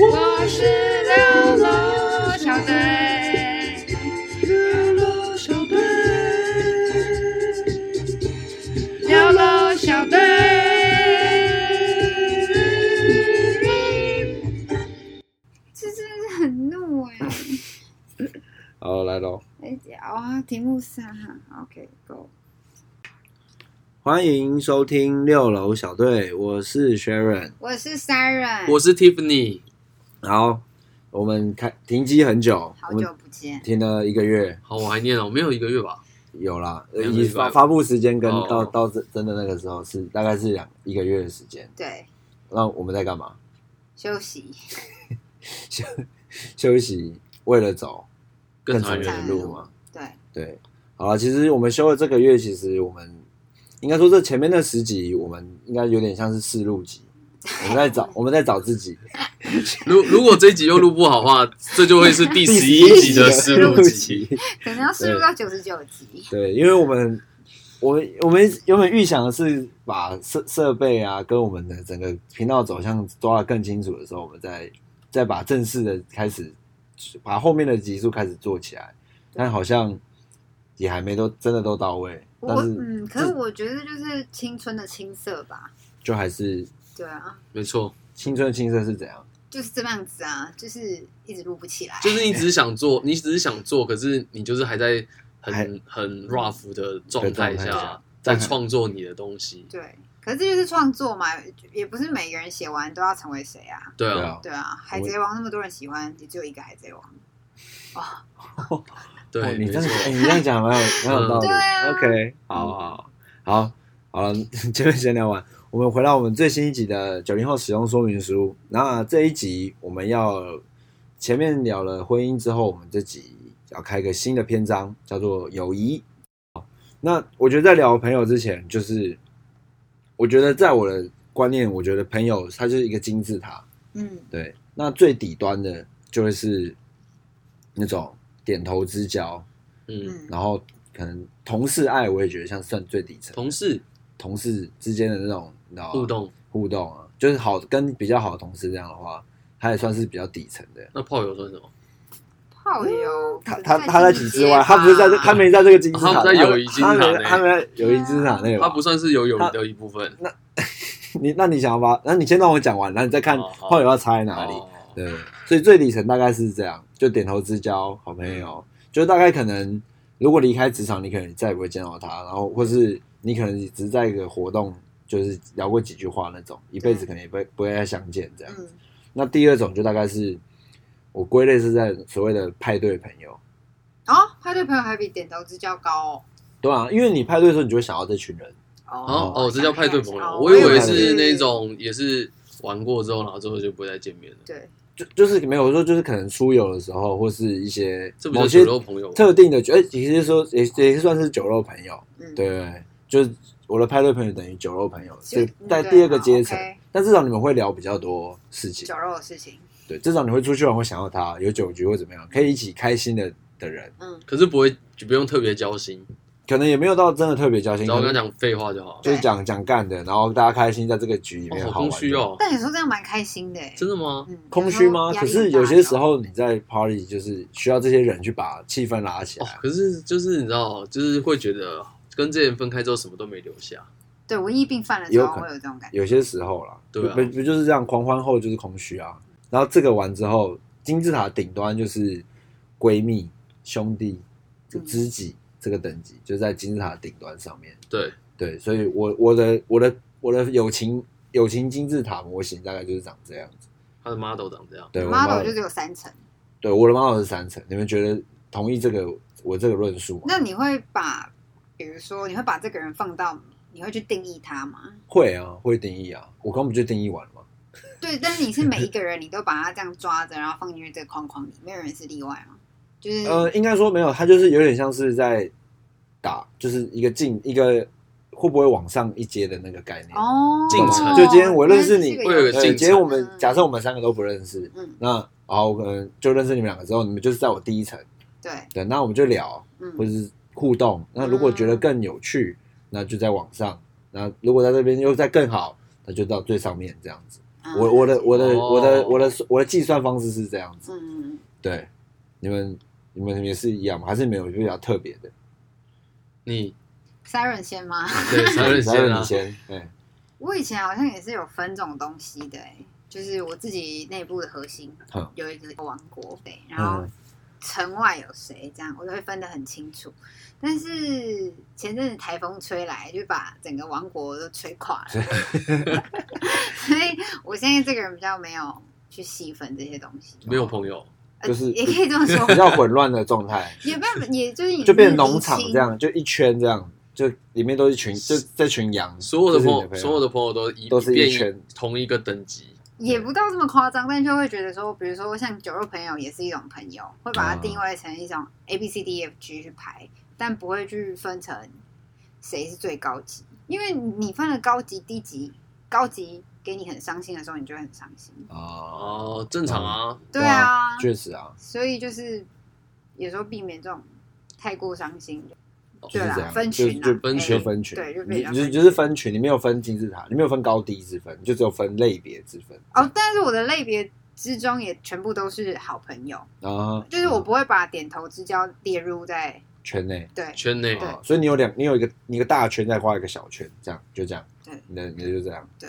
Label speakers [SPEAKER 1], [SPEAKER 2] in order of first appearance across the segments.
[SPEAKER 1] 我是流浪小队，流浪小队，流浪小队。这真的是很怒哎、
[SPEAKER 2] 好，来喽，
[SPEAKER 1] 哎姐哦，题目三哈，OK，Go，、
[SPEAKER 2] 欢迎收听六楼小队，我是 Sharon。
[SPEAKER 1] 我是 Siren，
[SPEAKER 3] 我是 Tiffany，
[SPEAKER 2] 好，我们开停机很久，
[SPEAKER 1] 好
[SPEAKER 2] 我们
[SPEAKER 1] 久不见，
[SPEAKER 2] 停了一个月
[SPEAKER 3] 好，我还念了，我没有一个月吧？
[SPEAKER 2] 有啦，呃
[SPEAKER 3] 两个
[SPEAKER 2] 以
[SPEAKER 3] 礼拜
[SPEAKER 2] 发
[SPEAKER 3] 吧
[SPEAKER 2] 发布时间跟
[SPEAKER 3] 哦
[SPEAKER 2] 到到真真的那个时候是大概是两一个月的时间。
[SPEAKER 1] 对，
[SPEAKER 2] 那我们在干嘛？
[SPEAKER 1] 休息，
[SPEAKER 2] 休休息，为了走
[SPEAKER 3] 更
[SPEAKER 2] 长
[SPEAKER 3] 长
[SPEAKER 2] 远
[SPEAKER 3] 远
[SPEAKER 2] 的
[SPEAKER 3] 的
[SPEAKER 2] 路
[SPEAKER 3] 路，
[SPEAKER 2] 嘛。
[SPEAKER 1] 对，
[SPEAKER 2] 对，好了，其实我们休了这个月，其实我们应该说这前面那十集，我们应该有点像是试录集，我们在找我们在找自己
[SPEAKER 3] 如如果这一集又录不好的话，这就会是 第十一集的思路集。。
[SPEAKER 1] 可能要试录
[SPEAKER 2] 对
[SPEAKER 1] 到九十九集，
[SPEAKER 2] 对，因为我们我们我们原本预想的是把设设备啊跟我们的整个频道走向抓得更清楚的时候，我们再再把正式的开始把后面的集数开始做起来，但好像也还没都真的都到位，但
[SPEAKER 1] 我
[SPEAKER 2] 是
[SPEAKER 1] 嗯，可是我觉得就是青春的青涩吧，
[SPEAKER 2] 就还是
[SPEAKER 1] 对啊，
[SPEAKER 3] 没错，
[SPEAKER 2] 青春青涩是怎样？
[SPEAKER 1] 就是这样子啊，就是一直录不起来，
[SPEAKER 3] 就是你只是想做，你只是想做，可是你就是还在
[SPEAKER 2] 还
[SPEAKER 3] 很很 rough 的状态
[SPEAKER 2] 的状态
[SPEAKER 3] 下
[SPEAKER 2] 下，
[SPEAKER 3] 在创作你的东西。
[SPEAKER 1] 对，可是这就是创作嘛，也不是每个人写完都要成为谁啊，
[SPEAKER 3] 对
[SPEAKER 2] 对
[SPEAKER 3] 啊，
[SPEAKER 2] 啊，
[SPEAKER 1] 对啊，海贼王那么多人喜欢，也只有一个海贼王，
[SPEAKER 2] 哦
[SPEAKER 3] 对，
[SPEAKER 2] 你
[SPEAKER 3] 没
[SPEAKER 2] 这样
[SPEAKER 3] 错，
[SPEAKER 2] 哎，你这样讲蛮 有蛮有道理。
[SPEAKER 1] 对啊
[SPEAKER 2] OK，好好好好好了， 前面闲聊完，我们回到我们最新一集的九零后使用说明书。那这一集我们要前面聊了婚姻之后，我们这集要开一个新的篇章，叫做友谊。那我觉得在聊朋友之前，就是我觉得在我的观念，我觉得朋友它就是一个金字塔，
[SPEAKER 1] 嗯，
[SPEAKER 2] 对，那最底端的就会是那种点头之交，
[SPEAKER 3] 嗯，
[SPEAKER 1] 嗯，
[SPEAKER 2] 然后可能同事爱，我也觉得像算最底层，
[SPEAKER 3] 同事
[SPEAKER 2] 同事之间的那种你知道吗
[SPEAKER 3] 互动，
[SPEAKER 2] 互动啊，就是好跟比较好的同事这样的话，他也算是比较底层的。
[SPEAKER 3] 那炮友算什么？
[SPEAKER 1] 炮友，
[SPEAKER 2] 他
[SPEAKER 1] 可
[SPEAKER 2] 嗯他
[SPEAKER 1] 能
[SPEAKER 2] 他在
[SPEAKER 1] 进
[SPEAKER 2] 几
[SPEAKER 1] 阶
[SPEAKER 2] 之外，他不是在这，
[SPEAKER 1] 吧
[SPEAKER 2] 他没在这个金字
[SPEAKER 3] 哦他
[SPEAKER 2] 塔，
[SPEAKER 3] 不在友谊金
[SPEAKER 2] 他
[SPEAKER 3] 字塔
[SPEAKER 2] 没
[SPEAKER 3] 内
[SPEAKER 2] 他没在友谊金字塔内吧？
[SPEAKER 3] 他不算是有友谊的一部分。
[SPEAKER 2] 你那你想要把，那你先让我讲完，然后你再看
[SPEAKER 3] 好哦好
[SPEAKER 2] 后友要插在哪里。
[SPEAKER 3] 哦
[SPEAKER 2] 对，所以最底层大概是这样，就点头之交，好朋友，就大概可能如果离开职场，你可能再也不会见到他，然后或是你可能只是在一个活动，就是聊过几句话那种，一辈子可能也不会不会再相见这样。
[SPEAKER 1] 嗯，
[SPEAKER 2] 那第二种就大概是我归类是在所谓的派对朋友，
[SPEAKER 1] 哦，派对朋友还比点头之交高哦。
[SPEAKER 2] 对啊，因为你派对的时候，你就会想到这群人，
[SPEAKER 3] 哦
[SPEAKER 1] 我
[SPEAKER 3] 哦，这叫
[SPEAKER 1] 想
[SPEAKER 3] 派对
[SPEAKER 1] 起
[SPEAKER 3] 朋
[SPEAKER 1] 来
[SPEAKER 3] 友，
[SPEAKER 1] 哦
[SPEAKER 3] 我以为是那种也是玩过之后，然后之后就不会再见面了。
[SPEAKER 1] 对，
[SPEAKER 2] 就就是没有说就是可能出游的时候，或是一些
[SPEAKER 3] 这不
[SPEAKER 2] 某
[SPEAKER 3] 就
[SPEAKER 2] 些
[SPEAKER 3] 酒肉朋友吗？
[SPEAKER 2] 特定的，哎、其实说也也算是酒肉朋友。
[SPEAKER 1] 嗯，
[SPEAKER 2] 对，就是我的派对朋友等于酒肉朋友，
[SPEAKER 1] 就是嗯
[SPEAKER 2] 在
[SPEAKER 1] 对
[SPEAKER 2] 第二个
[SPEAKER 1] 好
[SPEAKER 2] 阶层。
[SPEAKER 1] ，OK
[SPEAKER 2] 但至少你们会聊比较多事情，
[SPEAKER 1] 酒肉的事情，
[SPEAKER 2] 对，至少你会出去玩会想到他，有酒局或怎么样，可以一起开心的的人，
[SPEAKER 1] 嗯，
[SPEAKER 3] 可是不会就不用特别交心，
[SPEAKER 2] 可能也没有到真的特别交心，
[SPEAKER 3] 只要
[SPEAKER 2] 可
[SPEAKER 3] 跟他
[SPEAKER 2] 能
[SPEAKER 3] 讲废话就好了。
[SPEAKER 2] 嗯就是讲讲干的，然后大家开心在这个局里
[SPEAKER 3] 哦
[SPEAKER 2] 面
[SPEAKER 3] 好
[SPEAKER 2] 好玩
[SPEAKER 3] 空虚
[SPEAKER 2] 的。
[SPEAKER 3] 哦，
[SPEAKER 1] 但有时候这样蛮开心的欸，
[SPEAKER 3] 真的吗？
[SPEAKER 1] 嗯，
[SPEAKER 2] 空虚吗？可是有些时
[SPEAKER 1] 候
[SPEAKER 2] 候你在 party 就是需要这些人去把气氛拉起
[SPEAKER 3] 哦
[SPEAKER 2] 来，，
[SPEAKER 3] 可是就是你知道，就是会觉得跟这人分开之后什么都没留下，
[SPEAKER 1] 压力很大对文艺病犯的时
[SPEAKER 2] 有
[SPEAKER 1] 候
[SPEAKER 2] 可
[SPEAKER 1] 会
[SPEAKER 2] 能
[SPEAKER 1] 有这种感觉，
[SPEAKER 2] 有些时候啦，
[SPEAKER 3] 对啊
[SPEAKER 2] 不不就是这样，狂欢后就是空虚啊。然后这个完之后，金字塔顶端就是闺蜜、兄弟、这
[SPEAKER 1] 嗯
[SPEAKER 2] 知己这个等级，就在金字塔顶端上面。
[SPEAKER 3] 对，
[SPEAKER 2] 对，所以我我的我的我的友情友情金字塔模型大概就是长这样子。
[SPEAKER 3] 他的 model 长这样，
[SPEAKER 2] 对，我的
[SPEAKER 1] model 就
[SPEAKER 2] model-
[SPEAKER 1] 只有三层。
[SPEAKER 2] 对我的 model 是三层，你们觉得同意这个我这个论述吗？
[SPEAKER 1] 那你会把，比如说你会把这个人放到，你会去定义他吗？
[SPEAKER 2] 会啊，会定义啊，我刚不就定义完了吗？
[SPEAKER 1] 对，但是你是每 一个人，你都把他这样抓着，然后放进去这个框框里，没有人是例外吗？就是、
[SPEAKER 2] 呃，应该说没有，他就是有点像是在打，就是一个进一个会不会往上一阶的那个概念。
[SPEAKER 1] 哦，
[SPEAKER 3] 进程
[SPEAKER 2] 就今天我认识你
[SPEAKER 1] 原来是这
[SPEAKER 3] 会有
[SPEAKER 1] 个样
[SPEAKER 3] 一个
[SPEAKER 1] 子
[SPEAKER 2] 呃，
[SPEAKER 3] 进
[SPEAKER 2] 今天
[SPEAKER 3] 程
[SPEAKER 2] 我们
[SPEAKER 1] 嗯
[SPEAKER 2] 假设我们三个都不认识，
[SPEAKER 1] 嗯，
[SPEAKER 2] 那然后可能就认识你们两个之后，你们就是在我第一层，
[SPEAKER 1] 对，
[SPEAKER 2] 对，那我们就聊或
[SPEAKER 1] 嗯，
[SPEAKER 2] 者是互动。那如果觉得更有趣，那就在往上；那如果在这边又再更好，那就到最上面这样子。
[SPEAKER 4] 嗯
[SPEAKER 2] 我我的我的
[SPEAKER 3] 哦
[SPEAKER 2] 我的我的我的计算方式是这样子。
[SPEAKER 4] 嗯，
[SPEAKER 2] 对，你们你们也是一样吗？还是没有比较特别的？
[SPEAKER 3] 你
[SPEAKER 4] Siren 先吗？
[SPEAKER 3] 对才会
[SPEAKER 2] 还有
[SPEAKER 3] 先
[SPEAKER 2] 你
[SPEAKER 3] 啊，
[SPEAKER 2] 先，哎，
[SPEAKER 4] 我以前好像也是有分这种东西的、欸，就是我自己内部的核心
[SPEAKER 2] 好
[SPEAKER 4] 有一个王国，对，然后
[SPEAKER 2] 嗯
[SPEAKER 4] 城外有谁，这样我都会分得很清楚。但是前阵子台风吹来，就把整个王国都吹垮 了， 所以我现在这个人比较没有去细分这些东西，
[SPEAKER 3] 没有朋友，
[SPEAKER 4] 呃
[SPEAKER 2] 就是
[SPEAKER 4] 也可以这么 说
[SPEAKER 2] 比，较混乱的 状态，
[SPEAKER 4] 也没有，也就是你
[SPEAKER 2] 就变
[SPEAKER 4] 是
[SPEAKER 2] 成农
[SPEAKER 4] 厘
[SPEAKER 2] 场
[SPEAKER 4] 清
[SPEAKER 2] 这，样，就一圈这样，就里面都是群，就这群羊，
[SPEAKER 3] 所有的朋友，
[SPEAKER 2] 就是你
[SPEAKER 3] 所有的朋友都一
[SPEAKER 2] 都是一
[SPEAKER 3] 变
[SPEAKER 2] 圈
[SPEAKER 3] 同一个等级，
[SPEAKER 4] 也
[SPEAKER 2] 嗯
[SPEAKER 4] 不到这么夸张，但就会觉得说，比如说像酒肉朋友也是一种朋友，会
[SPEAKER 2] 啊
[SPEAKER 4] 把它定位成一种 A B C D E F G 去排，但不会去分成谁是最高级，因为你分了高级、低级，高级给你很伤心的时候，你就会很伤心。
[SPEAKER 2] 哦，
[SPEAKER 3] 哦，正常啊，
[SPEAKER 2] 嗯
[SPEAKER 4] 对啊，
[SPEAKER 2] 确实啊，
[SPEAKER 4] 所以就是有时候避免这种太过伤心。对
[SPEAKER 2] 就哦是这
[SPEAKER 4] 啦，
[SPEAKER 2] 样，
[SPEAKER 4] 分
[SPEAKER 2] 就
[SPEAKER 4] 群啊，
[SPEAKER 2] 就
[SPEAKER 3] 分
[SPEAKER 2] 就
[SPEAKER 3] 群
[SPEAKER 4] 哎
[SPEAKER 2] 分群，
[SPEAKER 4] 对，就
[SPEAKER 2] 你
[SPEAKER 4] 比较
[SPEAKER 2] 就
[SPEAKER 4] 分
[SPEAKER 2] 就是分群，你没有分金字塔，你没有分高低之分，你就只有分类别之分
[SPEAKER 4] 哦，但是我的类别之中也全部都是好朋友，
[SPEAKER 2] 啊，
[SPEAKER 4] 就是我不会把点头之交列入在
[SPEAKER 2] 圈内。
[SPEAKER 4] 对
[SPEAKER 3] 圈内
[SPEAKER 4] 对
[SPEAKER 2] 哦所以你有两，你有一个你一个大圈，再画一个小圈，这样就这样，
[SPEAKER 4] 对
[SPEAKER 2] 你的你的就这样，
[SPEAKER 4] 对。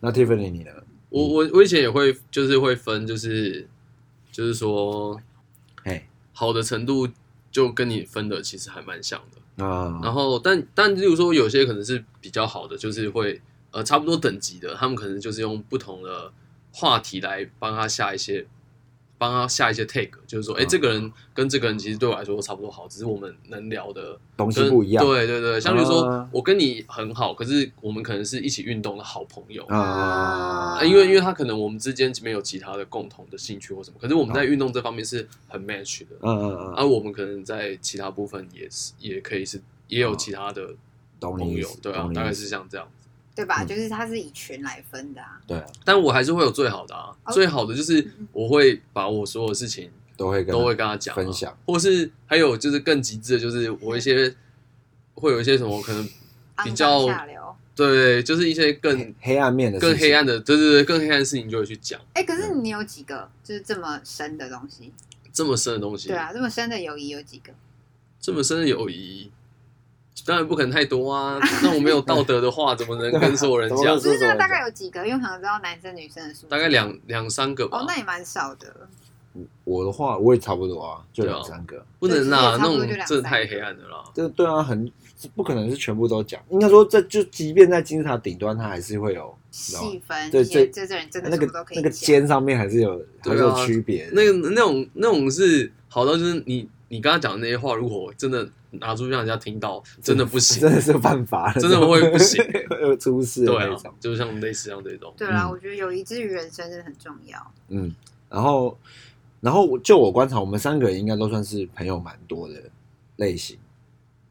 [SPEAKER 2] 那 Tiffany 你呢？
[SPEAKER 3] 我我我以前也会就是会分，就是就是说
[SPEAKER 2] 嘿，
[SPEAKER 3] 好的程度就跟你分的其实还蛮像的。
[SPEAKER 2] 啊，
[SPEAKER 3] 然后但但例如说有些可能是比较好的，就是会呃差不多等级的，他们可能就是用不同的话题来帮他下一些。帮他下一些 tag，就是说，哎、
[SPEAKER 2] 嗯
[SPEAKER 3] 这个人跟这个人其实对我来说差不多好，只是我们能聊的
[SPEAKER 2] 东西
[SPEAKER 3] 跟
[SPEAKER 2] 不一样，
[SPEAKER 3] 对对对，像比如说
[SPEAKER 2] 啊，
[SPEAKER 3] 我跟你很好，可是我们可能是一起运动的好朋友，
[SPEAKER 2] 啊
[SPEAKER 4] 呃
[SPEAKER 3] 啊，因为因为他可能我们之间没有其他的共同的兴趣或什么，可是我们
[SPEAKER 2] 啊
[SPEAKER 3] 在运动这方面是很 match 的，
[SPEAKER 2] 嗯嗯嗯，
[SPEAKER 3] 而、啊我们可能在其他部分也是也可以是也有其他的
[SPEAKER 2] 啊懂
[SPEAKER 3] 朋
[SPEAKER 2] 你意
[SPEAKER 3] 友
[SPEAKER 2] 思，，
[SPEAKER 3] 对啊
[SPEAKER 2] 懂，你
[SPEAKER 3] 大概
[SPEAKER 2] 意
[SPEAKER 3] 是
[SPEAKER 2] 思，
[SPEAKER 3] 像这样子。
[SPEAKER 4] 对吧？
[SPEAKER 2] 嗯
[SPEAKER 4] 就是它是以群来分的啊。
[SPEAKER 2] 对，
[SPEAKER 3] 但我还是会有最好的啊，
[SPEAKER 4] 哦
[SPEAKER 3] 最好的就是
[SPEAKER 4] 嗯
[SPEAKER 3] 我会把我所有事情
[SPEAKER 2] 都会跟
[SPEAKER 3] 都会跟他讲、啊、
[SPEAKER 2] 分享，
[SPEAKER 3] 或是还有就是更极致的，就是我一些会有一些什么可能比较
[SPEAKER 4] 啊肮脏下流。
[SPEAKER 3] 对，就是一些更
[SPEAKER 2] 黑黑暗面的事
[SPEAKER 3] 更
[SPEAKER 2] 情
[SPEAKER 3] 黑，暗的，对对对，更黑暗的事情就会去讲
[SPEAKER 4] 哎、可
[SPEAKER 3] 嗯
[SPEAKER 4] 是你有几个就是这么深的东西？
[SPEAKER 3] 这么深的东西，
[SPEAKER 4] 对啊，这么深的友谊有几个？
[SPEAKER 3] 这么深的友谊，当然不可能太 多啊。那我没有道德的话，怎么能跟所有 人
[SPEAKER 2] 怎么
[SPEAKER 3] 讲
[SPEAKER 2] 能
[SPEAKER 4] 不
[SPEAKER 2] 说？
[SPEAKER 4] 是，那大概有几个？因为我想知道男生女生的数字。
[SPEAKER 3] 大概两两三个吧
[SPEAKER 4] 哦，，那也蛮少的。
[SPEAKER 2] 我的话我也差不多啊，就
[SPEAKER 3] 对啊
[SPEAKER 2] 两三个，
[SPEAKER 3] 不能啦，
[SPEAKER 4] 对差
[SPEAKER 3] 那
[SPEAKER 4] 不
[SPEAKER 3] 种
[SPEAKER 4] 多就两三个
[SPEAKER 3] 真的太黑暗了啦。
[SPEAKER 2] 这对啊，很不可能是全部都讲，应该说这就即便在金字塔顶端，它还是会有
[SPEAKER 4] 细分，
[SPEAKER 2] 对
[SPEAKER 4] 这
[SPEAKER 2] 这
[SPEAKER 4] 这这人真的
[SPEAKER 2] 那
[SPEAKER 4] 什
[SPEAKER 2] 个
[SPEAKER 4] 么都可以
[SPEAKER 2] 那个
[SPEAKER 4] 讲
[SPEAKER 2] 尖上面还是有还是有区别的，
[SPEAKER 3] 啊那个那种那种是好到就是你你刚刚讲的那些话，如果真的拿出去让人家听到，真的不行，
[SPEAKER 2] 真的是犯法了，
[SPEAKER 3] 真的会不行
[SPEAKER 2] 会 出事的
[SPEAKER 3] 对
[SPEAKER 2] 那
[SPEAKER 3] 啊
[SPEAKER 2] 种，，
[SPEAKER 3] 就像类似像这种，
[SPEAKER 4] 对啦、
[SPEAKER 2] 嗯
[SPEAKER 4] 我觉得友谊之于人生真的很重要。
[SPEAKER 2] 嗯，然后然后我就我观察，我们三个人应该都算是朋友蛮多的类型，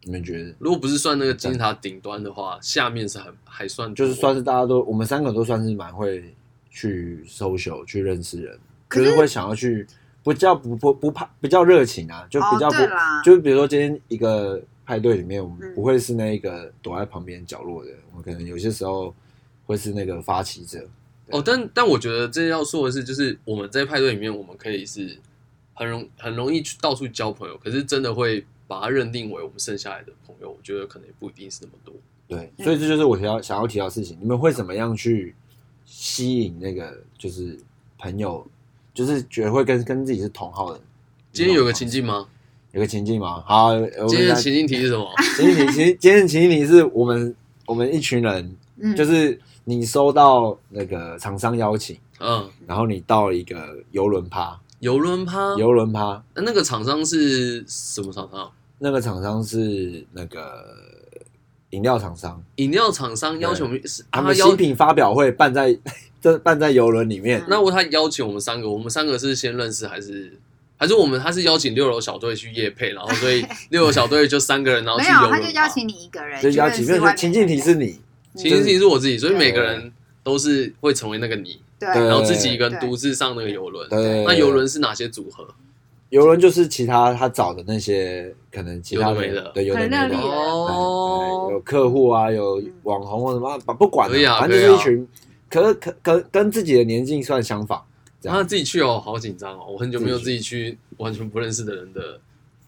[SPEAKER 2] 你们觉得？
[SPEAKER 3] 如果不是算那个金字塔顶端的话，下面是还还算
[SPEAKER 2] 就是算
[SPEAKER 3] 多
[SPEAKER 2] 是大家都，我们三个都算是蛮会去 social 去认识人，
[SPEAKER 4] 可
[SPEAKER 2] 就是是会想要去不叫不不不怕比较热情啊，就比较
[SPEAKER 4] 哦，
[SPEAKER 2] 不、
[SPEAKER 4] 对啦，
[SPEAKER 2] 就是比如说今天一个派对里面，我
[SPEAKER 4] 嗯
[SPEAKER 2] 们不会是那一个躲在旁边角落的，我们可能有些时候会是那个发起者，
[SPEAKER 3] 哦，但但我觉得这要说的是，就是我们在派对里面，我们可以是很容很容易去到处交朋友，可是真的会把它认定为我们剩下来的朋友，我觉得可能也不一定是那么多。
[SPEAKER 2] 对，
[SPEAKER 4] 嗯
[SPEAKER 2] 所以这就是我想要想要提到的事情，你们会怎么样去吸引那个就是朋友，就是觉得会跟跟自己是同好的？
[SPEAKER 3] 今天有个情境吗？
[SPEAKER 2] 有个情境吗？好，我们
[SPEAKER 3] 今天的
[SPEAKER 2] 来
[SPEAKER 3] 情境题是什么？
[SPEAKER 2] 情景情今天情景题是我们我们一群人，
[SPEAKER 4] 嗯，
[SPEAKER 2] 就是你收到那个厂商邀请，
[SPEAKER 3] 嗯，
[SPEAKER 2] 然后你到一个游轮趴，
[SPEAKER 3] 游轮
[SPEAKER 4] 嗯
[SPEAKER 3] 趴，
[SPEAKER 2] 游轮趴
[SPEAKER 3] 呃那个厂商是什么厂商？啊
[SPEAKER 2] 那个厂商是那个饮料厂商，
[SPEAKER 3] 饮料厂商要求我们是
[SPEAKER 2] 他
[SPEAKER 4] 哦
[SPEAKER 3] 啊
[SPEAKER 2] 们
[SPEAKER 3] 邀
[SPEAKER 2] 新，品发表会办在这办在游轮里面，
[SPEAKER 4] 嗯
[SPEAKER 3] 那我他邀请我们三个，我们三个是先认识还是？还是我们他是邀请六楼小队去夜配，然后 所以六楼小队就三个人，然后
[SPEAKER 4] 没
[SPEAKER 3] 去游
[SPEAKER 4] 有，啊
[SPEAKER 3] 轮
[SPEAKER 4] 他就邀
[SPEAKER 3] 趴
[SPEAKER 4] 请你一个人，
[SPEAKER 2] 就邀请，
[SPEAKER 4] 去认识
[SPEAKER 2] 所
[SPEAKER 4] 外
[SPEAKER 2] 以
[SPEAKER 4] 面
[SPEAKER 2] 情境题
[SPEAKER 4] 嗯的
[SPEAKER 2] 是你，
[SPEAKER 3] 其实你是我自己，所以
[SPEAKER 4] 对
[SPEAKER 3] 每个人都是会成为那个你，
[SPEAKER 4] 人
[SPEAKER 2] 对啊
[SPEAKER 4] 对啊
[SPEAKER 3] 然后自己一个人
[SPEAKER 4] 对
[SPEAKER 3] 独自上那个游轮。
[SPEAKER 2] 对，
[SPEAKER 3] 那游轮是哪些组合？
[SPEAKER 2] 游轮就是其他他找的那些可能其他
[SPEAKER 3] 有的没的
[SPEAKER 2] 对，有的没
[SPEAKER 4] 很热烈
[SPEAKER 2] 的，
[SPEAKER 4] 对哦
[SPEAKER 2] 哎有，客户啊，有
[SPEAKER 4] 嗯
[SPEAKER 2] 网红或什么，不不管
[SPEAKER 3] 可以
[SPEAKER 2] 了、
[SPEAKER 3] 啊
[SPEAKER 2] 反正就是
[SPEAKER 3] 可以
[SPEAKER 2] 一
[SPEAKER 3] 啊
[SPEAKER 2] 群，可可可跟自己的年纪算相仿，这
[SPEAKER 3] 然后
[SPEAKER 2] 样
[SPEAKER 3] 自己去哦，好紧张哦，我很久没有
[SPEAKER 2] 自
[SPEAKER 3] 自己去完全不认识的人的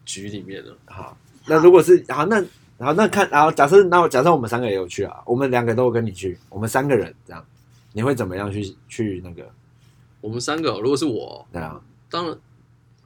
[SPEAKER 3] 局里面了。
[SPEAKER 2] 好。那如果是好，那好，那看，然后假设，那我假设我们三个也有去啊，我们两个都有跟你去，我们三个人这样，你会怎么样去去那个？
[SPEAKER 3] 我们三个哦，如果是我，
[SPEAKER 2] 对啊，
[SPEAKER 3] 当然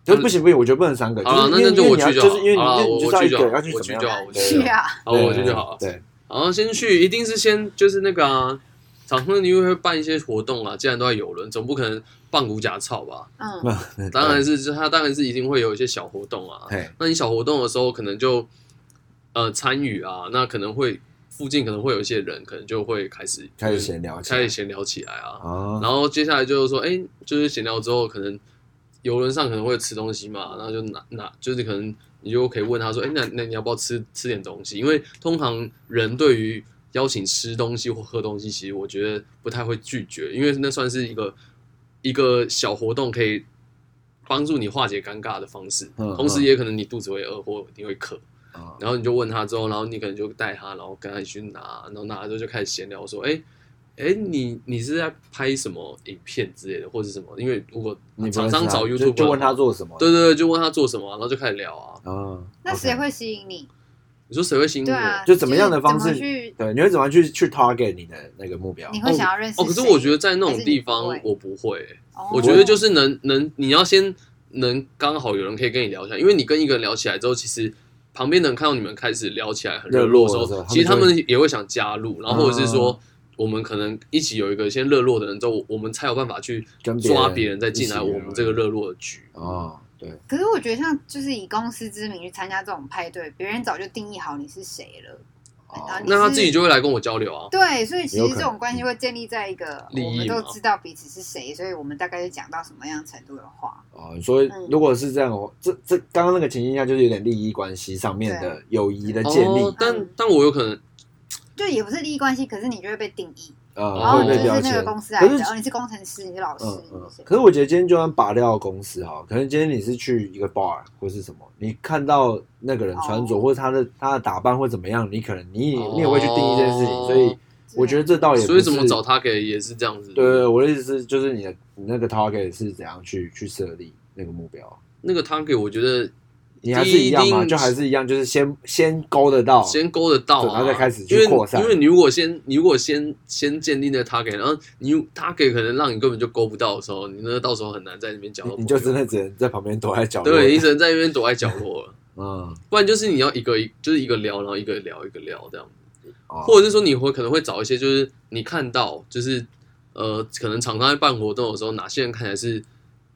[SPEAKER 2] 就不行不行，我觉得不能三个，就
[SPEAKER 3] 好啦
[SPEAKER 2] 是因
[SPEAKER 3] 那
[SPEAKER 2] 为
[SPEAKER 3] 那
[SPEAKER 2] 因
[SPEAKER 3] 就
[SPEAKER 2] 为
[SPEAKER 3] 我
[SPEAKER 2] 你要
[SPEAKER 3] 去就
[SPEAKER 2] 就是
[SPEAKER 3] 好
[SPEAKER 2] 因为你
[SPEAKER 3] 好啦
[SPEAKER 2] 因为
[SPEAKER 3] 我
[SPEAKER 2] 你就是要一
[SPEAKER 3] 去就
[SPEAKER 2] 个
[SPEAKER 3] 好
[SPEAKER 2] 要去
[SPEAKER 3] 我
[SPEAKER 2] 怎
[SPEAKER 3] 去
[SPEAKER 2] 么
[SPEAKER 3] 就
[SPEAKER 2] 样
[SPEAKER 3] 好？
[SPEAKER 2] 对
[SPEAKER 4] 去啊，
[SPEAKER 3] 啊，我去就好了。
[SPEAKER 2] 对，
[SPEAKER 3] 然后先去，一定是先就是那个啊，场婚你会办一些活动啊，既然都在游轮，总不可能办骨假操吧？
[SPEAKER 4] 嗯，
[SPEAKER 2] 那
[SPEAKER 3] 当然是，就他当然是一定会有一些小活动啊。
[SPEAKER 2] 嘿，
[SPEAKER 3] 那你小活动的时候，可能就呃参与啊，那可能会附近可能会有一些人，可能就会开始
[SPEAKER 2] 开始闲聊起来，
[SPEAKER 3] 开始闲聊起来啊。
[SPEAKER 2] 啊，
[SPEAKER 3] 然后接下来就是说，哎、就是闲聊之后，可能游轮上可能会吃东西嘛，然后就拿拿，就是可能你就可以问他说，哎、那那你要不要吃吃点东西？因为通常人对于邀请吃东西或喝东西，其实我觉得不太会拒绝，因为那算是一个一个小活动，可以帮助你化解尴尬的方式。
[SPEAKER 2] 嗯
[SPEAKER 3] 同时
[SPEAKER 2] 嗯
[SPEAKER 3] 也可能你肚子会饿或你会渴，
[SPEAKER 2] 啊
[SPEAKER 3] 然后你就问他之后，然后你可能就带他，然后跟他一起去拿，然后拿了之后就开始闲聊说，哎、哎、你你是在拍什么影片之类的，或是什么？因为如果
[SPEAKER 2] 你不
[SPEAKER 3] 厂
[SPEAKER 2] 认识
[SPEAKER 3] 商
[SPEAKER 2] 他
[SPEAKER 3] 找
[SPEAKER 2] 就
[SPEAKER 3] YouTube，
[SPEAKER 2] 就问他，做什么，
[SPEAKER 3] 对对对，就问他做什么，然后就开始聊啊。
[SPEAKER 2] 啊，
[SPEAKER 4] 那
[SPEAKER 2] OK
[SPEAKER 4] 谁会吸引你？
[SPEAKER 3] 你说谁会吸引我？
[SPEAKER 4] 对啊，
[SPEAKER 2] 就怎么样的方式
[SPEAKER 4] 就是怎么去？
[SPEAKER 2] 对，你会怎么去去 target 你的那个目标？
[SPEAKER 4] 你会想要认识谁？
[SPEAKER 3] 哦，可是我觉得在那
[SPEAKER 4] 还
[SPEAKER 3] 种
[SPEAKER 4] 是你
[SPEAKER 3] 地
[SPEAKER 4] 不
[SPEAKER 3] 方
[SPEAKER 4] 会
[SPEAKER 3] 我不会欸、
[SPEAKER 4] 哦，
[SPEAKER 3] 我觉得就是能能，你要先能刚好有人可以跟你聊一下，因为你跟一个人聊起来之后，其实旁边的人看到你们开始聊起来很热络的时
[SPEAKER 2] 热络的时候
[SPEAKER 3] 候，其实
[SPEAKER 2] 他
[SPEAKER 3] 他
[SPEAKER 2] 们就会啊
[SPEAKER 3] 们也会想加入，然后或者是说。我们可能一起有一个先热络的人之后，我们才有办法去
[SPEAKER 2] 跟别人
[SPEAKER 3] 抓别人再进来
[SPEAKER 2] 一起啊
[SPEAKER 3] 我们这个热络的局。
[SPEAKER 2] 哦，对，
[SPEAKER 4] 可是我觉得像就是以公司之名去参加这种派对，别人早就定义好你是谁了。
[SPEAKER 2] 哦
[SPEAKER 4] 然后你
[SPEAKER 3] 那他
[SPEAKER 4] 是
[SPEAKER 3] 自己就会来跟我交流啊。
[SPEAKER 4] 对，所以其
[SPEAKER 2] 有
[SPEAKER 4] 实
[SPEAKER 2] 可能
[SPEAKER 4] 这种关系会建立在一个
[SPEAKER 3] 利益
[SPEAKER 4] 我们都
[SPEAKER 3] 嘛
[SPEAKER 4] 知道彼此是谁，所以我们大概就讲到什么样程度的话。
[SPEAKER 2] 哦，所以
[SPEAKER 4] 嗯
[SPEAKER 2] 如果是这样，我这这刚刚那个情境下就是有点利益关系上面的友谊的建立
[SPEAKER 3] 哦，，但但我有可能
[SPEAKER 4] 就也不是利益关系，可是你就会被定义，
[SPEAKER 3] 哦
[SPEAKER 4] 然
[SPEAKER 2] 啊，
[SPEAKER 4] 后
[SPEAKER 2] 会
[SPEAKER 4] 你哦就是
[SPEAKER 2] 被标
[SPEAKER 4] 那个
[SPEAKER 2] 签。
[SPEAKER 4] 公司来
[SPEAKER 2] 可是
[SPEAKER 4] 的，哦，你是工程师，你是老师，
[SPEAKER 2] 嗯
[SPEAKER 4] 你
[SPEAKER 2] 嗯
[SPEAKER 4] 是谁，
[SPEAKER 2] 可是我觉得今天就算拔掉公司哈，可能今天你是去一个 bar 或是什么，你看到那个人穿着
[SPEAKER 4] 哦
[SPEAKER 2] 或者他的他的打扮或怎么样，你可能你也你也会去定义这件事情，
[SPEAKER 3] 哦
[SPEAKER 2] 所以我觉得这倒也
[SPEAKER 3] 所以
[SPEAKER 2] 不
[SPEAKER 3] 怎么
[SPEAKER 2] 是
[SPEAKER 3] 找他给也是这样子。
[SPEAKER 2] 对对，对，啊我的意思是，就是你的你那个 target 是怎样去去设立那个目标？
[SPEAKER 3] 那个他给我觉得
[SPEAKER 2] 你还是一样吗？
[SPEAKER 3] 定
[SPEAKER 2] 就还是一样，就是先先勾得到，
[SPEAKER 3] 先勾得
[SPEAKER 2] 哦
[SPEAKER 3] 到、
[SPEAKER 2] 对
[SPEAKER 3] 啊，
[SPEAKER 2] 然后再开始去
[SPEAKER 3] 因为
[SPEAKER 2] 扩散
[SPEAKER 3] 因为你如果先，你如果先先鉴定那个 target，然后你 target 可能让你根本就勾不到的时候，你那到时候很难在那边交到
[SPEAKER 2] 你
[SPEAKER 3] 朋友。
[SPEAKER 2] 你就真的只能在旁边躲在角落。
[SPEAKER 3] 对，你只能在那边躲在角落了。
[SPEAKER 2] 嗯，
[SPEAKER 3] 不然就是你要一个一，就是一个聊，然后一个聊，一个聊这样。
[SPEAKER 2] 哦
[SPEAKER 3] 或者是说你会可能会找一些，就是你看到，就是呃，可能厂商在办活动的时候，哪些人看起来是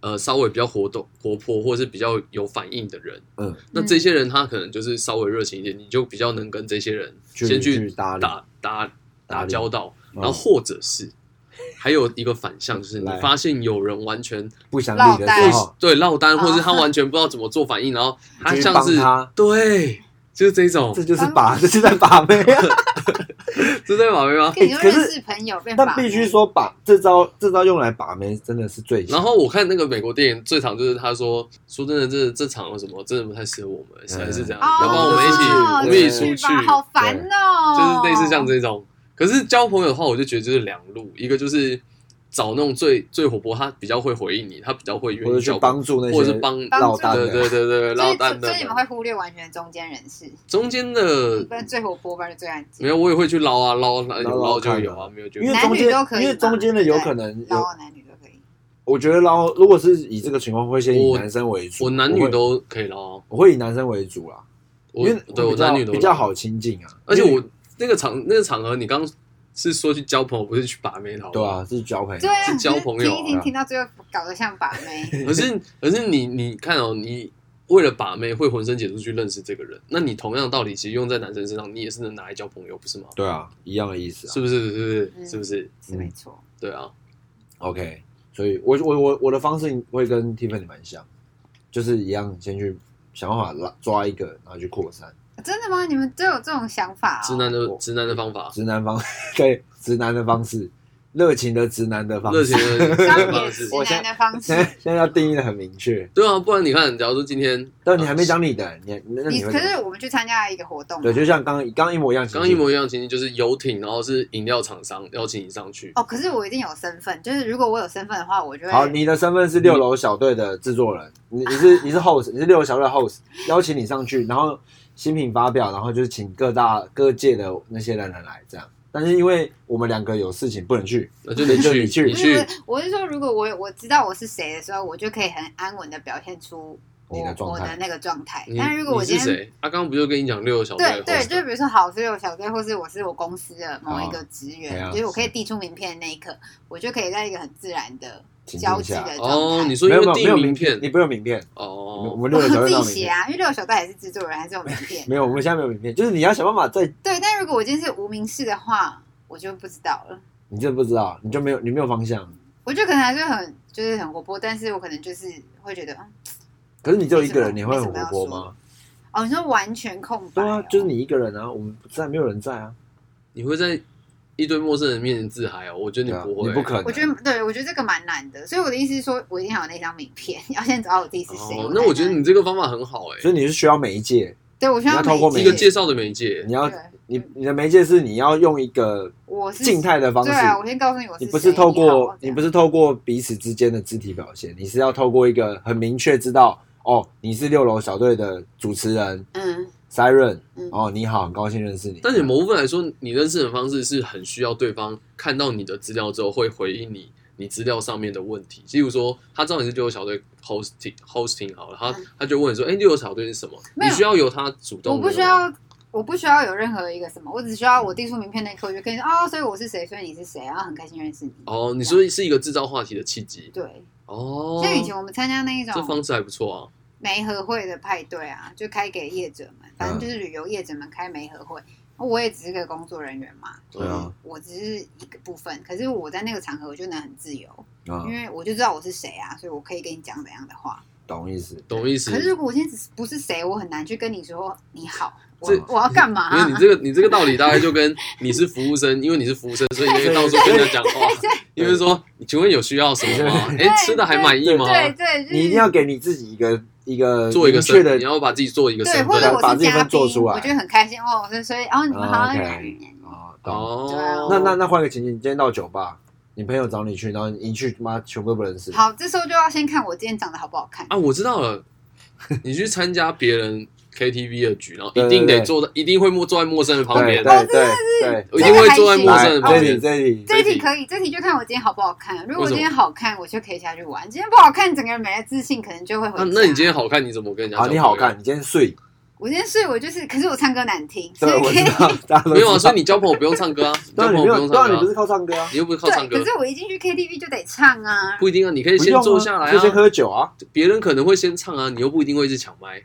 [SPEAKER 3] 呃稍微比较活动活泼，或者是比较有反应的人，
[SPEAKER 2] 嗯，
[SPEAKER 3] 那这些人他可能就是稍微热情一点，你就比较能跟这些人
[SPEAKER 2] 去
[SPEAKER 3] 先
[SPEAKER 2] 去搭理
[SPEAKER 3] 打打
[SPEAKER 2] 搭
[SPEAKER 3] 打
[SPEAKER 2] 理
[SPEAKER 3] 交道，
[SPEAKER 2] 嗯
[SPEAKER 3] 然后或者是还有一个反向，就是你
[SPEAKER 2] 来
[SPEAKER 3] 发现有人完全
[SPEAKER 2] 不想理的时候，
[SPEAKER 3] 对落单，
[SPEAKER 4] 啊
[SPEAKER 3] 或者是他完全不知道怎么做反应，然后他
[SPEAKER 2] 你去
[SPEAKER 3] 像
[SPEAKER 2] 帮
[SPEAKER 3] 是
[SPEAKER 2] 他
[SPEAKER 3] 对，就是这种
[SPEAKER 2] 这，就是把，这是在把妹啊。
[SPEAKER 3] 这对宝贝吗？
[SPEAKER 4] 跟你就
[SPEAKER 2] 欸可是
[SPEAKER 4] 认识朋友变法
[SPEAKER 2] 但必须说把这招这招用来把妹真的是最强。
[SPEAKER 3] 然后我看那个美国电影，最常就是他说说真的，这这场有什么真的不太适合我们，实在是这样，
[SPEAKER 4] 哦，
[SPEAKER 3] 要不然我们一起
[SPEAKER 2] 哦
[SPEAKER 3] 我们一
[SPEAKER 2] 出
[SPEAKER 3] 起出
[SPEAKER 4] 吧
[SPEAKER 3] 去，
[SPEAKER 4] 好烦哦，
[SPEAKER 3] 就是类似像这种。可是交朋友的话，我就觉得就是两路，一个就是找那种最最活泼，他比较会回应你，他比较会
[SPEAKER 2] 或
[SPEAKER 3] 愿
[SPEAKER 2] 者
[SPEAKER 3] 意
[SPEAKER 2] 去
[SPEAKER 3] 交
[SPEAKER 2] 帮助那些
[SPEAKER 3] 或者是帮
[SPEAKER 2] 落单
[SPEAKER 3] 对
[SPEAKER 2] 的，
[SPEAKER 3] 对对对，
[SPEAKER 4] 所
[SPEAKER 3] 落
[SPEAKER 4] 以
[SPEAKER 3] 单的
[SPEAKER 4] 所以你们会忽略完全中间人士，
[SPEAKER 3] 中间的
[SPEAKER 2] 嗯
[SPEAKER 4] 不然最活泼，不然就最安静
[SPEAKER 3] 没。有，我也会去捞啊捞，有捞就
[SPEAKER 2] 看
[SPEAKER 3] 有
[SPEAKER 2] 啊
[SPEAKER 3] 啊，没有就
[SPEAKER 2] 因为
[SPEAKER 4] 男
[SPEAKER 2] 中
[SPEAKER 4] 女
[SPEAKER 2] 间
[SPEAKER 4] 都可以
[SPEAKER 2] 因为
[SPEAKER 4] 嘛
[SPEAKER 2] 中间的有可能
[SPEAKER 4] 然
[SPEAKER 2] 有，
[SPEAKER 4] 后男女都可以。
[SPEAKER 2] 我觉得捞如果是以这个情况会先以
[SPEAKER 3] 我
[SPEAKER 2] 男生为主，
[SPEAKER 3] 我男
[SPEAKER 2] 我
[SPEAKER 3] 女
[SPEAKER 2] 会
[SPEAKER 3] 都可以捞啊，
[SPEAKER 2] 我会以男生为主啦，
[SPEAKER 3] 我
[SPEAKER 2] 因为
[SPEAKER 3] 对
[SPEAKER 2] 我
[SPEAKER 3] 我
[SPEAKER 2] 比较
[SPEAKER 3] 男女都
[SPEAKER 2] 比较
[SPEAKER 3] 捞
[SPEAKER 2] 好亲近啊，
[SPEAKER 3] 而且
[SPEAKER 2] 因为
[SPEAKER 3] 我那个场那个场合，你刚是说去交朋友，不是去把妹的好不
[SPEAKER 2] 对
[SPEAKER 3] 好？
[SPEAKER 2] 啊是交朋友
[SPEAKER 4] 对，啊，
[SPEAKER 3] 是交朋友啊嗯
[SPEAKER 4] 可是听一听，听到最后搞得像把妹，
[SPEAKER 2] 啊
[SPEAKER 3] 可是可是你你看哦，你为了把妹会浑身解数去认识这个人，那你同样的道理其实用在男生身上，你也是能拿来交朋友，不是吗？
[SPEAKER 2] 对啊一样的意思啊
[SPEAKER 3] 是不是？是不是？
[SPEAKER 4] 嗯
[SPEAKER 3] 是不是？
[SPEAKER 4] 是没错。
[SPEAKER 3] 对啊，
[SPEAKER 2] ，OK，所以我我我我的方式会跟 Tiffany 蛮像，就是一样先去想办法拉抓一个，然后去扩散。
[SPEAKER 4] 真的吗？你们都有这种想法哦？
[SPEAKER 3] 直男的
[SPEAKER 2] 我
[SPEAKER 3] 直男的方法，
[SPEAKER 2] 直男方对直男的方式，热情的直男的方
[SPEAKER 3] 热
[SPEAKER 2] 式
[SPEAKER 3] 情。的
[SPEAKER 4] 消解直
[SPEAKER 3] 对方式。
[SPEAKER 4] 男的方式
[SPEAKER 2] 现在。现在要定义的很明确，
[SPEAKER 3] 对啊，不然你看，假如说今天，
[SPEAKER 2] 但你还没讲你的，你那那
[SPEAKER 4] 你
[SPEAKER 2] 你会
[SPEAKER 4] 可是我们去参加一个活动嘛，
[SPEAKER 2] 对，就像刚刚刚一模一样情境，
[SPEAKER 3] 刚刚一模一样的情境，就是游艇，然后是饮料厂商邀请你上去，
[SPEAKER 4] 哦，可是我一定有身份，就是如果我有身份的话，我就会
[SPEAKER 2] 好，你的身份是六楼小队的制作人，你 你是你是 host，你是六楼小队的 host，邀请你上去，然后新品发表，然后就是请各大各界的那些人来这样。但是因为我们两个有事情不能去，
[SPEAKER 3] 那就你
[SPEAKER 2] 就
[SPEAKER 3] 去，
[SPEAKER 2] 你去
[SPEAKER 3] 你
[SPEAKER 4] 不是
[SPEAKER 3] 去
[SPEAKER 4] 不，是，我是说，如果我我知道我是谁的时候，我就可以很安稳的表现出我
[SPEAKER 2] 你的状态
[SPEAKER 4] 我的那个状态
[SPEAKER 3] 你。
[SPEAKER 4] 但如果我
[SPEAKER 3] 你
[SPEAKER 4] 今
[SPEAKER 3] 是
[SPEAKER 4] 天
[SPEAKER 3] 谁？他刚刚不就跟你讲六个小
[SPEAKER 4] 对
[SPEAKER 3] 队？
[SPEAKER 4] 对，就比如说好，所以我小队，或是我是我公司的某一个职
[SPEAKER 2] 对
[SPEAKER 4] 员，
[SPEAKER 2] 啊
[SPEAKER 4] 就是我可以递出名片的那一刻，我就可以在一个很自然的
[SPEAKER 2] 请
[SPEAKER 4] 交
[SPEAKER 2] 一
[SPEAKER 4] 际
[SPEAKER 2] 下
[SPEAKER 4] 的
[SPEAKER 3] 哦，
[SPEAKER 4] 状
[SPEAKER 3] 你
[SPEAKER 4] 态。
[SPEAKER 3] 说
[SPEAKER 2] 没
[SPEAKER 3] 因
[SPEAKER 2] 有没
[SPEAKER 3] 为
[SPEAKER 2] 有没
[SPEAKER 3] 订
[SPEAKER 2] 有
[SPEAKER 3] 名
[SPEAKER 2] 名
[SPEAKER 3] 片
[SPEAKER 2] 你不用名片，我们我
[SPEAKER 3] 哦，
[SPEAKER 2] 们六楼
[SPEAKER 4] 我自
[SPEAKER 2] 小队没
[SPEAKER 4] 己
[SPEAKER 2] 有名
[SPEAKER 4] 写
[SPEAKER 2] 片，
[SPEAKER 4] 啊，因为六小队还是制作人，还是有名片。
[SPEAKER 2] 没有，我们现在没有名片，就是你要想办法在，
[SPEAKER 4] 对，但如果我今天是无名氏的话，我就不知道了。
[SPEAKER 2] 你真的不知道，你就没有你没有方向，
[SPEAKER 4] 我就可能还是很就是很活泼，但是我可能就是会觉得，嗯
[SPEAKER 2] 可是你只有一个人，
[SPEAKER 4] 没
[SPEAKER 2] 你
[SPEAKER 4] 什
[SPEAKER 2] 会
[SPEAKER 4] 么
[SPEAKER 2] 很活泼吗？
[SPEAKER 4] 哦，你说完全空白、
[SPEAKER 2] 对
[SPEAKER 4] 哦
[SPEAKER 2] 啊，就是你一个人啊，我们不在，没有人在啊，
[SPEAKER 3] 你会在一堆陌生人面前自嗨哦？我觉得
[SPEAKER 2] 对
[SPEAKER 3] 你
[SPEAKER 2] 啊
[SPEAKER 3] 不会，
[SPEAKER 2] 你不可能，
[SPEAKER 4] 我觉得对，我觉得这个蛮难的，所以我的意思是说，我一定要有那张名片， 要先找到我自己是谁。啊
[SPEAKER 3] 哦，那我觉得
[SPEAKER 4] 才能
[SPEAKER 3] 你这个方法很好哎
[SPEAKER 2] 所，以你是需要媒介，
[SPEAKER 4] 对我需
[SPEAKER 2] 你
[SPEAKER 4] 要
[SPEAKER 2] 要透过
[SPEAKER 4] 媒
[SPEAKER 3] 一
[SPEAKER 2] 每
[SPEAKER 3] 个介绍的媒介
[SPEAKER 2] 你，要
[SPEAKER 4] 对
[SPEAKER 2] 你你的媒介是你要用一个
[SPEAKER 4] 我是
[SPEAKER 2] 静态的方式
[SPEAKER 4] 对，啊，我先告诉你我
[SPEAKER 2] 你
[SPEAKER 4] 是
[SPEAKER 2] 不是
[SPEAKER 4] 谁
[SPEAKER 2] 透
[SPEAKER 4] 好
[SPEAKER 2] 过
[SPEAKER 4] 这
[SPEAKER 2] 你
[SPEAKER 4] 样
[SPEAKER 2] 不是透过彼此之间的肢体表现，你是要透过一个很明确知道哦，你是六楼小队的主持人
[SPEAKER 4] 嗯
[SPEAKER 2] Siren，、
[SPEAKER 4] 嗯
[SPEAKER 2] 哦，你好，很高兴认识你。
[SPEAKER 3] 但是某部分来说，你认识的方式是很需要对方看到你的资料之后会回应你，你资料上面的问题。例如说，他知道你是六友小队 hosting hosting 好了，他
[SPEAKER 4] 嗯
[SPEAKER 3] 他就问你说：“哎、六友小队是什么？”
[SPEAKER 4] 没有
[SPEAKER 3] 你需要由他主动
[SPEAKER 4] 我
[SPEAKER 3] 的吗，
[SPEAKER 4] 不需要。我不需要有任何一个什么，我只需要我递出名片那一刻，我就可以说哦，所以我是谁，所以你是谁，然后很开心认识你。
[SPEAKER 3] 哦。你说是一个制造话题的契机
[SPEAKER 4] 对，
[SPEAKER 3] 哦。
[SPEAKER 4] 像以前我们参加那一种
[SPEAKER 3] 这方式还不错啊。
[SPEAKER 4] 媒合会的派对啊，就开给业者们，反
[SPEAKER 2] 嗯
[SPEAKER 4] 正就是旅游业者们开媒合会。我也只是个工作人员嘛，
[SPEAKER 2] 对
[SPEAKER 3] 嗯
[SPEAKER 2] 啊
[SPEAKER 4] 我只是一个部分。可是我在那个场合，我就能很自由，
[SPEAKER 2] 啊
[SPEAKER 4] 因，为我就知道我是谁啊，所以我可以跟你讲怎样的话。
[SPEAKER 2] 懂意思。
[SPEAKER 3] 懂意思？
[SPEAKER 4] 可是如果我今天只是不是谁，我很难去跟你说你好，我
[SPEAKER 2] 这
[SPEAKER 4] 我要干嘛、
[SPEAKER 3] 因为你这个你这个道理大概就跟你是服务生，因为你是服务生，所以你可以到处跟人家讲话。因为说，请问有需要什么吗？哎，吃的还满意吗？
[SPEAKER 4] 对对，就是、
[SPEAKER 2] 你一定要给你自己一个一个
[SPEAKER 3] 做一个
[SPEAKER 2] 呃明确
[SPEAKER 3] 身
[SPEAKER 2] 的
[SPEAKER 3] 份，你要把自己做一个
[SPEAKER 4] 对，
[SPEAKER 3] 身
[SPEAKER 4] 或
[SPEAKER 3] 份
[SPEAKER 4] 者
[SPEAKER 2] 把
[SPEAKER 4] 我是
[SPEAKER 2] 自己
[SPEAKER 4] 嘉
[SPEAKER 2] 分做
[SPEAKER 4] 宾，
[SPEAKER 2] 出来
[SPEAKER 4] 我觉得很开心哦，所以所以哦，你们好
[SPEAKER 2] 啊
[SPEAKER 4] 像、
[SPEAKER 2] ，OK 啊，懂。
[SPEAKER 4] 对啊
[SPEAKER 3] 哦。
[SPEAKER 2] 那那那换个情景，今天到酒吧，你朋友找你去，然后你一去，妈全部都不认识。
[SPEAKER 4] 好，这时候就要先看我今天长得好不好看。
[SPEAKER 3] 啊，我知 道了，你去参加别人 KTV 的局，然后
[SPEAKER 2] 对
[SPEAKER 3] 一定
[SPEAKER 2] 对
[SPEAKER 3] 得
[SPEAKER 2] 对
[SPEAKER 3] 坐在，一定会默坐在陌生人旁
[SPEAKER 2] 对
[SPEAKER 3] 边，
[SPEAKER 2] 对对对，
[SPEAKER 3] 我一定会坐在陌生
[SPEAKER 2] 来
[SPEAKER 3] 人旁
[SPEAKER 2] 这里
[SPEAKER 3] 边。
[SPEAKER 2] 这里，
[SPEAKER 4] 这一
[SPEAKER 3] 这
[SPEAKER 4] 题
[SPEAKER 3] 题
[SPEAKER 4] 可以，这题就看我今天好不好看。啊如果
[SPEAKER 3] 为
[SPEAKER 4] 我
[SPEAKER 3] 什
[SPEAKER 4] 今
[SPEAKER 3] 么
[SPEAKER 4] 天好看，我就可以下去玩；今天不好看，整个人没了自信，可能就会回
[SPEAKER 3] 那
[SPEAKER 4] 家。
[SPEAKER 3] 啊那你今天好看，你怎么跟人家？
[SPEAKER 2] 好，你好，看，你今天睡，
[SPEAKER 4] 我今天睡，我就是，可是我唱歌难听，所
[SPEAKER 2] 对，
[SPEAKER 4] 以
[SPEAKER 2] 我
[SPEAKER 4] 可
[SPEAKER 2] 知
[SPEAKER 4] 以。
[SPEAKER 2] 道，大家都
[SPEAKER 3] 没有啊，
[SPEAKER 2] 知
[SPEAKER 3] 所
[SPEAKER 2] 道
[SPEAKER 3] 以你交朋友不用唱歌啊，你
[SPEAKER 2] 对
[SPEAKER 3] 交
[SPEAKER 2] 啊，
[SPEAKER 3] 朋
[SPEAKER 2] 你没
[SPEAKER 3] 友不
[SPEAKER 2] 有，
[SPEAKER 3] 用
[SPEAKER 2] 对啊，
[SPEAKER 3] 唱
[SPEAKER 2] 你不是
[SPEAKER 3] 歌啊，
[SPEAKER 2] 靠唱歌啊，
[SPEAKER 3] 你又不是靠唱
[SPEAKER 4] 对，
[SPEAKER 3] 歌
[SPEAKER 4] 可，是我一进去 KTV 就得唱啊。
[SPEAKER 3] 不一定啊，你可以
[SPEAKER 2] 不用啊
[SPEAKER 3] 先坐下来
[SPEAKER 2] 就先
[SPEAKER 3] 啊，
[SPEAKER 2] 喝酒啊。
[SPEAKER 3] 别人可能会先唱啊，你又不一定会一直抢麦。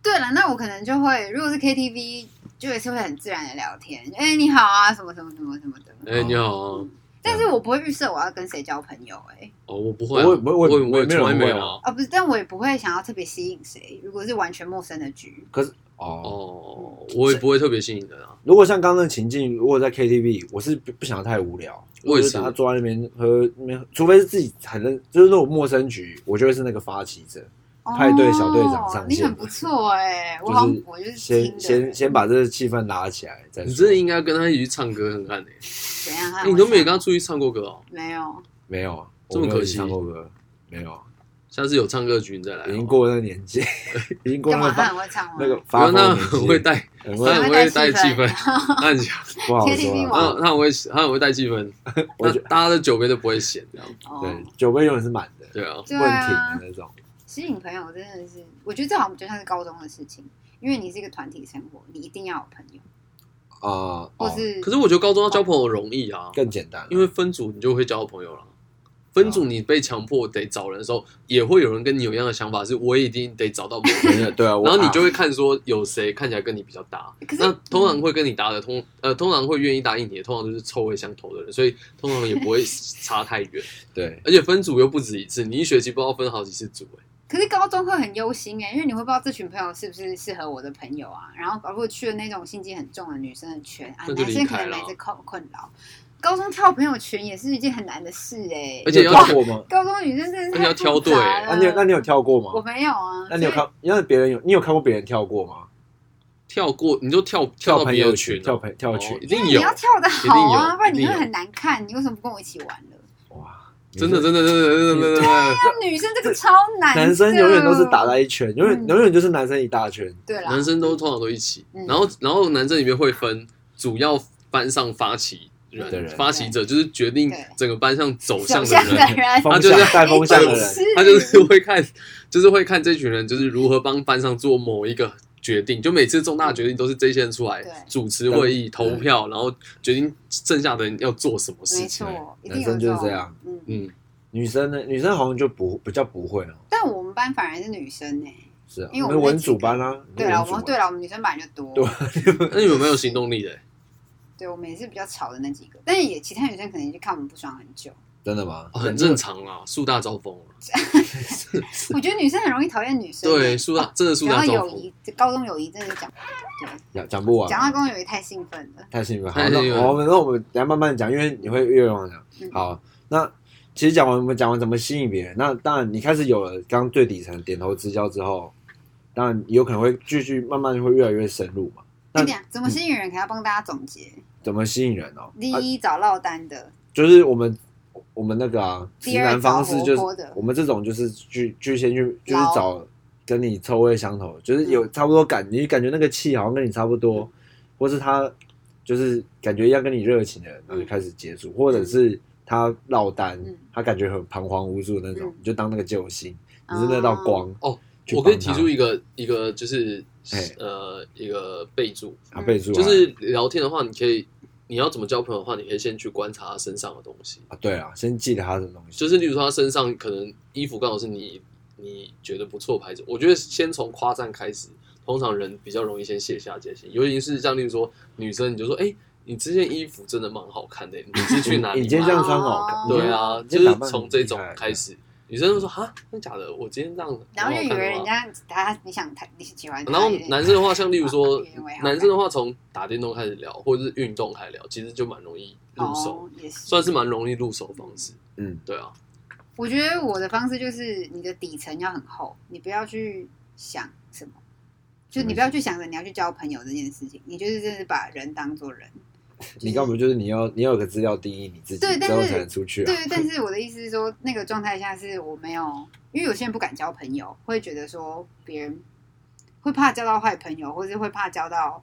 [SPEAKER 4] 对了，那我可能就会，如果是 KTV，就也是会很自然的聊天，哎，你好啊，什么什么什么什么的。
[SPEAKER 3] 哎，你好
[SPEAKER 2] 哦
[SPEAKER 3] 啊，
[SPEAKER 4] 但是我不会预设我要跟谁交朋友、哎，
[SPEAKER 3] 哦，我不会啊，
[SPEAKER 2] 我也不会我也
[SPEAKER 3] 我也我也
[SPEAKER 2] 没有
[SPEAKER 3] 从来
[SPEAKER 2] 人
[SPEAKER 3] 没
[SPEAKER 2] 会啊
[SPEAKER 3] 有啊。
[SPEAKER 4] 啊，不是，但我也不会想要特别吸引谁。如果是完全陌生的局，
[SPEAKER 2] 哦，
[SPEAKER 3] 哦，我也不会特别吸引人啊。
[SPEAKER 2] 如果像刚刚的情境，如果在 KTV，我是不不想太无聊，
[SPEAKER 3] 我也
[SPEAKER 2] 就是大家坐在那边喝，那边，除非是自己很认，就是那种陌生局，我就会是那个发起者，派对小队长上
[SPEAKER 4] 哦
[SPEAKER 2] 线
[SPEAKER 4] 你很不错哎、我好像
[SPEAKER 2] 就是
[SPEAKER 4] 我就是听
[SPEAKER 2] 先
[SPEAKER 4] 的
[SPEAKER 2] 先先把这个气氛拉起来再
[SPEAKER 3] 你真的
[SPEAKER 2] 说。
[SPEAKER 3] 应该跟他一起去唱歌看看诶，
[SPEAKER 4] 怎样啊
[SPEAKER 3] 哎你都没有跟他出去唱过歌哦。
[SPEAKER 4] 没有，
[SPEAKER 2] 没有啊，
[SPEAKER 3] 这
[SPEAKER 2] 我
[SPEAKER 3] 么
[SPEAKER 2] 没有
[SPEAKER 3] 可惜
[SPEAKER 2] 唱过歌，没有啊，
[SPEAKER 3] 下次有唱歌的局你再来哦。
[SPEAKER 2] 已经过了那个年纪， 已经过
[SPEAKER 4] 干
[SPEAKER 2] 了
[SPEAKER 4] 嘛他
[SPEAKER 2] 那个
[SPEAKER 4] 很
[SPEAKER 2] 发
[SPEAKER 4] 会唱吗？
[SPEAKER 2] 那个
[SPEAKER 3] 我
[SPEAKER 2] 发
[SPEAKER 3] 说他
[SPEAKER 2] 疯
[SPEAKER 3] 很
[SPEAKER 2] 的
[SPEAKER 3] 会
[SPEAKER 2] 年纪，
[SPEAKER 3] 带，
[SPEAKER 2] 很
[SPEAKER 3] 他
[SPEAKER 2] 会
[SPEAKER 3] 很会带气氛，他很强，
[SPEAKER 2] 不好
[SPEAKER 4] KTV
[SPEAKER 2] 说
[SPEAKER 4] 王
[SPEAKER 2] 啊。
[SPEAKER 3] 他他很会，他很会带气氛。
[SPEAKER 2] 我
[SPEAKER 3] 那
[SPEAKER 2] 觉
[SPEAKER 3] 大家的酒杯都不会咸，这样
[SPEAKER 4] 哦
[SPEAKER 2] 对，酒杯永远是满的，
[SPEAKER 3] 对啊。
[SPEAKER 4] 对
[SPEAKER 2] 不能停的
[SPEAKER 4] 啊，
[SPEAKER 2] 那种。
[SPEAKER 4] 吸引朋友真的是，我觉得这好像就像是高中的事情，因为你是一个团体生活，你一定要有朋友，
[SPEAKER 2] 啊，
[SPEAKER 4] 或
[SPEAKER 2] 哦
[SPEAKER 4] 是、
[SPEAKER 3] 可是我觉得高中要交朋友容易啊，
[SPEAKER 2] 更简单了，
[SPEAKER 3] 因为分组你就会交朋友了。分组你被强迫得找人的时候，也会有人跟你有一样的想法，是我也一定得找到某个 人。
[SPEAKER 2] 对啊，我
[SPEAKER 3] 然后你就
[SPEAKER 2] 啊
[SPEAKER 3] 会看说有谁看起来跟你比较搭，
[SPEAKER 4] 可是嗯
[SPEAKER 3] 那通常会跟你搭的通呃通常会愿意答应你的，通常就是臭味相投的人，所以通常也不会 差太远。
[SPEAKER 2] 对
[SPEAKER 3] 而且分组又不止一次，你一学期不知道分好几次组、欸，
[SPEAKER 4] 可是高中会很忧心哎、因为你会不知道这群朋友是不是适合我的朋友啊。然后，如果去了那种心机很重的女生的圈啊，
[SPEAKER 3] 那就
[SPEAKER 4] 男
[SPEAKER 3] 离
[SPEAKER 4] 生可
[SPEAKER 3] 开
[SPEAKER 4] 能没
[SPEAKER 3] 了
[SPEAKER 4] 这困困扰。高中跳朋友圈也是一件很难的事哎、
[SPEAKER 3] 而且
[SPEAKER 2] 你有
[SPEAKER 3] 要
[SPEAKER 2] 跳过吗？啊
[SPEAKER 4] 高中女生真的是
[SPEAKER 3] 而且要
[SPEAKER 4] 太复杂
[SPEAKER 3] 挑对欸
[SPEAKER 4] 了
[SPEAKER 2] 那你有那你有跳过
[SPEAKER 4] 呃我
[SPEAKER 2] 吗？
[SPEAKER 4] 没有啊，
[SPEAKER 2] 那你有
[SPEAKER 4] 所以
[SPEAKER 2] 看？那别人有你有看过别人跳过吗？
[SPEAKER 3] 跳过你就跳跳到
[SPEAKER 2] 朋
[SPEAKER 3] 别
[SPEAKER 2] 友
[SPEAKER 3] 的群哦，
[SPEAKER 2] 跳朋跳群
[SPEAKER 3] 哦一，
[SPEAKER 4] 因
[SPEAKER 3] 定
[SPEAKER 4] 为你
[SPEAKER 3] 有，
[SPEAKER 4] 要跳的好啊，
[SPEAKER 3] 一定有
[SPEAKER 4] 不然你
[SPEAKER 3] 一定
[SPEAKER 4] 会
[SPEAKER 3] 有
[SPEAKER 4] 很难看。你为什么不跟我一起玩呢？
[SPEAKER 2] 哇，你
[SPEAKER 3] 真的
[SPEAKER 2] 这
[SPEAKER 3] 真的真的真的真的真的，
[SPEAKER 4] 那女生这个超难的，
[SPEAKER 2] 男生永远都是打在一圈，永远
[SPEAKER 4] 嗯
[SPEAKER 2] 永远就是男生一大圈。
[SPEAKER 4] 对啦，
[SPEAKER 3] 男生都通常都一起
[SPEAKER 4] 嗯，
[SPEAKER 3] 然后然后男生里面会分主要班上发起人，
[SPEAKER 2] 的人
[SPEAKER 3] 发起者就是决定
[SPEAKER 4] 对
[SPEAKER 3] 整个班上走向
[SPEAKER 4] 走
[SPEAKER 3] 的
[SPEAKER 4] 向
[SPEAKER 3] 人，
[SPEAKER 4] 的人，
[SPEAKER 2] 风
[SPEAKER 3] 啊就
[SPEAKER 2] 向
[SPEAKER 3] 是
[SPEAKER 2] 带风向的
[SPEAKER 4] 一定
[SPEAKER 2] 人，
[SPEAKER 4] 是
[SPEAKER 3] 他就是会看，就是会看这群人就是如何帮班上做某一个决定，就每次重大决定都是这些人出来
[SPEAKER 4] 对
[SPEAKER 3] 主持会议、投票，然后决定剩下的人要做什么事
[SPEAKER 4] 没
[SPEAKER 3] 情。
[SPEAKER 4] 错，一定
[SPEAKER 2] 男
[SPEAKER 4] 有
[SPEAKER 2] 生就是
[SPEAKER 4] 种
[SPEAKER 2] 这样。
[SPEAKER 4] 嗯，
[SPEAKER 3] 嗯，
[SPEAKER 2] 女生呢，女生好像就不比较不会哦，
[SPEAKER 4] 但我们班反而是女生欸呢。
[SPEAKER 2] 是啊，
[SPEAKER 4] 因为我
[SPEAKER 2] 们
[SPEAKER 4] 们
[SPEAKER 2] 文
[SPEAKER 4] 那几
[SPEAKER 2] 组
[SPEAKER 4] 个
[SPEAKER 2] 班啊，你
[SPEAKER 4] 对
[SPEAKER 2] 文
[SPEAKER 4] 啦，
[SPEAKER 2] 组
[SPEAKER 4] 我们
[SPEAKER 2] 嘛
[SPEAKER 4] 对啦，我们女生本来就多。
[SPEAKER 2] 对
[SPEAKER 3] 那你们有没有行动力 的？
[SPEAKER 4] 对，我们也是比较吵的那几个，但是也其他女生可能就看我们不爽很 久。
[SPEAKER 2] 真的吗？
[SPEAKER 3] 哦很正常啊，树大招风啊。
[SPEAKER 4] 我觉得女生很容易讨厌女生。
[SPEAKER 3] 对，树大真的树
[SPEAKER 4] 讲
[SPEAKER 3] 大
[SPEAKER 4] 到
[SPEAKER 3] 招
[SPEAKER 4] 友
[SPEAKER 3] 风。
[SPEAKER 4] 谊，高中友谊真的讲
[SPEAKER 2] 讲讲不完，
[SPEAKER 4] 讲到高中友谊太兴奋了。
[SPEAKER 2] 太幸运了。好，
[SPEAKER 3] 太幸运
[SPEAKER 2] 那
[SPEAKER 3] 了
[SPEAKER 2] 我们那我们等一下慢慢讲，因为你会越往讲。
[SPEAKER 4] 嗯
[SPEAKER 2] 好，那其实讲完我们讲完怎么吸引别人，那当然你开始有了刚刚最底层点头之交之后，当然有可能会继续慢慢会越来越深入嘛。那
[SPEAKER 4] 那这样怎
[SPEAKER 3] 嗯
[SPEAKER 4] 么吸引人？可能要帮大家总结。
[SPEAKER 2] 怎么吸引人哦？
[SPEAKER 4] 第
[SPEAKER 2] 啊
[SPEAKER 4] 一，找落单的；
[SPEAKER 2] 就是我们我们那个啊，直
[SPEAKER 4] 第二，
[SPEAKER 2] 男
[SPEAKER 4] 找
[SPEAKER 2] 方式
[SPEAKER 4] 活
[SPEAKER 2] 就
[SPEAKER 4] 泼
[SPEAKER 2] 是
[SPEAKER 4] 的。
[SPEAKER 2] 我们这种就是去去先去就是
[SPEAKER 4] 老嗯
[SPEAKER 2] 找跟你臭味相投，就是有差不多感，你感觉那个气好像跟你差不多，或是他就是感觉要跟你热情的人，然后就开始接触，或者是他落单
[SPEAKER 4] 嗯，
[SPEAKER 2] 他感觉很彷徨无助的那种
[SPEAKER 4] 嗯，
[SPEAKER 2] 你就当那个救星，你是那道光
[SPEAKER 3] 哦
[SPEAKER 2] 去
[SPEAKER 3] 我
[SPEAKER 2] 帮他，
[SPEAKER 3] 可以提出一个一个就是
[SPEAKER 2] 哎
[SPEAKER 3] 呃一个备注，
[SPEAKER 2] 啊备注啊，
[SPEAKER 3] 就是聊天的话，你可以你要怎么交朋友的话，你可以先去观察他身上的东西。
[SPEAKER 2] 啊对啊，先记得他的东西，
[SPEAKER 3] 就是例如说他身上可能衣服刚好是你你觉得不错的牌子，我觉得先从夸赞开始，通常人比较容易先卸下戒心，尤其是像例如说女生，你就说哎、你这件衣服真的蛮好看的，你是去哪
[SPEAKER 2] 你
[SPEAKER 3] 里
[SPEAKER 2] 你今天这
[SPEAKER 3] 买
[SPEAKER 2] 样
[SPEAKER 3] 的？
[SPEAKER 2] 穿好看，
[SPEAKER 4] 哦
[SPEAKER 2] 你今
[SPEAKER 3] 对
[SPEAKER 2] 天
[SPEAKER 3] 啊，
[SPEAKER 2] 你
[SPEAKER 3] 就
[SPEAKER 2] 今天打扮
[SPEAKER 3] 是从这种
[SPEAKER 2] 很厉害
[SPEAKER 3] 开。始，女生就说哈，真的假的？哦我今天这样
[SPEAKER 4] 然后就以
[SPEAKER 3] 蛮好看的
[SPEAKER 4] 为
[SPEAKER 3] 吗
[SPEAKER 4] 人家他你想他你喜欢他，
[SPEAKER 3] 然后男生的话，像例如说
[SPEAKER 4] 以为好看，
[SPEAKER 3] 男生的话从打电动开始聊，或者是运动开始聊，其实就蛮容易入手，
[SPEAKER 4] 哦、也是。
[SPEAKER 3] 算是蛮容易入手的方式。
[SPEAKER 2] 嗯，
[SPEAKER 3] 对啊，
[SPEAKER 4] 我觉得我的方式就是你的底层要很厚，你不要去想什么，就你不要去想着你要去交朋友这件事情，你就是真的把人当做人。
[SPEAKER 2] 你干嘛就是你要你要有个资料定义你自己，
[SPEAKER 4] 对但
[SPEAKER 2] 之后
[SPEAKER 4] 是
[SPEAKER 2] 才能出去啊。
[SPEAKER 4] 对，但是我的意思是说，那个状态下是我没有，因为有些人不敢交朋友，会觉得说别人会怕交到坏朋友，或是会怕交到，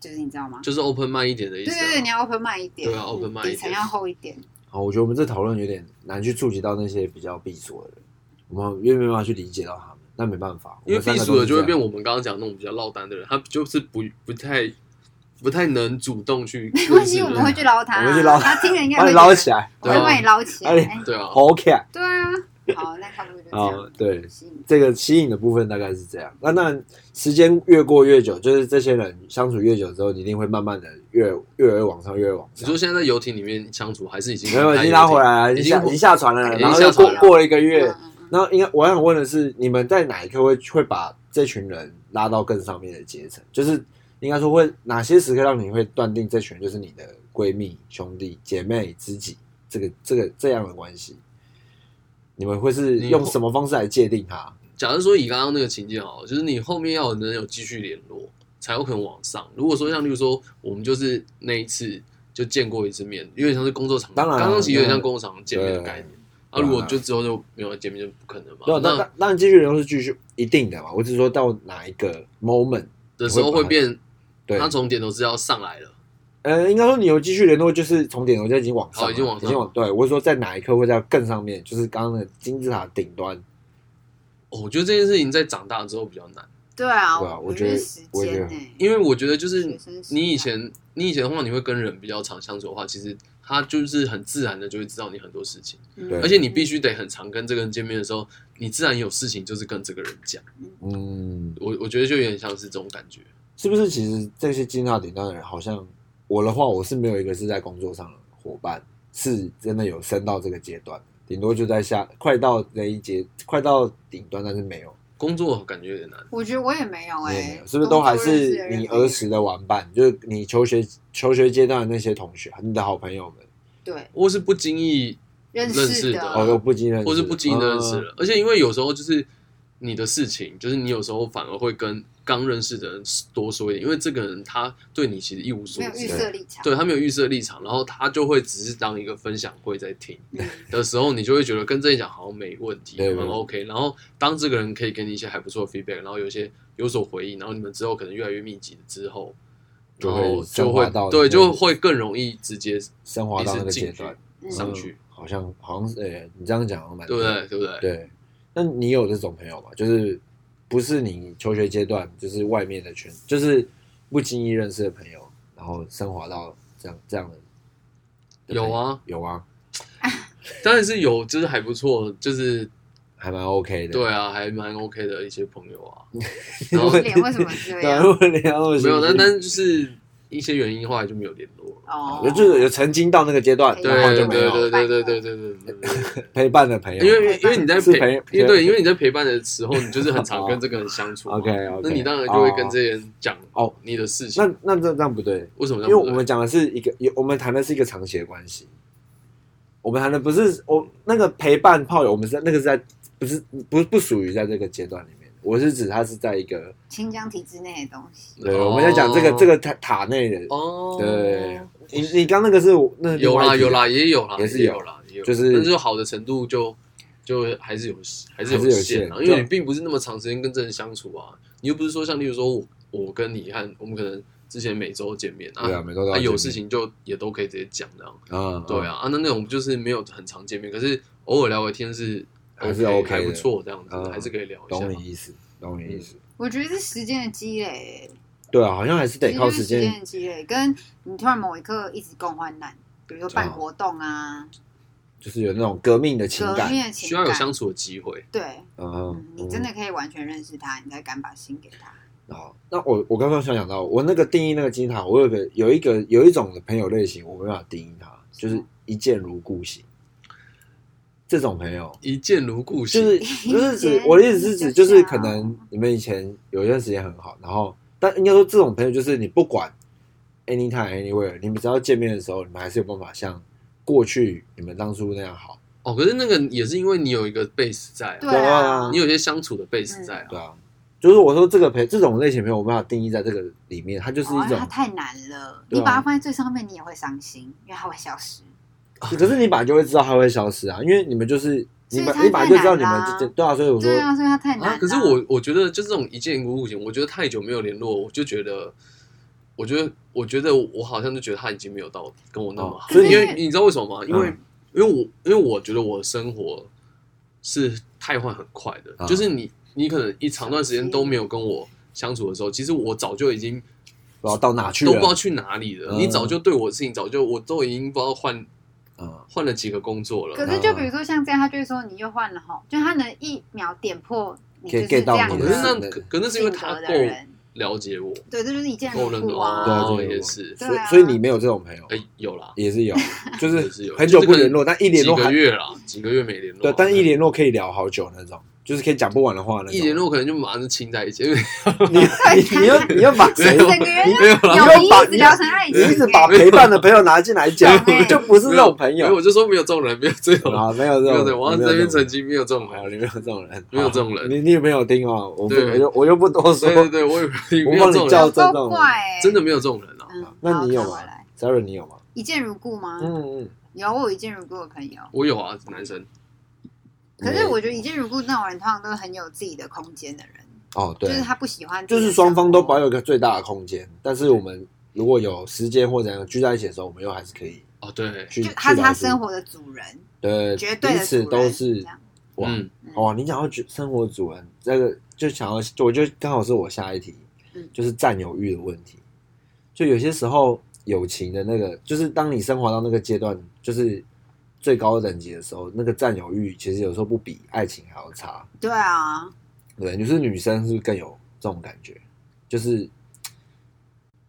[SPEAKER 4] 就是你知道吗？
[SPEAKER 3] 就是 open mind 一点的意
[SPEAKER 4] 对
[SPEAKER 3] 思啊。
[SPEAKER 4] 对对，你要 open mind 一点，
[SPEAKER 3] 对啊，open
[SPEAKER 4] 嗯
[SPEAKER 3] mind 一
[SPEAKER 4] 底层要
[SPEAKER 3] 点
[SPEAKER 4] 厚一点。
[SPEAKER 2] 好，我觉得我们这讨论有点难去触及到那些比较避暑的人，我们因为没办法去理解到他们，那没办法，
[SPEAKER 3] 因为避暑的就会变
[SPEAKER 2] 我
[SPEAKER 3] 我们刚刚讲那种比较落单的人，他就是不不太不太能主主动去
[SPEAKER 4] 没关
[SPEAKER 3] 认识
[SPEAKER 4] 系，
[SPEAKER 3] 人
[SPEAKER 4] 我们会去捞他、啊，
[SPEAKER 2] 我们去捞
[SPEAKER 4] 他，听了应该
[SPEAKER 2] 们三个都是这样把
[SPEAKER 4] 会
[SPEAKER 2] 你捞
[SPEAKER 4] 觉得我会把你捞起
[SPEAKER 2] 起来，
[SPEAKER 4] 来。哎
[SPEAKER 2] 对啊
[SPEAKER 3] 对啊，
[SPEAKER 2] 好 OK 啊
[SPEAKER 4] 对啊，好，那差不多就这
[SPEAKER 2] 好
[SPEAKER 4] 样。
[SPEAKER 2] 对，
[SPEAKER 4] 行，
[SPEAKER 2] 这个吸引的部分大概是这样。那那时间越过越久，就是这些人相处越久之后，你一定会慢慢的越越来越往上，越来越往
[SPEAKER 3] 你
[SPEAKER 2] 上。
[SPEAKER 3] 说现在在游艇里面相处，还是已经
[SPEAKER 2] 没有，已经拉回来了，已
[SPEAKER 3] 已
[SPEAKER 2] 经
[SPEAKER 3] 经
[SPEAKER 2] 下已经下船了，
[SPEAKER 3] 已经
[SPEAKER 2] 然后
[SPEAKER 3] 下
[SPEAKER 2] 又过
[SPEAKER 3] 船了
[SPEAKER 2] 过了一个月，
[SPEAKER 4] 嗯嗯嗯
[SPEAKER 2] 那应该我想问的是，你们在哪一刻会会把这群人拉到更上面的阶层？就是应该说会哪些时刻让你会断定这群人就是你的闺蜜、兄弟、姐妹、知己这个这个这样的关系？你们会是
[SPEAKER 3] 你
[SPEAKER 2] 用什么方式来界定它？
[SPEAKER 3] 假如说以刚刚那个情境好了，就是你后面要能有继续联络，才有可能往上。如果说像例如说，我们就是那一次就见过一次面，有点像是工作场，
[SPEAKER 2] 当然啊
[SPEAKER 3] 刚刚其实有点像工作场见面的概念。啊，
[SPEAKER 2] 对啊
[SPEAKER 3] 如果就之后就没有见面，就不可能嘛
[SPEAKER 2] 对，。啊那
[SPEAKER 3] 那
[SPEAKER 2] 那那继续联络是继续一定的嘛？我只是说到哪一个 moment，
[SPEAKER 3] 的时候会变，
[SPEAKER 2] 对，
[SPEAKER 3] 他从点头之交上来了，
[SPEAKER 2] 呃，应该说你有继续联络，就是从点头就已经往上了，
[SPEAKER 3] 哦已经往上
[SPEAKER 2] 已经往对，我是说在哪一刻会在更上面，就是刚刚的金字塔顶端，
[SPEAKER 3] 哦，我觉得这件事情在长大之后比较难，
[SPEAKER 4] 对啊，
[SPEAKER 2] 对啊我
[SPEAKER 4] 我
[SPEAKER 2] 觉得
[SPEAKER 4] 是时
[SPEAKER 2] 我也觉
[SPEAKER 4] 间欸
[SPEAKER 2] 得
[SPEAKER 4] 呢，
[SPEAKER 3] 因为我觉得就是
[SPEAKER 4] 学生时代
[SPEAKER 3] 你以前你以前的话，你会跟人比较常相处的话，其实他就是很自然的就会知道你很多事情，
[SPEAKER 2] 对
[SPEAKER 4] 嗯
[SPEAKER 3] 而且你必须得很常跟这个人见面的时候，你自然有事情就是跟这个人讲。
[SPEAKER 2] 嗯，
[SPEAKER 3] 我我觉得就有点像是这种感觉，
[SPEAKER 2] 是不是其实这些金字塔顶端的人，好像我的话，我是没有一个是在工作上的伙伴，是真的有升到这个阶段，顶多就在下快到那一阶，快到顶端，但是没有。
[SPEAKER 3] 工作感觉有点难。
[SPEAKER 4] 我觉得我也没有哎、
[SPEAKER 2] 你也没有是不是都还是你儿时的玩伴，就是你求学求学阶段的那些同学，你的好朋友们，
[SPEAKER 4] 对
[SPEAKER 3] 或是不经意，
[SPEAKER 4] 认
[SPEAKER 3] 认识
[SPEAKER 4] 的
[SPEAKER 3] 的
[SPEAKER 2] 哦，都不经认识，
[SPEAKER 3] 或是不经意的认识
[SPEAKER 2] 嗯
[SPEAKER 3] 了。而且因为有时候就是你的事情，就是你有时候反而会跟刚认识的人多说一点，因为这个人他对你其实一无所
[SPEAKER 4] 没有预
[SPEAKER 3] 知，
[SPEAKER 4] 设立场。
[SPEAKER 3] 对他没有预设立场，然后他就会只是当一个分享会在听
[SPEAKER 4] 嗯
[SPEAKER 3] 的时候，你就会觉得跟这一讲好像没问题，
[SPEAKER 2] 对
[SPEAKER 3] 很 OK。然后当这个人可以给你一些还不错的 feedback，然后有一些有所回应，然后你们之后可能越来越密集之后。
[SPEAKER 2] 就
[SPEAKER 3] 然
[SPEAKER 2] 会
[SPEAKER 3] 后就
[SPEAKER 2] 升华到
[SPEAKER 3] 会对，
[SPEAKER 2] 那个
[SPEAKER 3] 就会更容易直接
[SPEAKER 2] 升华到那个阶段
[SPEAKER 4] 嗯
[SPEAKER 3] 上去
[SPEAKER 2] 嗯好像好像是，哎，你这样讲好像蛮
[SPEAKER 3] 对不对？对不嗯对？
[SPEAKER 2] 对，那你有这种朋友吗？就是不是你求学阶段，就是外面的圈，就是不经意认识的朋友，然后升华到这样这样的。
[SPEAKER 3] 有啊，
[SPEAKER 2] 有啊，
[SPEAKER 3] 当然是有，就是还不错，就是
[SPEAKER 2] 还蛮 OK 的。
[SPEAKER 3] 对啊，还蛮 OK 的一些朋友 啊。
[SPEAKER 2] 因
[SPEAKER 3] 然后
[SPEAKER 2] 为，
[SPEAKER 4] 脸为什么这
[SPEAKER 2] 对啊，
[SPEAKER 4] 样？
[SPEAKER 2] 如果你要那么
[SPEAKER 3] 没
[SPEAKER 2] 心
[SPEAKER 3] 有，但
[SPEAKER 2] 虚
[SPEAKER 3] 但就是一些原因，后来就没有联络了。
[SPEAKER 4] 哦，
[SPEAKER 2] 就是有曾经到那个阶段，
[SPEAKER 4] 对
[SPEAKER 2] 然后
[SPEAKER 3] 对
[SPEAKER 2] 就
[SPEAKER 3] 对
[SPEAKER 2] 没有
[SPEAKER 3] 对
[SPEAKER 2] 了
[SPEAKER 3] 对对对对对对，
[SPEAKER 2] 陪伴的朋友。
[SPEAKER 3] 因为因为你在
[SPEAKER 2] 是陪哦
[SPEAKER 3] 因为对，因为你在陪伴的时候，你就是很常跟这个人相处嘛。
[SPEAKER 2] OK OK，
[SPEAKER 3] 那你当然就会跟这些人讲
[SPEAKER 2] 哦
[SPEAKER 3] 你的事情
[SPEAKER 2] 那。那这这样不对，
[SPEAKER 3] 为什么
[SPEAKER 2] 因
[SPEAKER 3] 这
[SPEAKER 2] 为
[SPEAKER 3] 样
[SPEAKER 2] 我
[SPEAKER 3] 不对？
[SPEAKER 2] 们讲的是一个，有我们谈的是一个长期的关系。我们谈的不是我那个陪伴炮友，我们是在那个是在不是不不属于在这个阶段里面。我是指他是在一个，
[SPEAKER 4] 清江体之内的东西，
[SPEAKER 2] 对，
[SPEAKER 3] 哦
[SPEAKER 2] 我们在讲这个这个塔塔内的。
[SPEAKER 3] 哦，
[SPEAKER 2] 对，你你刚那个是我那
[SPEAKER 3] 有啦有啦，，也有啦，
[SPEAKER 2] 也是
[SPEAKER 3] 也
[SPEAKER 2] 有
[SPEAKER 3] 有啦，也有，
[SPEAKER 2] 就是
[SPEAKER 3] 但是好的程度就就还是有还是
[SPEAKER 2] 还是有
[SPEAKER 3] 限啊，
[SPEAKER 2] 限
[SPEAKER 3] 因
[SPEAKER 2] 就
[SPEAKER 3] 为你并不是那么长时间跟这人相处啊，你又不是说像例如说我我跟你和我们可能之前每周见面
[SPEAKER 2] 对啊，
[SPEAKER 3] 啊，
[SPEAKER 2] 每周都要
[SPEAKER 3] 啊有
[SPEAKER 2] 见
[SPEAKER 3] 事
[SPEAKER 2] 面
[SPEAKER 3] 情就也都可以直接讲这样，
[SPEAKER 2] 啊，
[SPEAKER 3] 对啊啊那那种就是没有很常见面，可是偶尔聊个天是
[SPEAKER 2] 还是 OK
[SPEAKER 3] 还不
[SPEAKER 2] 的
[SPEAKER 3] 错这样子，
[SPEAKER 2] 嗯
[SPEAKER 3] 还是可以聊一下
[SPEAKER 2] 懂。你意思，懂你意
[SPEAKER 3] 嗯
[SPEAKER 2] 思。
[SPEAKER 4] 我觉得是时间的积累，
[SPEAKER 2] 对啊，好像还是得
[SPEAKER 4] 其实
[SPEAKER 2] 靠
[SPEAKER 4] 就是
[SPEAKER 2] 时
[SPEAKER 4] 时间
[SPEAKER 2] 间
[SPEAKER 4] 的积累，跟你突然某一刻一直共患难，比如说办活动啊，
[SPEAKER 2] 就是有那种革命的情
[SPEAKER 4] 革
[SPEAKER 2] 感，
[SPEAKER 4] 命的
[SPEAKER 3] 需
[SPEAKER 4] 情
[SPEAKER 3] 要有
[SPEAKER 4] 感，
[SPEAKER 3] 相处的机会，
[SPEAKER 4] 对，
[SPEAKER 2] 嗯
[SPEAKER 4] 嗯，，你真的可以完全认识他，你才敢把心给他。
[SPEAKER 2] 嗯。好，那我我刚刚想讲到，我那个定义那个金字塔，我有个有一个有一种的朋友类型，我没办法定义它，就是一见如故型。这种朋友，
[SPEAKER 3] 一见如故型，
[SPEAKER 2] 就是
[SPEAKER 4] 以
[SPEAKER 2] 就
[SPEAKER 4] 前
[SPEAKER 2] 是指我的意思是指，就是可
[SPEAKER 4] 就
[SPEAKER 2] 能
[SPEAKER 4] 像
[SPEAKER 2] 你们以前有一段时间很好，然后但应该说这种朋友就是你不管 anytime anywhere，你们只要见面的时候，你们还是有办法像过去你们当初那样好，
[SPEAKER 3] 哦，可是那个也是因为你有一个 base 在、啊，
[SPEAKER 4] 对啊
[SPEAKER 3] 你，有一些相处的 base 在啊，
[SPEAKER 2] 对啊，就是我说这个朋这种类型朋友，我没办法定义在这个里面，它就是
[SPEAKER 4] 哦
[SPEAKER 2] 一种
[SPEAKER 4] 它，太难了，
[SPEAKER 2] 对
[SPEAKER 4] 你
[SPEAKER 2] 啊
[SPEAKER 4] 把它放在最上面，你也会伤心，因为它会消失。
[SPEAKER 2] 啊可是你本来就会知道它会消失啊，因为你们就是你
[SPEAKER 4] 所以
[SPEAKER 2] 本
[SPEAKER 4] 它
[SPEAKER 2] 你本来就知道你
[SPEAKER 4] 太难
[SPEAKER 2] 们
[SPEAKER 4] 啦
[SPEAKER 2] 这对啊，所以我说
[SPEAKER 4] 对啊，所以它太难
[SPEAKER 3] 啊，
[SPEAKER 4] 了。
[SPEAKER 3] 可是我我觉得就这种一见如故型，我觉得太久没有联络，我就觉得，我觉得，我觉得我好像就觉得他已经没有到跟我那么好，
[SPEAKER 2] 哦所以
[SPEAKER 3] 因为
[SPEAKER 4] 你
[SPEAKER 3] 你知道为什么吗？因为、
[SPEAKER 2] 嗯
[SPEAKER 3] 因为我因为我觉得我的生活是太换很快的，
[SPEAKER 2] 啊
[SPEAKER 3] 就是你你可能一长段时间都没有跟我相处的时候，其实我早就已经
[SPEAKER 2] 不知道到哪去
[SPEAKER 3] 都不
[SPEAKER 2] 了
[SPEAKER 3] 知道去哪里了，
[SPEAKER 2] 嗯
[SPEAKER 3] 你早就对我的事情早就我都已经不知道换
[SPEAKER 2] 啊，
[SPEAKER 3] 换了几个工作了
[SPEAKER 4] 可。是就比如说像这样，他就会说你又换了吼，就他能一秒点破你就是
[SPEAKER 2] get- get 到
[SPEAKER 4] 这样
[SPEAKER 2] 你
[SPEAKER 3] 哦
[SPEAKER 2] 的
[SPEAKER 3] 可是
[SPEAKER 2] 是
[SPEAKER 3] 那
[SPEAKER 4] 的
[SPEAKER 2] 的
[SPEAKER 3] 可可能是因为
[SPEAKER 4] 性
[SPEAKER 3] 他
[SPEAKER 4] 格
[SPEAKER 3] 够
[SPEAKER 4] 的人，
[SPEAKER 3] 了解我，
[SPEAKER 4] 对，这就是一见
[SPEAKER 3] 够认
[SPEAKER 4] 如
[SPEAKER 3] 得
[SPEAKER 4] 故
[SPEAKER 3] 我哦
[SPEAKER 2] 对啊
[SPEAKER 4] 啊。
[SPEAKER 2] 对啊
[SPEAKER 3] 也是，
[SPEAKER 2] 所以
[SPEAKER 4] 对啊
[SPEAKER 2] 所以你没有这种朋友，
[SPEAKER 3] 哎，有啦，
[SPEAKER 2] 也是有，就
[SPEAKER 3] 也是
[SPEAKER 2] 是
[SPEAKER 3] 有
[SPEAKER 2] 很久
[SPEAKER 3] 就是
[SPEAKER 2] 不
[SPEAKER 3] 可能
[SPEAKER 2] 联络，但一联络
[SPEAKER 3] 几个
[SPEAKER 2] 还
[SPEAKER 3] 月啦，几个月没联络啊，
[SPEAKER 2] 对，但一联络可以聊好久那种，就是可以讲不完的话那种。
[SPEAKER 3] 一联络可能就马上就亲在一起，因为
[SPEAKER 2] 你你你要你要把谁
[SPEAKER 4] 整个人
[SPEAKER 3] 没有
[SPEAKER 2] 啊
[SPEAKER 3] 啦，
[SPEAKER 4] 友谊啊一直聊成爱
[SPEAKER 2] 你
[SPEAKER 4] 情，
[SPEAKER 2] 一直把
[SPEAKER 4] 哎
[SPEAKER 2] 陪伴的朋友拿进来讲
[SPEAKER 4] 对，
[SPEAKER 2] 就不是那种朋
[SPEAKER 3] 因为我
[SPEAKER 2] 友
[SPEAKER 3] 就说没有这种人，没有这种人，
[SPEAKER 2] 啊，没有
[SPEAKER 3] 没
[SPEAKER 2] 这
[SPEAKER 3] 有
[SPEAKER 2] 种
[SPEAKER 3] 这，种，我要在
[SPEAKER 2] 没
[SPEAKER 3] 这
[SPEAKER 2] 有
[SPEAKER 3] 边
[SPEAKER 2] 这种
[SPEAKER 3] 曾经没有这种
[SPEAKER 2] 好，
[SPEAKER 3] 人，
[SPEAKER 2] 你没有这种人，
[SPEAKER 3] 没有这种人
[SPEAKER 2] 好你你有没有听哦？我不，
[SPEAKER 3] 对
[SPEAKER 2] 我就我就不多说
[SPEAKER 3] 对。对对，我也你没有这种
[SPEAKER 2] 我帮你叫
[SPEAKER 3] 人，
[SPEAKER 4] 有够怪，欸
[SPEAKER 3] 真的。没有这种人啊，
[SPEAKER 4] 嗯，
[SPEAKER 2] 那你有
[SPEAKER 4] 好
[SPEAKER 2] 吗
[SPEAKER 4] 再回来
[SPEAKER 2] ？Sarah，你有吗？
[SPEAKER 4] 一见如故吗？
[SPEAKER 2] 嗯嗯，
[SPEAKER 4] 有，我有一见如故的朋友。
[SPEAKER 3] 我有啊，男生，
[SPEAKER 4] 可是我觉得一见如故那种人，通常都是很有自己的空间的人，
[SPEAKER 2] 哦
[SPEAKER 4] 就
[SPEAKER 2] 对
[SPEAKER 4] 是，他不喜欢自
[SPEAKER 2] 就
[SPEAKER 4] 己的
[SPEAKER 2] 是
[SPEAKER 4] 生活，
[SPEAKER 2] 双方都保有一个最大的空间，但是我们如果有时间或怎样聚在一起的时候，我们又还是可以
[SPEAKER 3] 哦对，
[SPEAKER 2] 去
[SPEAKER 4] 就他是他生
[SPEAKER 2] 活
[SPEAKER 4] 活的主人，
[SPEAKER 2] 对
[SPEAKER 4] 绝对
[SPEAKER 2] 彼
[SPEAKER 4] 的主
[SPEAKER 2] 此
[SPEAKER 4] 人，
[SPEAKER 2] 都是
[SPEAKER 4] 这样
[SPEAKER 2] 哇
[SPEAKER 3] 嗯，
[SPEAKER 2] 哦，你讲到主生活主人这个，就想要我就刚好是我下一题，
[SPEAKER 4] 嗯
[SPEAKER 2] 就是占有欲的问题。就有些时候友情的那个，就是当你升华到那个阶段，就是最高等级的时候，那个占有欲其实有时候不比爱情还要差。
[SPEAKER 4] 对啊，
[SPEAKER 2] 对，就是女生是不是更有这种感觉？就是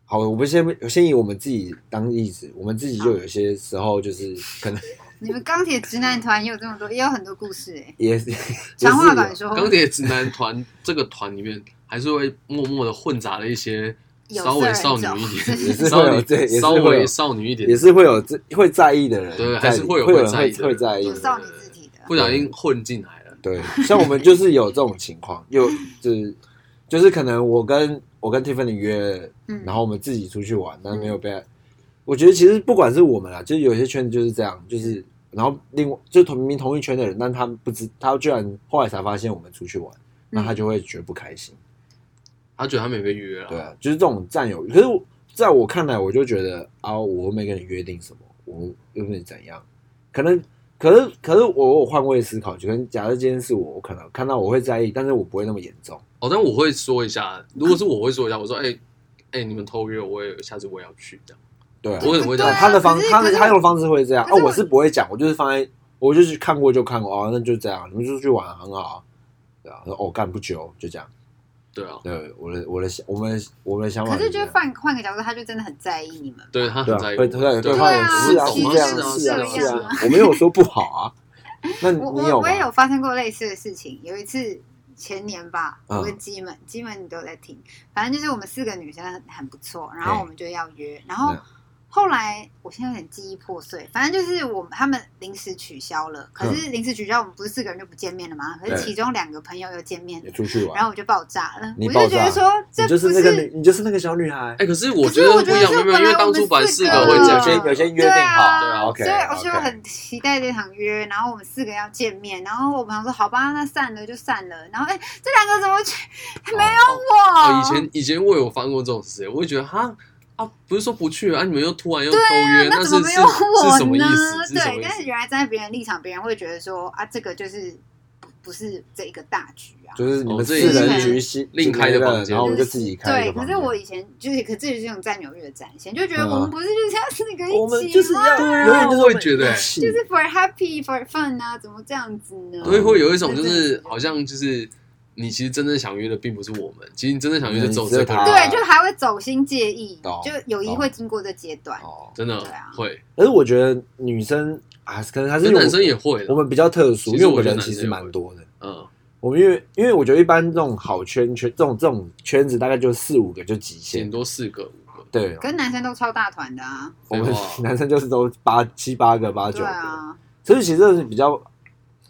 [SPEAKER 2] 好，我们先先以我们自己当例子，我们自己就有些时候就是可能
[SPEAKER 4] 你们钢铁直男团也有这么多，也有很多故事哎、
[SPEAKER 2] 也是
[SPEAKER 4] 长话
[SPEAKER 2] 也
[SPEAKER 4] 短
[SPEAKER 2] 是
[SPEAKER 4] 说，
[SPEAKER 3] 钢铁直男团这个团里面，还是会默默的混杂了一些
[SPEAKER 4] 有
[SPEAKER 3] 稍
[SPEAKER 4] 色
[SPEAKER 3] 微少
[SPEAKER 4] 人种
[SPEAKER 3] 女 一
[SPEAKER 4] 这
[SPEAKER 3] 点，
[SPEAKER 4] 是
[SPEAKER 2] 也是
[SPEAKER 3] 稍
[SPEAKER 2] 会有对也
[SPEAKER 3] 微
[SPEAKER 2] 是
[SPEAKER 3] 稍
[SPEAKER 2] 会有
[SPEAKER 3] 微少女一点
[SPEAKER 2] 有也，是会有这会在意的人在里，
[SPEAKER 3] 对还是会有
[SPEAKER 2] 会
[SPEAKER 3] 会
[SPEAKER 2] 人
[SPEAKER 3] 在意的
[SPEAKER 2] 会
[SPEAKER 3] 人
[SPEAKER 2] 在意
[SPEAKER 4] 有
[SPEAKER 2] 的人
[SPEAKER 4] 少女字体的，嗯
[SPEAKER 3] 不小心混进来了。
[SPEAKER 2] 对，像我们就是有这种情况，有就是就是可能我跟我跟 Tiffany 约，
[SPEAKER 4] 嗯，
[SPEAKER 2] 然后我们自己出去玩，但是没有被。我觉得其实不管是我们啊，就是有些圈子就是这样，就是然后另外就是同明明同一圈的人，但他们不知他居然后来才发现我们出去玩，那
[SPEAKER 4] 嗯
[SPEAKER 2] 他就会觉得不开心。
[SPEAKER 3] 他觉得他没被约
[SPEAKER 2] 对
[SPEAKER 3] 了，
[SPEAKER 2] 啊，就是这种占有欲。可是我在我看来，我就觉得啊，我又没跟你约定什么，我又不是怎样，可能。可是，可是我我换位思考，就跟假设今天是我，我可能看到我会在意，但是我不会那么严重。
[SPEAKER 3] 哦，但我会说一下，如果是我会说一下，我说，哎、哎、你们偷约我，我也下次我也要去这样。
[SPEAKER 2] 对啊，
[SPEAKER 3] 我也会这
[SPEAKER 4] 对
[SPEAKER 3] 样
[SPEAKER 4] 啊
[SPEAKER 2] 他的方
[SPEAKER 4] 可是
[SPEAKER 2] 他
[SPEAKER 4] 可
[SPEAKER 2] 的
[SPEAKER 4] 是
[SPEAKER 2] 他用的方式会这样。
[SPEAKER 4] 可
[SPEAKER 2] 哦，
[SPEAKER 4] 是我
[SPEAKER 2] 我是不会讲，我就是放在，我就是看过就看过，哦，那就这样，你们就出去玩很好啊，对啊，哦，干不久就这样。
[SPEAKER 3] 对啊，
[SPEAKER 2] 对，我的我的我们我们的想法
[SPEAKER 4] 可是
[SPEAKER 2] 这
[SPEAKER 4] 就
[SPEAKER 2] 样。
[SPEAKER 4] 换换个角度，他就真的很在意你们。
[SPEAKER 3] 对他
[SPEAKER 2] 对
[SPEAKER 3] 很
[SPEAKER 2] 啊，
[SPEAKER 3] 在意我，
[SPEAKER 2] 会对
[SPEAKER 3] 对
[SPEAKER 2] 对
[SPEAKER 4] 啊
[SPEAKER 2] 方
[SPEAKER 4] 对
[SPEAKER 2] 有
[SPEAKER 4] 啊
[SPEAKER 2] 是啊，
[SPEAKER 4] 我
[SPEAKER 2] 是
[SPEAKER 4] 懂啊
[SPEAKER 2] 这样，
[SPEAKER 4] 是
[SPEAKER 2] 是啊，
[SPEAKER 4] 这
[SPEAKER 2] 是
[SPEAKER 4] 样
[SPEAKER 2] 啊，我没有说不好啊。那
[SPEAKER 4] 我
[SPEAKER 2] 你
[SPEAKER 4] 我
[SPEAKER 2] 有
[SPEAKER 4] 我也有
[SPEAKER 2] 吗？
[SPEAKER 4] 发生过类似的事情，有一次前年吧，
[SPEAKER 2] 嗯
[SPEAKER 4] 我跟基们基们你都有在听，反正就是我们四个女生很很不错，然后
[SPEAKER 2] 嘿
[SPEAKER 4] 我们就要约，然后
[SPEAKER 2] 嗯
[SPEAKER 4] 后来我现在有点记忆破碎，反正就是我们他们临时取消了，可是临时取消我们不是四个人就不见面了吗？可
[SPEAKER 2] 嗯对
[SPEAKER 4] 是其中两个朋友又见面
[SPEAKER 2] 也，出去玩
[SPEAKER 4] 然，后我就爆炸了，
[SPEAKER 2] 你
[SPEAKER 4] 我就
[SPEAKER 2] 爆
[SPEAKER 4] 觉
[SPEAKER 2] 炸
[SPEAKER 4] 得说这
[SPEAKER 2] 你
[SPEAKER 4] 不
[SPEAKER 2] 就是那个女，你就是那个小女孩
[SPEAKER 3] 哎、。可是我
[SPEAKER 4] 可是
[SPEAKER 3] 觉得
[SPEAKER 4] 我
[SPEAKER 3] 不
[SPEAKER 4] 觉得
[SPEAKER 3] 一样，没
[SPEAKER 4] 是
[SPEAKER 3] 有没有，因
[SPEAKER 4] 本
[SPEAKER 3] 为
[SPEAKER 4] 来
[SPEAKER 3] 当
[SPEAKER 4] 我们
[SPEAKER 3] 初本来
[SPEAKER 4] 四
[SPEAKER 3] 四个
[SPEAKER 4] 个
[SPEAKER 3] 会
[SPEAKER 2] 有
[SPEAKER 3] 讲，
[SPEAKER 2] 些有些约定
[SPEAKER 4] 啊对
[SPEAKER 2] 好，
[SPEAKER 4] 啊
[SPEAKER 3] 对啊
[SPEAKER 2] ，OK，
[SPEAKER 4] 所以我就很期待这场约，然后我们四个要见面，然后我们想说好吧，那散了就散了，然后哎、这两个怎么去？没有我、
[SPEAKER 3] 哦，以前以前我有发生过这种事，我会觉得哈啊，不是说不去啊，你们又突然又偷约，
[SPEAKER 4] 那怎
[SPEAKER 3] 是
[SPEAKER 4] 么
[SPEAKER 3] 是
[SPEAKER 4] 没有我
[SPEAKER 3] 是什么意
[SPEAKER 4] 呢
[SPEAKER 3] 思？？是什
[SPEAKER 4] 对
[SPEAKER 3] 么，意
[SPEAKER 4] 但是
[SPEAKER 3] 思？
[SPEAKER 4] 原来站在别人立场，别人会觉得说啊，这个就是不不是这一个大局啊。
[SPEAKER 2] 就是你
[SPEAKER 3] 哦
[SPEAKER 2] 们四
[SPEAKER 3] 这
[SPEAKER 4] 已经
[SPEAKER 2] 人
[SPEAKER 4] 是
[SPEAKER 2] 局西
[SPEAKER 3] 另开的房间
[SPEAKER 2] 然后我们就自己开一
[SPEAKER 4] 对，
[SPEAKER 2] 个
[SPEAKER 4] 可
[SPEAKER 2] 房
[SPEAKER 4] 是
[SPEAKER 2] 间。
[SPEAKER 4] 我以前就是，可是这就是这种占有欲的展现，就觉得
[SPEAKER 2] 嗯啊
[SPEAKER 4] 我们不是就是要四 个一起吗？
[SPEAKER 2] 我们就是要永远就是
[SPEAKER 3] 我也觉得
[SPEAKER 2] 一起
[SPEAKER 4] 就是 for happy for fun 啊，怎么这样子呢？
[SPEAKER 3] 所以会有一种就
[SPEAKER 4] 对对
[SPEAKER 3] 是
[SPEAKER 4] 对
[SPEAKER 3] 好像就是你其实真正想约的并不是我们，其实你真正想约的只有
[SPEAKER 2] 只有
[SPEAKER 3] 这个
[SPEAKER 2] 他
[SPEAKER 3] 人，
[SPEAKER 4] 对，就还会走心介意
[SPEAKER 2] 懂，
[SPEAKER 4] 就友谊
[SPEAKER 2] 懂
[SPEAKER 4] 会经过这阶段。
[SPEAKER 2] 哦。
[SPEAKER 3] 真的
[SPEAKER 4] 对啊
[SPEAKER 3] 会，
[SPEAKER 2] 可是我觉得女生啊，可能还
[SPEAKER 3] 可
[SPEAKER 2] 是
[SPEAKER 3] 是
[SPEAKER 2] 因为
[SPEAKER 3] 男生
[SPEAKER 2] 我
[SPEAKER 3] 也会
[SPEAKER 2] 我
[SPEAKER 3] 啦，
[SPEAKER 2] 们比较特殊，
[SPEAKER 3] 其
[SPEAKER 2] 因
[SPEAKER 3] 实
[SPEAKER 2] 为我
[SPEAKER 3] 我
[SPEAKER 2] 们
[SPEAKER 3] 觉得
[SPEAKER 2] 人
[SPEAKER 3] 男
[SPEAKER 2] 其
[SPEAKER 3] 生
[SPEAKER 2] 实
[SPEAKER 3] 也
[SPEAKER 2] 蛮
[SPEAKER 3] 会
[SPEAKER 2] 多的。
[SPEAKER 3] 嗯，
[SPEAKER 2] 我们因为因为我觉得一般这种好圈圈这种这种圈子大概就四五个就极
[SPEAKER 3] 顶
[SPEAKER 2] 限。
[SPEAKER 3] 多四个五个，
[SPEAKER 2] 对，
[SPEAKER 4] 可是男生都超大团的啊，
[SPEAKER 2] 我们
[SPEAKER 3] 废 话
[SPEAKER 2] 男生就是都八七八个八九
[SPEAKER 4] 对
[SPEAKER 2] 个，
[SPEAKER 4] 啊，
[SPEAKER 2] 所以其实这是比较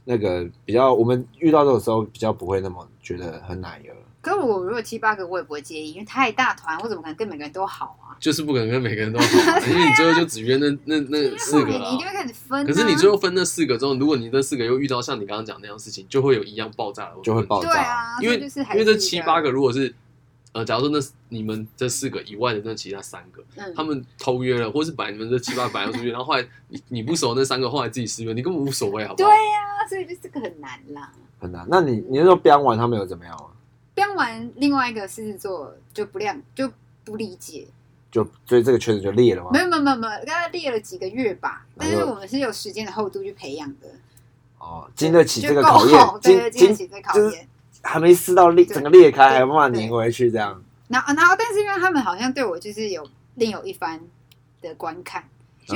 [SPEAKER 2] 那个比较我们遇到这种时候比较不会那么觉得很奶油。
[SPEAKER 4] 可是我如果七八个我也不会介意，因为太大团，我怎么可能跟每个人都好啊？
[SPEAKER 3] 就是不可能跟每个人都好，因为你最后就只约 那
[SPEAKER 2] 啊
[SPEAKER 3] 那那四个
[SPEAKER 4] 因为你一
[SPEAKER 3] 啦
[SPEAKER 4] 定。会开始分、啊。
[SPEAKER 3] 可是你最后分那四个之后，如果你那四个又遇到像你刚刚讲那样的事情，就会有一样爆炸的问题，
[SPEAKER 2] 就会爆
[SPEAKER 4] 对啊，
[SPEAKER 3] 因
[SPEAKER 4] 所
[SPEAKER 3] 为
[SPEAKER 4] 以就是还
[SPEAKER 3] 因为
[SPEAKER 4] 是
[SPEAKER 3] 这
[SPEAKER 4] 一个啊
[SPEAKER 3] 七八个，如果是呃，假如说那你们这四个以外的那其他三个，
[SPEAKER 4] 嗯
[SPEAKER 3] 他们偷约了，或是把你们这七八个本来出去， 然后后来你你不熟那三个，后来自己失约，你根本无所谓，好不
[SPEAKER 4] 对
[SPEAKER 3] 好？
[SPEAKER 4] 啊，所以就是这个很难啦。
[SPEAKER 2] 很难。那你你那时候编完他们有怎么样吗？
[SPEAKER 4] 编完另外一个狮子座就不谅就不理解，
[SPEAKER 2] 就所以这个圈子就裂了吗
[SPEAKER 4] 没？有没有没有没有，大概列了几个月吧，
[SPEAKER 2] 哎
[SPEAKER 4] 但
[SPEAKER 2] 呦
[SPEAKER 4] 是我们是有时间的厚度去培养的，
[SPEAKER 2] 哦，经得起这个
[SPEAKER 4] 就够
[SPEAKER 2] 考验
[SPEAKER 4] 厚，对，
[SPEAKER 2] 经
[SPEAKER 4] 经得
[SPEAKER 2] 经
[SPEAKER 4] 起这个考
[SPEAKER 2] 就是
[SPEAKER 4] 验。
[SPEAKER 2] 还没撕到裂，
[SPEAKER 4] 对
[SPEAKER 2] 整个裂开，
[SPEAKER 4] 对
[SPEAKER 2] 还有办法拧回去这样。
[SPEAKER 4] 然后，然后，但是因为他们好像对我就是有另有一番的观看，
[SPEAKER 3] 嗯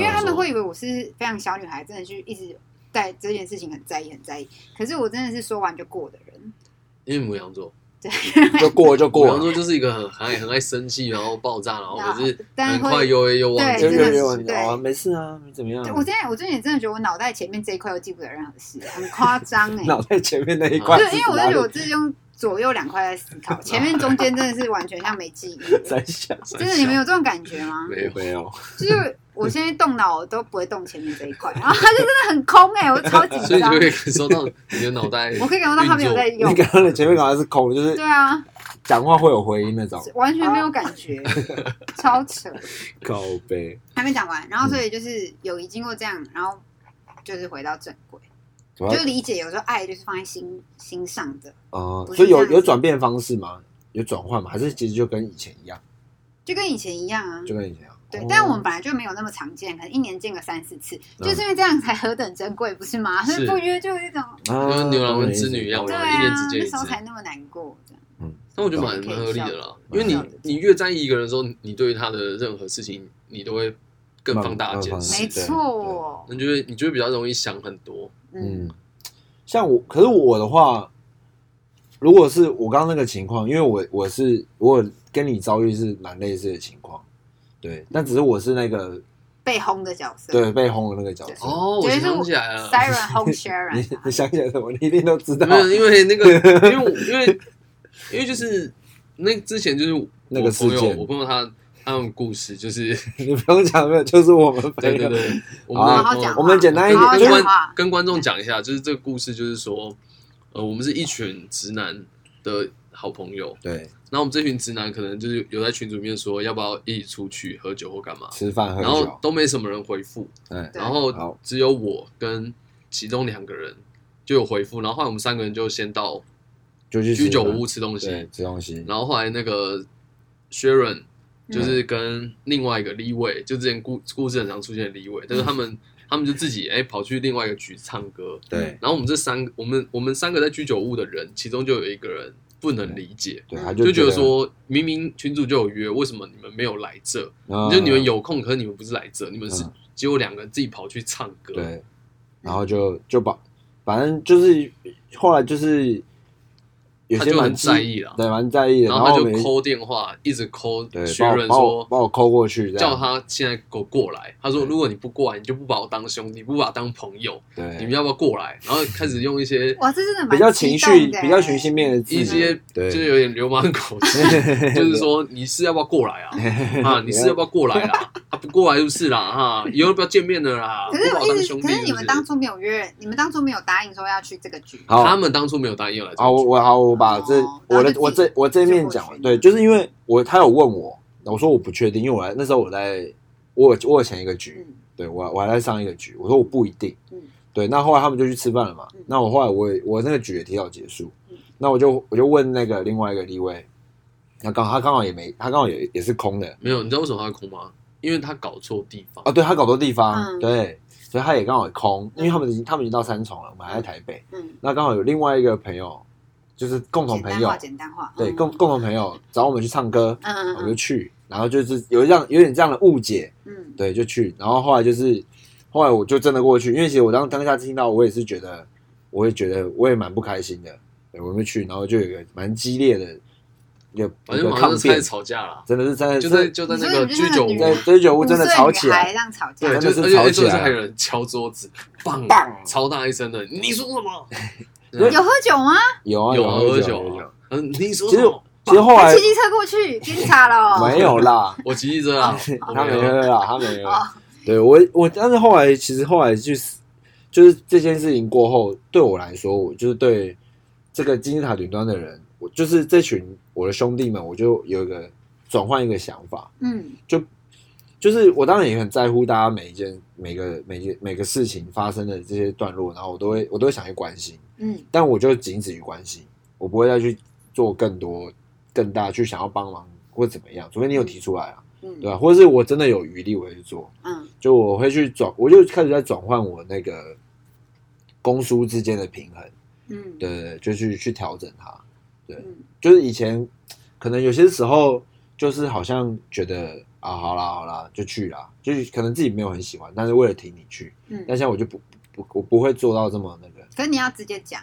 [SPEAKER 4] 因为他们会以为我是非常小女孩，真的去一直在这件事情很在意，很在意。可是我真的是说完就过的人，
[SPEAKER 3] 因为母羊座，
[SPEAKER 2] 就过就
[SPEAKER 3] 母
[SPEAKER 2] 过
[SPEAKER 3] 羊，座就是一个很很爱很爱生气，然后爆炸，然
[SPEAKER 4] 啊
[SPEAKER 3] 后可是
[SPEAKER 4] 但
[SPEAKER 3] 很
[SPEAKER 4] 是
[SPEAKER 3] 快
[SPEAKER 4] 会。
[SPEAKER 3] 又又忘记
[SPEAKER 2] 就
[SPEAKER 4] 对
[SPEAKER 2] 越
[SPEAKER 4] 真
[SPEAKER 2] 越
[SPEAKER 4] 的
[SPEAKER 2] 往
[SPEAKER 4] 是对
[SPEAKER 2] 哦，没事啊，没怎么样。
[SPEAKER 4] 我真的，我最近真的觉得我脑袋前面这一块都记不得任何事，很夸张哎、
[SPEAKER 2] 脑袋前面那一块
[SPEAKER 4] 就是因为我就
[SPEAKER 2] 哪
[SPEAKER 4] 觉
[SPEAKER 2] 里
[SPEAKER 4] 得我自己用左右两块在思考，前面中间真的是完全像没记忆的。
[SPEAKER 2] 在 想，
[SPEAKER 4] 真的，你们有这种感觉吗？
[SPEAKER 3] 没有
[SPEAKER 2] 没有，
[SPEAKER 4] 就是我现在动脑我都不会动前面这一块，然后它就真的很空哎、我超紧
[SPEAKER 3] 所以你
[SPEAKER 4] 张
[SPEAKER 3] 就。可以感受到你的脑袋
[SPEAKER 4] 我可以感受到他没有在用
[SPEAKER 2] 你，刚刚的前面好像是空的，就是
[SPEAKER 4] 对啊，
[SPEAKER 2] 讲话会有回音那种，
[SPEAKER 4] 完全没有感觉，超扯，
[SPEAKER 2] 靠背
[SPEAKER 4] 还没讲完。然后所以就是友谊经过这样，然后就是回到正轨，
[SPEAKER 2] 主要
[SPEAKER 4] 就理解有时候爱就是放在心心上的，
[SPEAKER 2] 哦，
[SPEAKER 4] 不是
[SPEAKER 2] 所以有
[SPEAKER 4] 这样子
[SPEAKER 2] 有转变方式吗？有转换吗？还是其实就跟以前一样，
[SPEAKER 4] 就跟以前一样啊。
[SPEAKER 2] 就跟以前一样。
[SPEAKER 4] 嗯对
[SPEAKER 2] 哦，
[SPEAKER 4] 但我们本来就没有那么常见，可能一年见个三四次，
[SPEAKER 2] 嗯
[SPEAKER 4] 就是因为这样才何等珍贵，不是吗？所
[SPEAKER 3] 是
[SPEAKER 4] 以不约就有一种，
[SPEAKER 2] 啊
[SPEAKER 3] 跟牛郎跟织女一样
[SPEAKER 2] 懂
[SPEAKER 4] 对
[SPEAKER 2] 了
[SPEAKER 3] 我一
[SPEAKER 4] 啊
[SPEAKER 3] 年只，见一
[SPEAKER 4] 那
[SPEAKER 3] 次
[SPEAKER 4] 时候才那么难过。这样
[SPEAKER 3] 那我觉得蛮蛮合理的啦，因为
[SPEAKER 2] 蛮
[SPEAKER 3] 你
[SPEAKER 4] 合理的
[SPEAKER 3] 你越在意一个人的时候，你对于他的任何事情，你都会更
[SPEAKER 2] 慢
[SPEAKER 3] 放大
[SPEAKER 2] 慢
[SPEAKER 3] 检
[SPEAKER 2] 放
[SPEAKER 3] 视
[SPEAKER 2] 大，
[SPEAKER 4] 没错，
[SPEAKER 3] 那你就会你就会比较容易想很多。
[SPEAKER 4] 嗯
[SPEAKER 2] 嗯，像我，可是我的话，如果是我刚刚那个情况，因为我我是我跟你遭遇是蛮类似的情况，对，但只是我是那个
[SPEAKER 4] 被轰的角色，
[SPEAKER 2] 对被轰的那个角色。
[SPEAKER 3] 哦，
[SPEAKER 4] 觉
[SPEAKER 3] 我
[SPEAKER 4] 得是
[SPEAKER 3] 想起来了，
[SPEAKER 4] ，Siren 轰
[SPEAKER 2] 你
[SPEAKER 4] Sharon，啊
[SPEAKER 2] 你想起来什么？你一定都知道
[SPEAKER 3] 没。有，因为 那个，因为我因为因为就是那之前就是我
[SPEAKER 2] 那个事
[SPEAKER 3] 朋友，
[SPEAKER 2] 件
[SPEAKER 3] 我朋友他他们故事就是
[SPEAKER 2] 你不用讲，没有，就是我们朋
[SPEAKER 3] 对
[SPEAKER 2] 友
[SPEAKER 3] 对 对，我
[SPEAKER 2] 好啊
[SPEAKER 3] 们
[SPEAKER 4] 好好
[SPEAKER 3] 那
[SPEAKER 4] 讲话，
[SPEAKER 2] 我们简单一点
[SPEAKER 4] 好好
[SPEAKER 3] 哎跟
[SPEAKER 2] 就是
[SPEAKER 4] 讲
[SPEAKER 3] 观
[SPEAKER 4] 话，
[SPEAKER 3] 跟观众讲一下，就是这个故事，就是说，呃，我们是一群直男的好朋友，
[SPEAKER 2] 对
[SPEAKER 3] 然后我们这群直男可能就是有在群组里面说要不要一起出去喝酒或干嘛，
[SPEAKER 2] 吃饭喝
[SPEAKER 3] 哦然后
[SPEAKER 2] 酒，
[SPEAKER 3] 都没什么人回复，
[SPEAKER 2] 嗯，
[SPEAKER 4] 对
[SPEAKER 3] 然后
[SPEAKER 2] 好
[SPEAKER 3] 只有我跟其中两个人就有回复，然后后来我们三个人就先到
[SPEAKER 2] 就去吃
[SPEAKER 3] 居酒
[SPEAKER 2] 饭
[SPEAKER 3] 屋吃东西，
[SPEAKER 2] 对吃东西，
[SPEAKER 3] 然后后来那个 Sharon 就是跟另外一个立伟，就之前故故事很常出现的立伟，但是他们、他们就自己哎、跑去另外一个局唱歌，
[SPEAKER 2] 对
[SPEAKER 3] 然后我们这三个我们我们三个在居酒屋的人，其中就有一个人不能理解，
[SPEAKER 2] 对，
[SPEAKER 4] 嗯
[SPEAKER 2] 他
[SPEAKER 3] 就觉
[SPEAKER 2] 觉
[SPEAKER 3] 得，说明明群主就有约，为什么你们没有来这？
[SPEAKER 2] 嗯
[SPEAKER 3] 就你们有空，可是你们不是来这，你们是
[SPEAKER 2] 嗯
[SPEAKER 3] 只有两个人自己跑去唱歌，
[SPEAKER 2] 对，然后就就把，反正就是后来就是有
[SPEAKER 3] 他
[SPEAKER 2] 些
[SPEAKER 3] 就
[SPEAKER 2] 蛮
[SPEAKER 3] 很
[SPEAKER 2] 激
[SPEAKER 3] 在意啦。
[SPEAKER 2] 对，蛮在意的。
[SPEAKER 3] 然
[SPEAKER 2] 然
[SPEAKER 3] 后他
[SPEAKER 2] 每
[SPEAKER 3] 就抠电话，一直抠
[SPEAKER 2] 对，
[SPEAKER 3] 薛
[SPEAKER 2] 把我
[SPEAKER 3] 仁
[SPEAKER 2] 把我
[SPEAKER 3] 说
[SPEAKER 2] 把我抠过去，这样
[SPEAKER 3] 叫他现在给我过来。他说，
[SPEAKER 2] 对
[SPEAKER 3] 如果你不过来，你就不把我当兄弟，不把我当朋友，
[SPEAKER 2] 对，
[SPEAKER 3] 你们要不要过来？然后开始用 一些
[SPEAKER 4] 哇，这真的蛮
[SPEAKER 2] 比较
[SPEAKER 4] 激
[SPEAKER 2] 情
[SPEAKER 4] 动
[SPEAKER 2] 绪
[SPEAKER 4] 的
[SPEAKER 2] 比较情绪面的字
[SPEAKER 3] 一
[SPEAKER 2] 眼
[SPEAKER 3] 些
[SPEAKER 2] 对，
[SPEAKER 3] 就是有点流氓口 气，就是说你是要不要过来啊？ 啊，你是要不要过来啦？啊，不过来就是啦，哈，以后不要见面了啦，
[SPEAKER 4] 可是
[SPEAKER 3] 不把
[SPEAKER 4] 我
[SPEAKER 3] 我当
[SPEAKER 4] 一直，
[SPEAKER 3] 兄弟
[SPEAKER 4] 可是你
[SPEAKER 3] 是
[SPEAKER 4] 们
[SPEAKER 3] 不
[SPEAKER 4] 当
[SPEAKER 3] 是
[SPEAKER 4] 初没有约，你们当初没有答应说要去这个局，
[SPEAKER 2] 好
[SPEAKER 3] 他们当初没有答应要来这
[SPEAKER 2] 好，我
[SPEAKER 3] 个局，
[SPEAKER 2] 我好，我把这
[SPEAKER 4] 哦
[SPEAKER 2] 我
[SPEAKER 4] 然后就
[SPEAKER 2] 的
[SPEAKER 4] 自己
[SPEAKER 2] 我这我这一面
[SPEAKER 4] 就
[SPEAKER 2] 讲
[SPEAKER 4] 过去
[SPEAKER 2] 完，对，就是因为我他有问我，我说我不确定，因为我来那时候我在我有我有前一个局，
[SPEAKER 4] 嗯
[SPEAKER 2] 对我我还在上一个局，我说我不一定
[SPEAKER 4] 嗯，
[SPEAKER 2] 对，那后来他们就去吃饭了嘛
[SPEAKER 4] 嗯，
[SPEAKER 2] 那我后来我也我那个局也提早结束
[SPEAKER 4] 嗯，
[SPEAKER 2] 那我就我就问那个另外一个立威，那刚好他刚好也没他刚好也也是空的，
[SPEAKER 3] 没有，你知道为什么他会空吗？因为他搞错地方
[SPEAKER 2] 哦，，对他搞错地方，
[SPEAKER 4] 嗯
[SPEAKER 2] 对，所以他也刚好空，因为他们已经他们已经到三重了，我们还在台北，
[SPEAKER 4] 嗯，
[SPEAKER 2] 那刚好有另外一个朋友，就是共同
[SPEAKER 4] 简
[SPEAKER 2] 朋
[SPEAKER 4] 单
[SPEAKER 2] 友
[SPEAKER 4] 化，，简单化，
[SPEAKER 2] 对，
[SPEAKER 4] 嗯
[SPEAKER 2] 共共同朋友找我们去唱歌，
[SPEAKER 4] 嗯
[SPEAKER 2] 我们就
[SPEAKER 4] 嗯
[SPEAKER 2] 去，然后就是有这样有点这样的误解，
[SPEAKER 4] 嗯嗯，
[SPEAKER 2] 对，就去，然后后来就是后来我就真的过去，因为其实我当当下听到，我也是觉得，我也觉得我也蛮不开心的，对，我们就去，然后就有一个蛮激烈的有
[SPEAKER 3] 反
[SPEAKER 2] 一
[SPEAKER 3] 正
[SPEAKER 2] 个
[SPEAKER 3] 好像
[SPEAKER 2] 抗
[SPEAKER 3] 是开
[SPEAKER 2] 辩
[SPEAKER 3] 始，吵架了，
[SPEAKER 2] 真的是真的
[SPEAKER 3] 就在
[SPEAKER 2] 是
[SPEAKER 3] 就在
[SPEAKER 4] 你
[SPEAKER 3] 那
[SPEAKER 4] 说你
[SPEAKER 3] 个
[SPEAKER 4] 们
[SPEAKER 3] 居
[SPEAKER 4] 就是
[SPEAKER 3] 酒
[SPEAKER 4] 那个，
[SPEAKER 3] 屋
[SPEAKER 2] 在在酒屋真的吵起
[SPEAKER 4] 五岁女孩
[SPEAKER 2] 来，
[SPEAKER 4] 让吵架
[SPEAKER 3] 对，，
[SPEAKER 2] 真
[SPEAKER 3] 就
[SPEAKER 2] 的
[SPEAKER 3] 是
[SPEAKER 2] 是
[SPEAKER 3] 而且而
[SPEAKER 2] 吵
[SPEAKER 3] 且
[SPEAKER 2] 起
[SPEAKER 3] 就是
[SPEAKER 2] 来
[SPEAKER 3] 还有人敲桌子，棒
[SPEAKER 2] 棒
[SPEAKER 3] 超大一声的，你说什么？
[SPEAKER 2] 对
[SPEAKER 4] 有喝酒吗？
[SPEAKER 2] 有啊
[SPEAKER 3] 有
[SPEAKER 2] 有
[SPEAKER 3] 啊
[SPEAKER 2] 啊
[SPEAKER 3] 喝
[SPEAKER 2] 酒
[SPEAKER 3] 酒
[SPEAKER 2] 有
[SPEAKER 3] 啊，嗯，你说
[SPEAKER 2] 其
[SPEAKER 3] 什
[SPEAKER 2] 实
[SPEAKER 3] 么？
[SPEAKER 2] 其实后来
[SPEAKER 4] 还骑机车过去，给你查了哦，
[SPEAKER 2] 没有啦，
[SPEAKER 3] 我骑机车啊，我
[SPEAKER 2] 他没
[SPEAKER 3] 有
[SPEAKER 2] 喝啦，他没喝
[SPEAKER 4] 哦。
[SPEAKER 2] 对我我，但是后来其实后来就是就是这件事情过后，对我来说，我就是对这个金字塔顶端的人，我就是这群我的兄弟们，我就有一个转换一个想法，
[SPEAKER 4] 嗯
[SPEAKER 2] 就是我当然也很在乎大家每一件每个每件每个事情发生的这些段落，然后我都会我都会想去关心，
[SPEAKER 4] 嗯
[SPEAKER 2] 但我就仅止于关心，我不会再去做更多更大去想要帮忙或怎么样，除非你有提出来啊，
[SPEAKER 4] 嗯，
[SPEAKER 2] 对吧、或者是我真的有余力，我会去做。
[SPEAKER 4] 嗯
[SPEAKER 2] 就我会去转，我就开始在转换我那个公书之间的平衡，
[SPEAKER 4] 嗯，
[SPEAKER 2] 对对对，就去去调整它。
[SPEAKER 4] 嗯，
[SPEAKER 2] 就是以前可能有些时候就是好像觉得啊，好啦好啦，就去啦，就是可能自己没有很喜欢，但是为了挺你去。
[SPEAKER 4] 嗯
[SPEAKER 2] 但现在我就不不我不会做到这么那个，
[SPEAKER 4] 可是你要直接讲，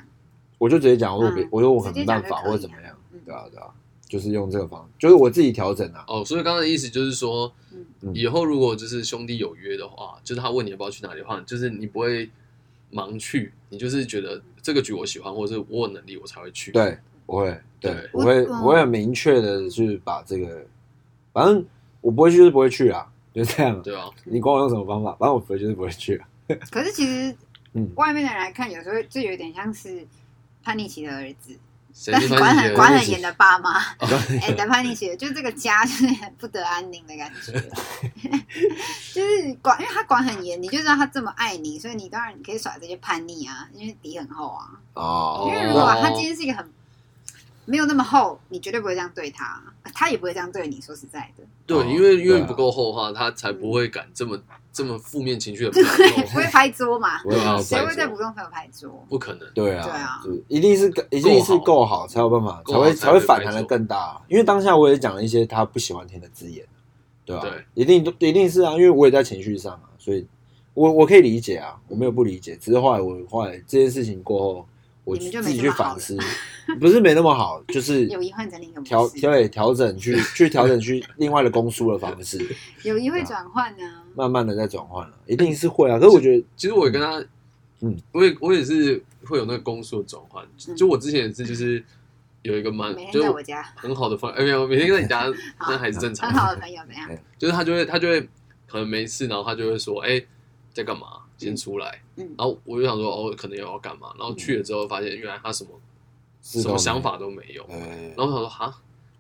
[SPEAKER 2] 我就直接讲我说我
[SPEAKER 4] 嗯
[SPEAKER 2] 别我说我可能
[SPEAKER 4] 直接
[SPEAKER 2] 没
[SPEAKER 4] 讲就
[SPEAKER 2] 办法
[SPEAKER 4] 可以
[SPEAKER 2] 或者怎么样，
[SPEAKER 4] 嗯
[SPEAKER 2] 对啊对啊，就是用这个方，就是我自己调整啊。
[SPEAKER 3] 哦，所以刚刚的意思就是说，
[SPEAKER 4] 嗯
[SPEAKER 2] 嗯
[SPEAKER 3] 以后如果就是兄弟有约的话，就是他问你要不要去哪里的话，就是你不会盲去，你就是觉得这个局我喜欢，或者是我有能力我才会去。，
[SPEAKER 2] 对，我会，对
[SPEAKER 3] 对，
[SPEAKER 2] 我会，
[SPEAKER 4] 我
[SPEAKER 2] 我会很明确的去把这个，反正我不会去就是不会去啊，就这样。
[SPEAKER 3] 对啊，
[SPEAKER 2] 你管我用什么方法，反正我不会就是不会去、啊。
[SPEAKER 4] 可是其实
[SPEAKER 2] 嗯
[SPEAKER 4] 外面的人来看，有时候就有点像是叛逆期的儿子，
[SPEAKER 3] 谁
[SPEAKER 4] 但
[SPEAKER 3] 去
[SPEAKER 4] 是
[SPEAKER 3] 翻
[SPEAKER 4] 管
[SPEAKER 3] 译
[SPEAKER 4] 很
[SPEAKER 3] 的
[SPEAKER 4] 管
[SPEAKER 2] 关
[SPEAKER 4] 很严的爸妈，哎，等叛逆期，就这个家就是很不得安宁的感 觉，就是管，因为他管很严，你就知道他这么爱你，所以你当然你可以耍这些叛逆啊，因为底很厚啊。
[SPEAKER 2] 哦
[SPEAKER 4] 因为如果他今天是一个很没有那么厚，你绝对不会这样对他，他也不会这样对你。说实在的，
[SPEAKER 2] 哦
[SPEAKER 3] 对，因为因为
[SPEAKER 2] 对啊
[SPEAKER 3] 不够厚的话，他才不会敢这么这么负面情绪的表
[SPEAKER 4] 嗯对，不
[SPEAKER 3] 露。
[SPEAKER 4] 会拍桌嘛，
[SPEAKER 2] 我也要
[SPEAKER 3] 对
[SPEAKER 4] 谁会
[SPEAKER 2] 拍
[SPEAKER 4] 在
[SPEAKER 2] 桌
[SPEAKER 4] 不用朋友拍桌？
[SPEAKER 3] 不可能，
[SPEAKER 2] 对啊，
[SPEAKER 4] 对啊
[SPEAKER 2] 就是一定是跟一定是够好才有办法，
[SPEAKER 3] 够
[SPEAKER 2] 才
[SPEAKER 3] 好
[SPEAKER 2] 会
[SPEAKER 3] 才
[SPEAKER 2] 才
[SPEAKER 3] 会
[SPEAKER 2] 会反弹
[SPEAKER 3] 拍
[SPEAKER 2] 的
[SPEAKER 3] 手
[SPEAKER 2] 更大。因为当下我也讲了一些他不喜欢听的字眼，啊对吧、
[SPEAKER 3] 对
[SPEAKER 2] 一定都一定是啊，因为我也在情绪上啊，所以我我可以理解啊，我没有不理解，只是后来我后来这件事情过后，我
[SPEAKER 4] 你们就
[SPEAKER 2] 自己
[SPEAKER 4] 没
[SPEAKER 2] 去
[SPEAKER 4] 那么好
[SPEAKER 2] 反思，不是没那 么好，就是
[SPEAKER 4] 有一换成另一个
[SPEAKER 2] 调
[SPEAKER 4] 模式，
[SPEAKER 2] 调也调整去去调整去另外的公输的方式，
[SPEAKER 4] 有一会转换啊呢。
[SPEAKER 2] 慢慢的在转换了，一定是会啊。可是我觉得
[SPEAKER 3] 其实我也跟他，
[SPEAKER 2] 嗯，
[SPEAKER 3] 我也我也是会有那个攻速的转换，
[SPEAKER 4] 嗯
[SPEAKER 3] 就我之前也是就是有一个蛮
[SPEAKER 4] 每
[SPEAKER 3] 就
[SPEAKER 4] 天在
[SPEAKER 3] 是
[SPEAKER 4] 我家，
[SPEAKER 3] 很好的方，哎没有每天在你家那还是正常
[SPEAKER 4] 很
[SPEAKER 3] 的，
[SPEAKER 4] 好的朋友怎样？
[SPEAKER 3] 就是他就会他就会可能没事，然后他就会说哎、在干嘛，先出来，
[SPEAKER 4] 嗯，
[SPEAKER 3] 然后我就想说哦可能有要干嘛，然后去了之后发现原来他什么
[SPEAKER 2] 是
[SPEAKER 3] 什么想，法都没有，
[SPEAKER 2] 呃，
[SPEAKER 3] 然后我想说哈。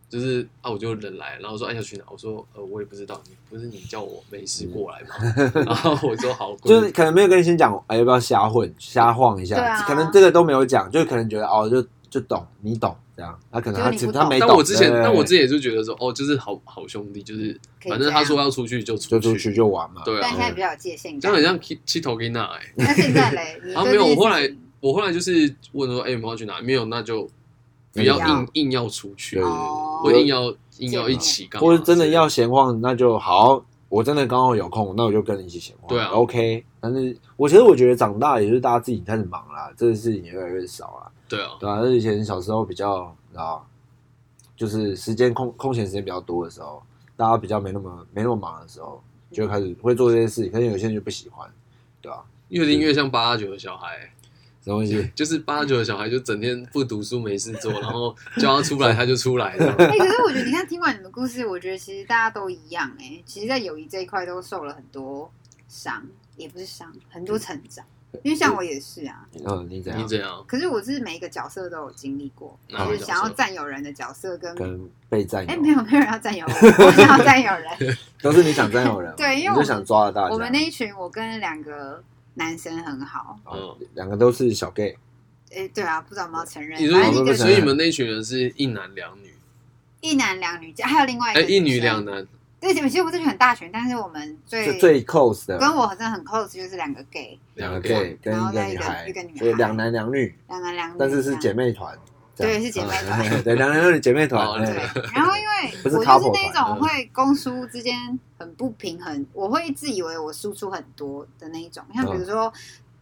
[SPEAKER 3] 就是啊，我就人来，然后说哎要去哪？我说呃我也不知道，你不是你叫我没事过来吗？ 然后我说好，
[SPEAKER 2] 就是可能没有跟你先讲，哎，要不要瞎混瞎晃一下？
[SPEAKER 4] 对啊
[SPEAKER 2] 可能这个都没有讲，就可能觉得哦，就就懂你懂这样，他、可能他
[SPEAKER 4] 就是
[SPEAKER 2] 只
[SPEAKER 4] 你不
[SPEAKER 2] 他没
[SPEAKER 3] 但
[SPEAKER 2] 懂。
[SPEAKER 3] 我之前，
[SPEAKER 2] 对
[SPEAKER 3] 但我之前也就觉得说，哦，就是好好兄弟，就是
[SPEAKER 4] 可以
[SPEAKER 3] 反正
[SPEAKER 4] 这样
[SPEAKER 3] 他说要出去就出
[SPEAKER 2] 就
[SPEAKER 3] 去，
[SPEAKER 2] 出去就玩嘛，
[SPEAKER 3] 对
[SPEAKER 4] 但现在
[SPEAKER 3] 啊
[SPEAKER 4] 比，较有界限
[SPEAKER 3] 这样很
[SPEAKER 4] 感。
[SPEAKER 3] 像气气头给那哎。
[SPEAKER 4] 那现在 嘞，你
[SPEAKER 3] 啊
[SPEAKER 4] 对
[SPEAKER 3] 没有
[SPEAKER 4] 这件
[SPEAKER 3] 我后来
[SPEAKER 4] 事情
[SPEAKER 3] 我后来就是问说，哎，我们要去哪？没有，那就不
[SPEAKER 2] 不
[SPEAKER 3] 要
[SPEAKER 4] 要
[SPEAKER 3] 硬硬要出去
[SPEAKER 2] 对，
[SPEAKER 4] 哦，
[SPEAKER 3] 或硬要硬要一起干嘛，
[SPEAKER 2] 或者真的要闲晃，那就好。我真的刚好有空，那我就跟你一起闲晃。
[SPEAKER 3] 对啊
[SPEAKER 2] ，OK。但是我其实我觉得长大，也就是大家自己开始忙啦，这个事情也越来越少啦。
[SPEAKER 3] 对啊，
[SPEAKER 2] 对啊，而且以前小时候比较，你知道，就是时间空空闲时间比较多的时候，大家比较没那么没那么忙的时候，就开始会做这些事情。可能有些人就不喜欢，对吧、啊？
[SPEAKER 3] 越听越像八加九的小孩，
[SPEAKER 2] 什么东西？
[SPEAKER 3] 就是八加九的小孩就整天不读书没 事做，然后叫他出来他就出来这样。
[SPEAKER 4] 哎、可是我觉得你看，听完你们故事，我觉得其实大家都一样哎、其实，在友谊这一块都受了很多伤，也不是伤，很多成长。因为像我也是啊，
[SPEAKER 2] 嗯，你怎
[SPEAKER 3] 你
[SPEAKER 2] 样？
[SPEAKER 3] 怎样？
[SPEAKER 4] 可是我是每一个角色都有经历过，
[SPEAKER 3] 哪
[SPEAKER 4] 就
[SPEAKER 3] 个
[SPEAKER 4] 是
[SPEAKER 3] 角色
[SPEAKER 4] 想要占有人的角色跟
[SPEAKER 2] 跟被占
[SPEAKER 4] 哎、
[SPEAKER 2] 有，
[SPEAKER 4] 没有没有人要占有我，我想要占有 人。
[SPEAKER 2] 都是你想占有人嘛，
[SPEAKER 4] 对因为
[SPEAKER 2] 你
[SPEAKER 4] 我
[SPEAKER 2] 就
[SPEAKER 4] 们
[SPEAKER 2] 想抓着大家。
[SPEAKER 4] 我们那一群，我跟两个男生很好，
[SPEAKER 2] 哦
[SPEAKER 3] 嗯
[SPEAKER 2] 两个都是小 gay，
[SPEAKER 4] 哎、对啊，不知道有没有承认
[SPEAKER 3] 你，说
[SPEAKER 4] 反
[SPEAKER 2] 我
[SPEAKER 4] 正
[SPEAKER 2] 们
[SPEAKER 4] 就
[SPEAKER 2] 不
[SPEAKER 3] 你，
[SPEAKER 2] 承
[SPEAKER 3] 所
[SPEAKER 4] 是
[SPEAKER 2] 认
[SPEAKER 3] 以你们那群人是一男两女，
[SPEAKER 4] 一男两女，还有另外一
[SPEAKER 3] 哎，
[SPEAKER 4] 个、
[SPEAKER 3] 一女两。男，
[SPEAKER 4] 对，其实我这群很大群，但是我们
[SPEAKER 2] 是
[SPEAKER 4] 最
[SPEAKER 2] 最 close 的。
[SPEAKER 4] 跟我真的很 close 就是两个 gay，
[SPEAKER 2] 两
[SPEAKER 3] 两
[SPEAKER 2] 个
[SPEAKER 3] 个
[SPEAKER 2] gay 跟
[SPEAKER 4] 然后
[SPEAKER 2] 一个
[SPEAKER 4] 再一
[SPEAKER 2] 女
[SPEAKER 4] 个
[SPEAKER 2] 孩
[SPEAKER 4] 一个女，孩
[SPEAKER 2] 所以两男两女，
[SPEAKER 4] 两男两女这
[SPEAKER 2] 但
[SPEAKER 4] 样，
[SPEAKER 2] 是是姐妹团。这样
[SPEAKER 4] 对是姐妹团
[SPEAKER 2] 嗯对，两男两女姐妹团。
[SPEAKER 3] 哦
[SPEAKER 2] 哎
[SPEAKER 4] 对，然后因为
[SPEAKER 2] 不是
[SPEAKER 4] 我
[SPEAKER 2] couple
[SPEAKER 4] 就是那
[SPEAKER 2] 团
[SPEAKER 4] 种会公输之间很不平衡，我会自以为我输出很多的那一种。
[SPEAKER 2] 嗯
[SPEAKER 4] 像比如说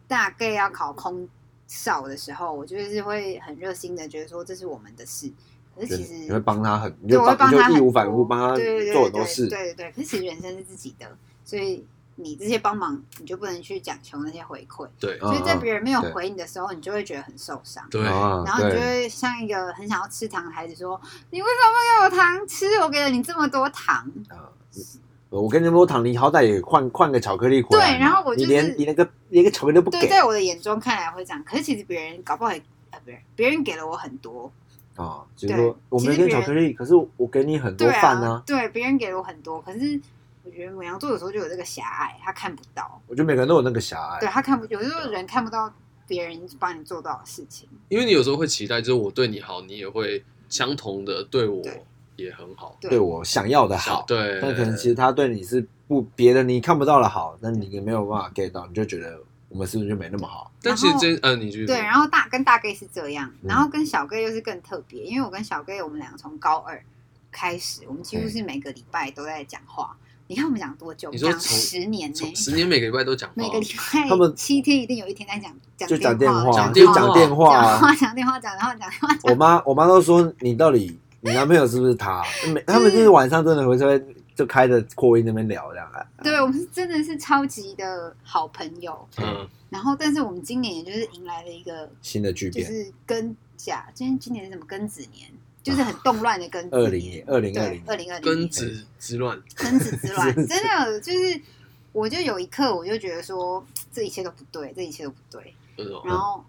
[SPEAKER 4] 大概要考空少的时候，我就是会很热心的觉得说这是我们的事，可是
[SPEAKER 2] 就
[SPEAKER 4] 其
[SPEAKER 2] 你会
[SPEAKER 4] 实
[SPEAKER 2] 帮他很，你
[SPEAKER 4] 对
[SPEAKER 2] 就
[SPEAKER 4] 我会
[SPEAKER 2] 帮
[SPEAKER 4] 帮
[SPEAKER 2] 你
[SPEAKER 4] 他
[SPEAKER 2] 就义
[SPEAKER 4] 很
[SPEAKER 2] 无
[SPEAKER 4] 多
[SPEAKER 2] 反顾帮他
[SPEAKER 4] 对对
[SPEAKER 2] 做
[SPEAKER 4] 对
[SPEAKER 2] 很多
[SPEAKER 4] 对
[SPEAKER 2] 事。
[SPEAKER 4] 对对，可是其实人生是自己的，所以你这些帮忙你就不能去讲求那些回馈，
[SPEAKER 3] 对
[SPEAKER 2] 嗯
[SPEAKER 4] 所以在别人没有
[SPEAKER 2] 对
[SPEAKER 4] 回你的时候，你就会觉得很受伤。
[SPEAKER 3] 对，
[SPEAKER 2] 啊，
[SPEAKER 4] 然后你就
[SPEAKER 2] 对
[SPEAKER 4] 会像一个很想要吃糖的孩子说：“你为什么要给我糖吃？我给了你这么多糖。
[SPEAKER 2] 啊我跟你说，糖你好歹也换换个巧克力回来嘛
[SPEAKER 4] 对然后我就
[SPEAKER 2] 你
[SPEAKER 4] 是
[SPEAKER 2] 连你连个连个巧克力都”不
[SPEAKER 4] 对，
[SPEAKER 2] 给
[SPEAKER 4] 在我的眼中看来会这样，可是其实别人搞不好也呃，别人别人给了我很多，
[SPEAKER 2] 啊，就是
[SPEAKER 4] 对
[SPEAKER 2] 说我
[SPEAKER 4] 其
[SPEAKER 2] 没
[SPEAKER 4] 实
[SPEAKER 2] 给你
[SPEAKER 4] 别
[SPEAKER 2] 巧
[SPEAKER 4] 人
[SPEAKER 2] 克力，可是我给你很多
[SPEAKER 4] 对
[SPEAKER 2] 饭
[SPEAKER 4] 啊
[SPEAKER 2] 啊，，
[SPEAKER 4] 对，别人给了我很多，可是我觉得母羊座有时候就有这个狭隘，他看不到，
[SPEAKER 2] 我觉得每个人都有那个狭隘
[SPEAKER 4] 对。他看不，有时候人看不到别人帮你做到的事情，
[SPEAKER 3] 因为你有时候会期待，就是我对你好，你也会相同的对我
[SPEAKER 4] 对
[SPEAKER 3] 也很好。
[SPEAKER 4] 对
[SPEAKER 2] 对我想要的好，
[SPEAKER 3] 对，
[SPEAKER 2] 但可能其实他对你是不别的，你看不到的好，那你也没有办法 get 到，你就觉得我们是不是就没那 么好？
[SPEAKER 3] 但其实真，呃，你去
[SPEAKER 4] 对，然后大跟大 gay 是这样，
[SPEAKER 2] 嗯
[SPEAKER 4] 然后跟小 gay 又是更特别，因为我跟小 gay 我们两个从高二开始，我们
[SPEAKER 2] 嗯
[SPEAKER 4] 几乎是每个礼拜都在讲话。你看我们讲多久？我
[SPEAKER 3] 你
[SPEAKER 4] 们
[SPEAKER 3] 说
[SPEAKER 4] 讲
[SPEAKER 3] 从
[SPEAKER 4] 十年呢、
[SPEAKER 3] 从十年每个礼拜都讲话，
[SPEAKER 4] 每个礼拜
[SPEAKER 2] 哦他们
[SPEAKER 4] 七天一定有一天在讲讲
[SPEAKER 2] 就讲电
[SPEAKER 4] 话，
[SPEAKER 2] 话，
[SPEAKER 3] 讲
[SPEAKER 2] 就
[SPEAKER 3] 电话
[SPEAKER 2] 讲电话
[SPEAKER 4] 讲
[SPEAKER 2] 啊。
[SPEAKER 4] 话讲电话讲，然后讲 电话，
[SPEAKER 2] 我妈我妈都说你到底你男朋友是不是他？
[SPEAKER 4] 嗯
[SPEAKER 2] 每他们就是晚上真的会在就开着扩音那边聊这样啊。
[SPEAKER 4] 对我们是真的是超级的好朋友。
[SPEAKER 3] 嗯，
[SPEAKER 4] 然后，但是我们今年也就是迎来了一个
[SPEAKER 2] 新的巨
[SPEAKER 4] 就
[SPEAKER 2] 变，
[SPEAKER 4] 是庚甲，今天今年是什么庚子年，就是很动乱的庚
[SPEAKER 2] 二
[SPEAKER 4] 子
[SPEAKER 2] 零
[SPEAKER 4] 年
[SPEAKER 2] 年，，二零二
[SPEAKER 4] 对
[SPEAKER 2] 零，，
[SPEAKER 4] 二零二零
[SPEAKER 3] 根
[SPEAKER 4] 年。
[SPEAKER 3] 子之乱，
[SPEAKER 4] 生子之 乱，真的就是，我就有一刻我就觉得说，这一切都不对，这一切都不对，
[SPEAKER 3] 那种
[SPEAKER 4] 然后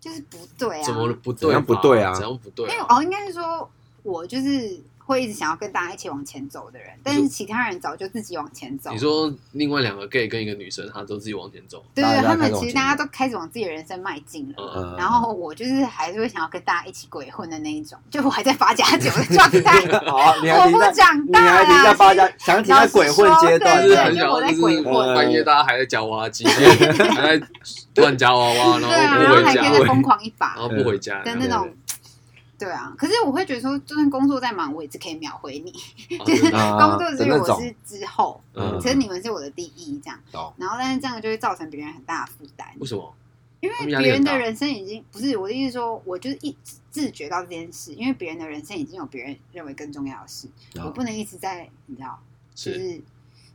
[SPEAKER 4] 就是不对啊，
[SPEAKER 3] 怎么了不
[SPEAKER 2] 嗯怎
[SPEAKER 3] 对？
[SPEAKER 2] 样不对啊
[SPEAKER 3] 怎样不对
[SPEAKER 4] 因为
[SPEAKER 3] 啊？
[SPEAKER 4] 哦，应该是说我就是会一直想要跟大家一起往前走的人，但是其他人早就自己往前走
[SPEAKER 3] 你。说另外两个 gay 跟一个女生，她都自己往前走，
[SPEAKER 4] 对
[SPEAKER 2] 大
[SPEAKER 4] 对，
[SPEAKER 2] 家大家
[SPEAKER 4] 他
[SPEAKER 2] 开
[SPEAKER 4] 们
[SPEAKER 2] 始往
[SPEAKER 4] 其实
[SPEAKER 2] 前
[SPEAKER 4] 大家都开始往自己的人生迈进了，
[SPEAKER 3] 嗯，
[SPEAKER 2] 嗯
[SPEAKER 4] 然后我就是还是会想要跟大家一起鬼混的那一种，就我还在八加九的状态，
[SPEAKER 2] 好啊， 你还
[SPEAKER 4] 我
[SPEAKER 2] 停
[SPEAKER 4] 不
[SPEAKER 2] 在
[SPEAKER 4] 长
[SPEAKER 2] 你
[SPEAKER 4] 大啦
[SPEAKER 2] 还停在八
[SPEAKER 4] 其实
[SPEAKER 2] 家，想停在鬼混阶段
[SPEAKER 4] 对
[SPEAKER 3] 就是
[SPEAKER 4] 对
[SPEAKER 3] 很
[SPEAKER 4] 就
[SPEAKER 3] 想
[SPEAKER 4] 我
[SPEAKER 3] 要，
[SPEAKER 4] 在
[SPEAKER 3] 就是
[SPEAKER 4] 鬼
[SPEAKER 2] 嗯
[SPEAKER 4] 混
[SPEAKER 3] 半夜大家还在夹娃娃机， 还在乱夹娃娃，然
[SPEAKER 4] 对啊，然
[SPEAKER 3] 后
[SPEAKER 4] 后
[SPEAKER 3] 不
[SPEAKER 4] 还可
[SPEAKER 3] 回
[SPEAKER 4] 以再
[SPEAKER 3] 家，
[SPEAKER 4] 疯狂一把
[SPEAKER 3] 啊然，后不回家，
[SPEAKER 4] 跟
[SPEAKER 2] 对
[SPEAKER 4] 那
[SPEAKER 2] 对
[SPEAKER 4] 种对啊，可是我会觉得说，就算工作再忙，我也是可以秒回你。
[SPEAKER 3] 啊
[SPEAKER 4] 就是
[SPEAKER 3] 真的
[SPEAKER 4] 工作之
[SPEAKER 2] 的
[SPEAKER 4] 余
[SPEAKER 2] 那
[SPEAKER 4] 我
[SPEAKER 2] 种
[SPEAKER 4] 是之后，
[SPEAKER 3] 嗯
[SPEAKER 4] 其实你们是我的第一这样
[SPEAKER 2] 懂。
[SPEAKER 4] 然后，但是这样就会造成别人很大的负担，
[SPEAKER 3] 为什么？
[SPEAKER 4] 因
[SPEAKER 3] 他
[SPEAKER 4] 为
[SPEAKER 3] 们压力
[SPEAKER 4] 别
[SPEAKER 3] 很
[SPEAKER 4] 人
[SPEAKER 3] 大
[SPEAKER 4] 的人生已经不是我的意思是说，我就是一直自觉到这件事，因为别人的人生已经有别人认为更重要的事，我不能一直在你知道，就是是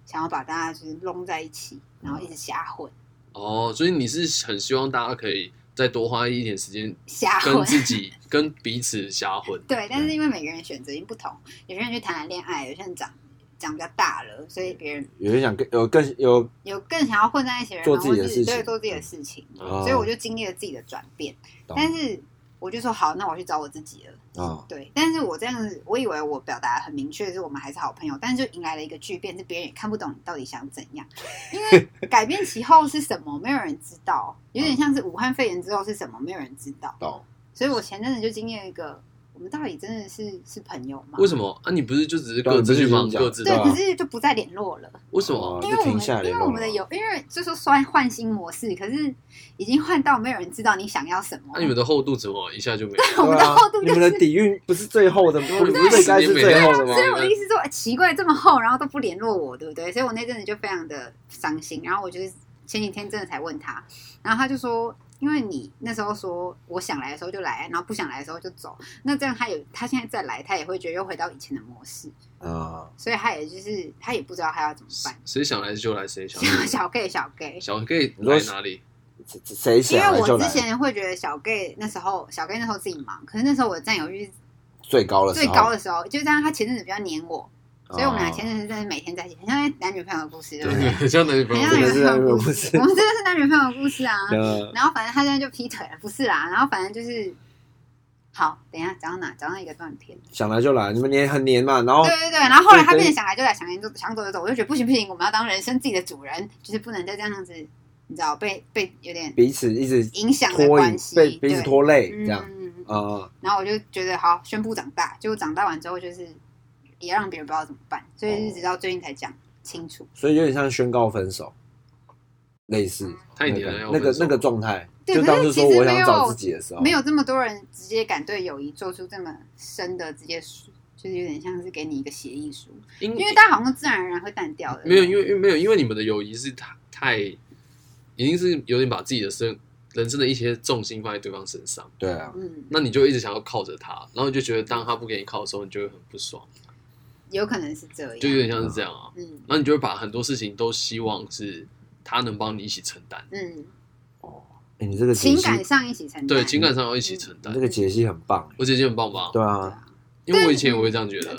[SPEAKER 4] 想要把大家就是弄在一起，然后一直瞎混，
[SPEAKER 3] 哦，所以你是很希望大家可以再多花一点时间
[SPEAKER 4] 瞎
[SPEAKER 3] 跟
[SPEAKER 4] 混。
[SPEAKER 3] 自己、跟彼此瞎 混。
[SPEAKER 4] 对，但
[SPEAKER 2] 嗯
[SPEAKER 4] 是因为每个人选择已经不同，有些人去谈恋爱，有些人长长比较大了，所以别人
[SPEAKER 2] 有人想跟有更有
[SPEAKER 4] 有更想要混在一起的人，
[SPEAKER 2] 做自己的
[SPEAKER 4] 或是
[SPEAKER 2] 事情
[SPEAKER 4] 对，做自己的事情。嗯
[SPEAKER 2] 啊
[SPEAKER 4] 所以我就经历了自己的转变，
[SPEAKER 2] 懂
[SPEAKER 4] 但是我就说好，那我去找我自己了。
[SPEAKER 2] 啊
[SPEAKER 4] 对，但是我这样子，我以为我表达得很明确，是我们还是好朋友，但是就迎来了一个巨变，是别人也看不懂你到底想怎样，因 为改变其后是什么，没有人知道，有
[SPEAKER 2] 嗯
[SPEAKER 4] 点像是武汉肺炎之后是什么，没有人知道。
[SPEAKER 2] 懂
[SPEAKER 4] 所以我前阵子就经历了一个，我们到底真的是是朋友吗
[SPEAKER 3] 为？什么啊？你不是就只是
[SPEAKER 2] 对啊
[SPEAKER 3] 各自
[SPEAKER 2] 你
[SPEAKER 3] 去
[SPEAKER 2] 不是
[SPEAKER 3] 忙
[SPEAKER 2] 已经讲
[SPEAKER 3] 各自
[SPEAKER 4] 对
[SPEAKER 3] 的
[SPEAKER 2] 对啊，
[SPEAKER 4] 可是就不再联络了，
[SPEAKER 3] 为什么？
[SPEAKER 2] 哦
[SPEAKER 4] 因
[SPEAKER 2] 就
[SPEAKER 4] 为我
[SPEAKER 2] 停
[SPEAKER 4] 们
[SPEAKER 2] 下来
[SPEAKER 4] 因
[SPEAKER 2] 联
[SPEAKER 4] 为
[SPEAKER 2] 络
[SPEAKER 4] 我们的
[SPEAKER 2] 了
[SPEAKER 4] 有，因为就是说换换新模式，可是已经换到没有人知道你想要什么。
[SPEAKER 3] 那你们的厚度怎么一下就没有？
[SPEAKER 4] 我们的
[SPEAKER 2] 对啊
[SPEAKER 4] 厚度
[SPEAKER 2] 你
[SPEAKER 4] 就
[SPEAKER 2] 们的
[SPEAKER 4] 是
[SPEAKER 2] 底蕴不是最厚的吗？
[SPEAKER 3] 对
[SPEAKER 2] 不是最该是最厚的 吗
[SPEAKER 4] 所？以我的意思是说，哎奇怪，这么厚，然后都不联络我，对不对？所以我那阵子就非常的伤心。然后我就是前几天真的才问他，然后他就说，因为你那时候说我想来的时候就来，然后不想来的时候就走，那这样他有他现在再来，他也会觉得又回到以前的模式，
[SPEAKER 2] 啊，
[SPEAKER 4] 所以他也就是他也不知道他要怎么办。
[SPEAKER 3] 谁想来就来，谁想
[SPEAKER 4] 小 小 gay 小 gay，
[SPEAKER 3] 想可以
[SPEAKER 2] 你说
[SPEAKER 3] 来哪里？
[SPEAKER 2] 谁谁
[SPEAKER 4] 因
[SPEAKER 2] 想
[SPEAKER 4] 为
[SPEAKER 2] 来就
[SPEAKER 4] 我
[SPEAKER 2] 来
[SPEAKER 4] 之，前会觉得小 gay 那时候小 gay 那时候自己忙，可是那时候我的占有欲是
[SPEAKER 2] 最高的时
[SPEAKER 4] 最
[SPEAKER 2] 候
[SPEAKER 4] 高的时候，就这样他前阵子比较黏我，
[SPEAKER 2] 哦
[SPEAKER 4] 所以我们俩前阵子真的每天在一起，很像男女朋友的故事，对不对？
[SPEAKER 3] 对， 像男女朋友
[SPEAKER 4] 很
[SPEAKER 2] 这
[SPEAKER 4] 像
[SPEAKER 2] 个是
[SPEAKER 4] 男女朋友
[SPEAKER 2] 不
[SPEAKER 4] 故
[SPEAKER 2] 是
[SPEAKER 4] 事，我们真的是男女朋友的故 事啊。
[SPEAKER 2] 呃
[SPEAKER 4] 然后反正他现在就劈腿了，不是啦。然后反正就是，好，等一下讲到哪？讲到一个断片。
[SPEAKER 2] 想来就来，你们黏很黏嘛，然后
[SPEAKER 4] 对对对，然后后来他
[SPEAKER 2] 哦对
[SPEAKER 4] 变得想来就来，想来就想走就走，我就觉得不行不行，我们要当人生自己的主人，就是不能再这样子，你知道被被有点
[SPEAKER 2] 彼此一直
[SPEAKER 4] 影响的
[SPEAKER 2] 拖
[SPEAKER 4] 关
[SPEAKER 2] 影，
[SPEAKER 4] 系，
[SPEAKER 2] 被彼此
[SPEAKER 4] 对
[SPEAKER 2] 拖累这样
[SPEAKER 4] 嗯嗯嗯
[SPEAKER 2] 啊，
[SPEAKER 4] 然后我就觉得好，宣布长大，结果长大完之后就是也让别人不知道怎么办，所
[SPEAKER 3] 哦
[SPEAKER 4] 以一直到最近才讲清楚。
[SPEAKER 2] 所以有点像宣告分手，类似
[SPEAKER 3] 太黏了，
[SPEAKER 2] 那
[SPEAKER 3] 要
[SPEAKER 2] 个那
[SPEAKER 3] 分
[SPEAKER 2] 个
[SPEAKER 3] 手
[SPEAKER 2] 那个状态，
[SPEAKER 4] 对
[SPEAKER 2] 就当
[SPEAKER 4] 可
[SPEAKER 2] 时
[SPEAKER 4] 是
[SPEAKER 2] 说
[SPEAKER 4] 其实
[SPEAKER 2] 我
[SPEAKER 4] 没
[SPEAKER 2] 想
[SPEAKER 4] 有
[SPEAKER 2] 找自己的时候，
[SPEAKER 4] 没有这么多人直接敢对友谊做出这么深的直接说，就是有点像是给你一个协议书，
[SPEAKER 3] 因
[SPEAKER 4] 因为大家好像自然而然会淡掉的。
[SPEAKER 3] 嗯没有，因为因为没有，因为你们的友谊是太太，已经是有点把自己的生人生的一些重心放在对方身上，
[SPEAKER 2] 对啊，
[SPEAKER 4] 嗯，
[SPEAKER 3] 那你就一直想要靠着他，然后你就觉得当他不给你靠的时候，你就会很不爽，
[SPEAKER 4] 哎有可能是这样。
[SPEAKER 3] 就有点像是这样啊。
[SPEAKER 4] 嗯
[SPEAKER 3] 然后你就会把很多事情都希望是他能帮你一起承担，
[SPEAKER 4] 嗯，
[SPEAKER 2] 哎，你这个解
[SPEAKER 4] 情
[SPEAKER 2] 析，
[SPEAKER 4] 感上一起承担。
[SPEAKER 3] 对，情感上要一起承
[SPEAKER 2] 你
[SPEAKER 3] 担
[SPEAKER 2] 这。个解析很棒，
[SPEAKER 3] 我姐姐很棒吧？
[SPEAKER 2] 对啊，
[SPEAKER 3] 因为我以前也会这样觉 得，
[SPEAKER 4] 啊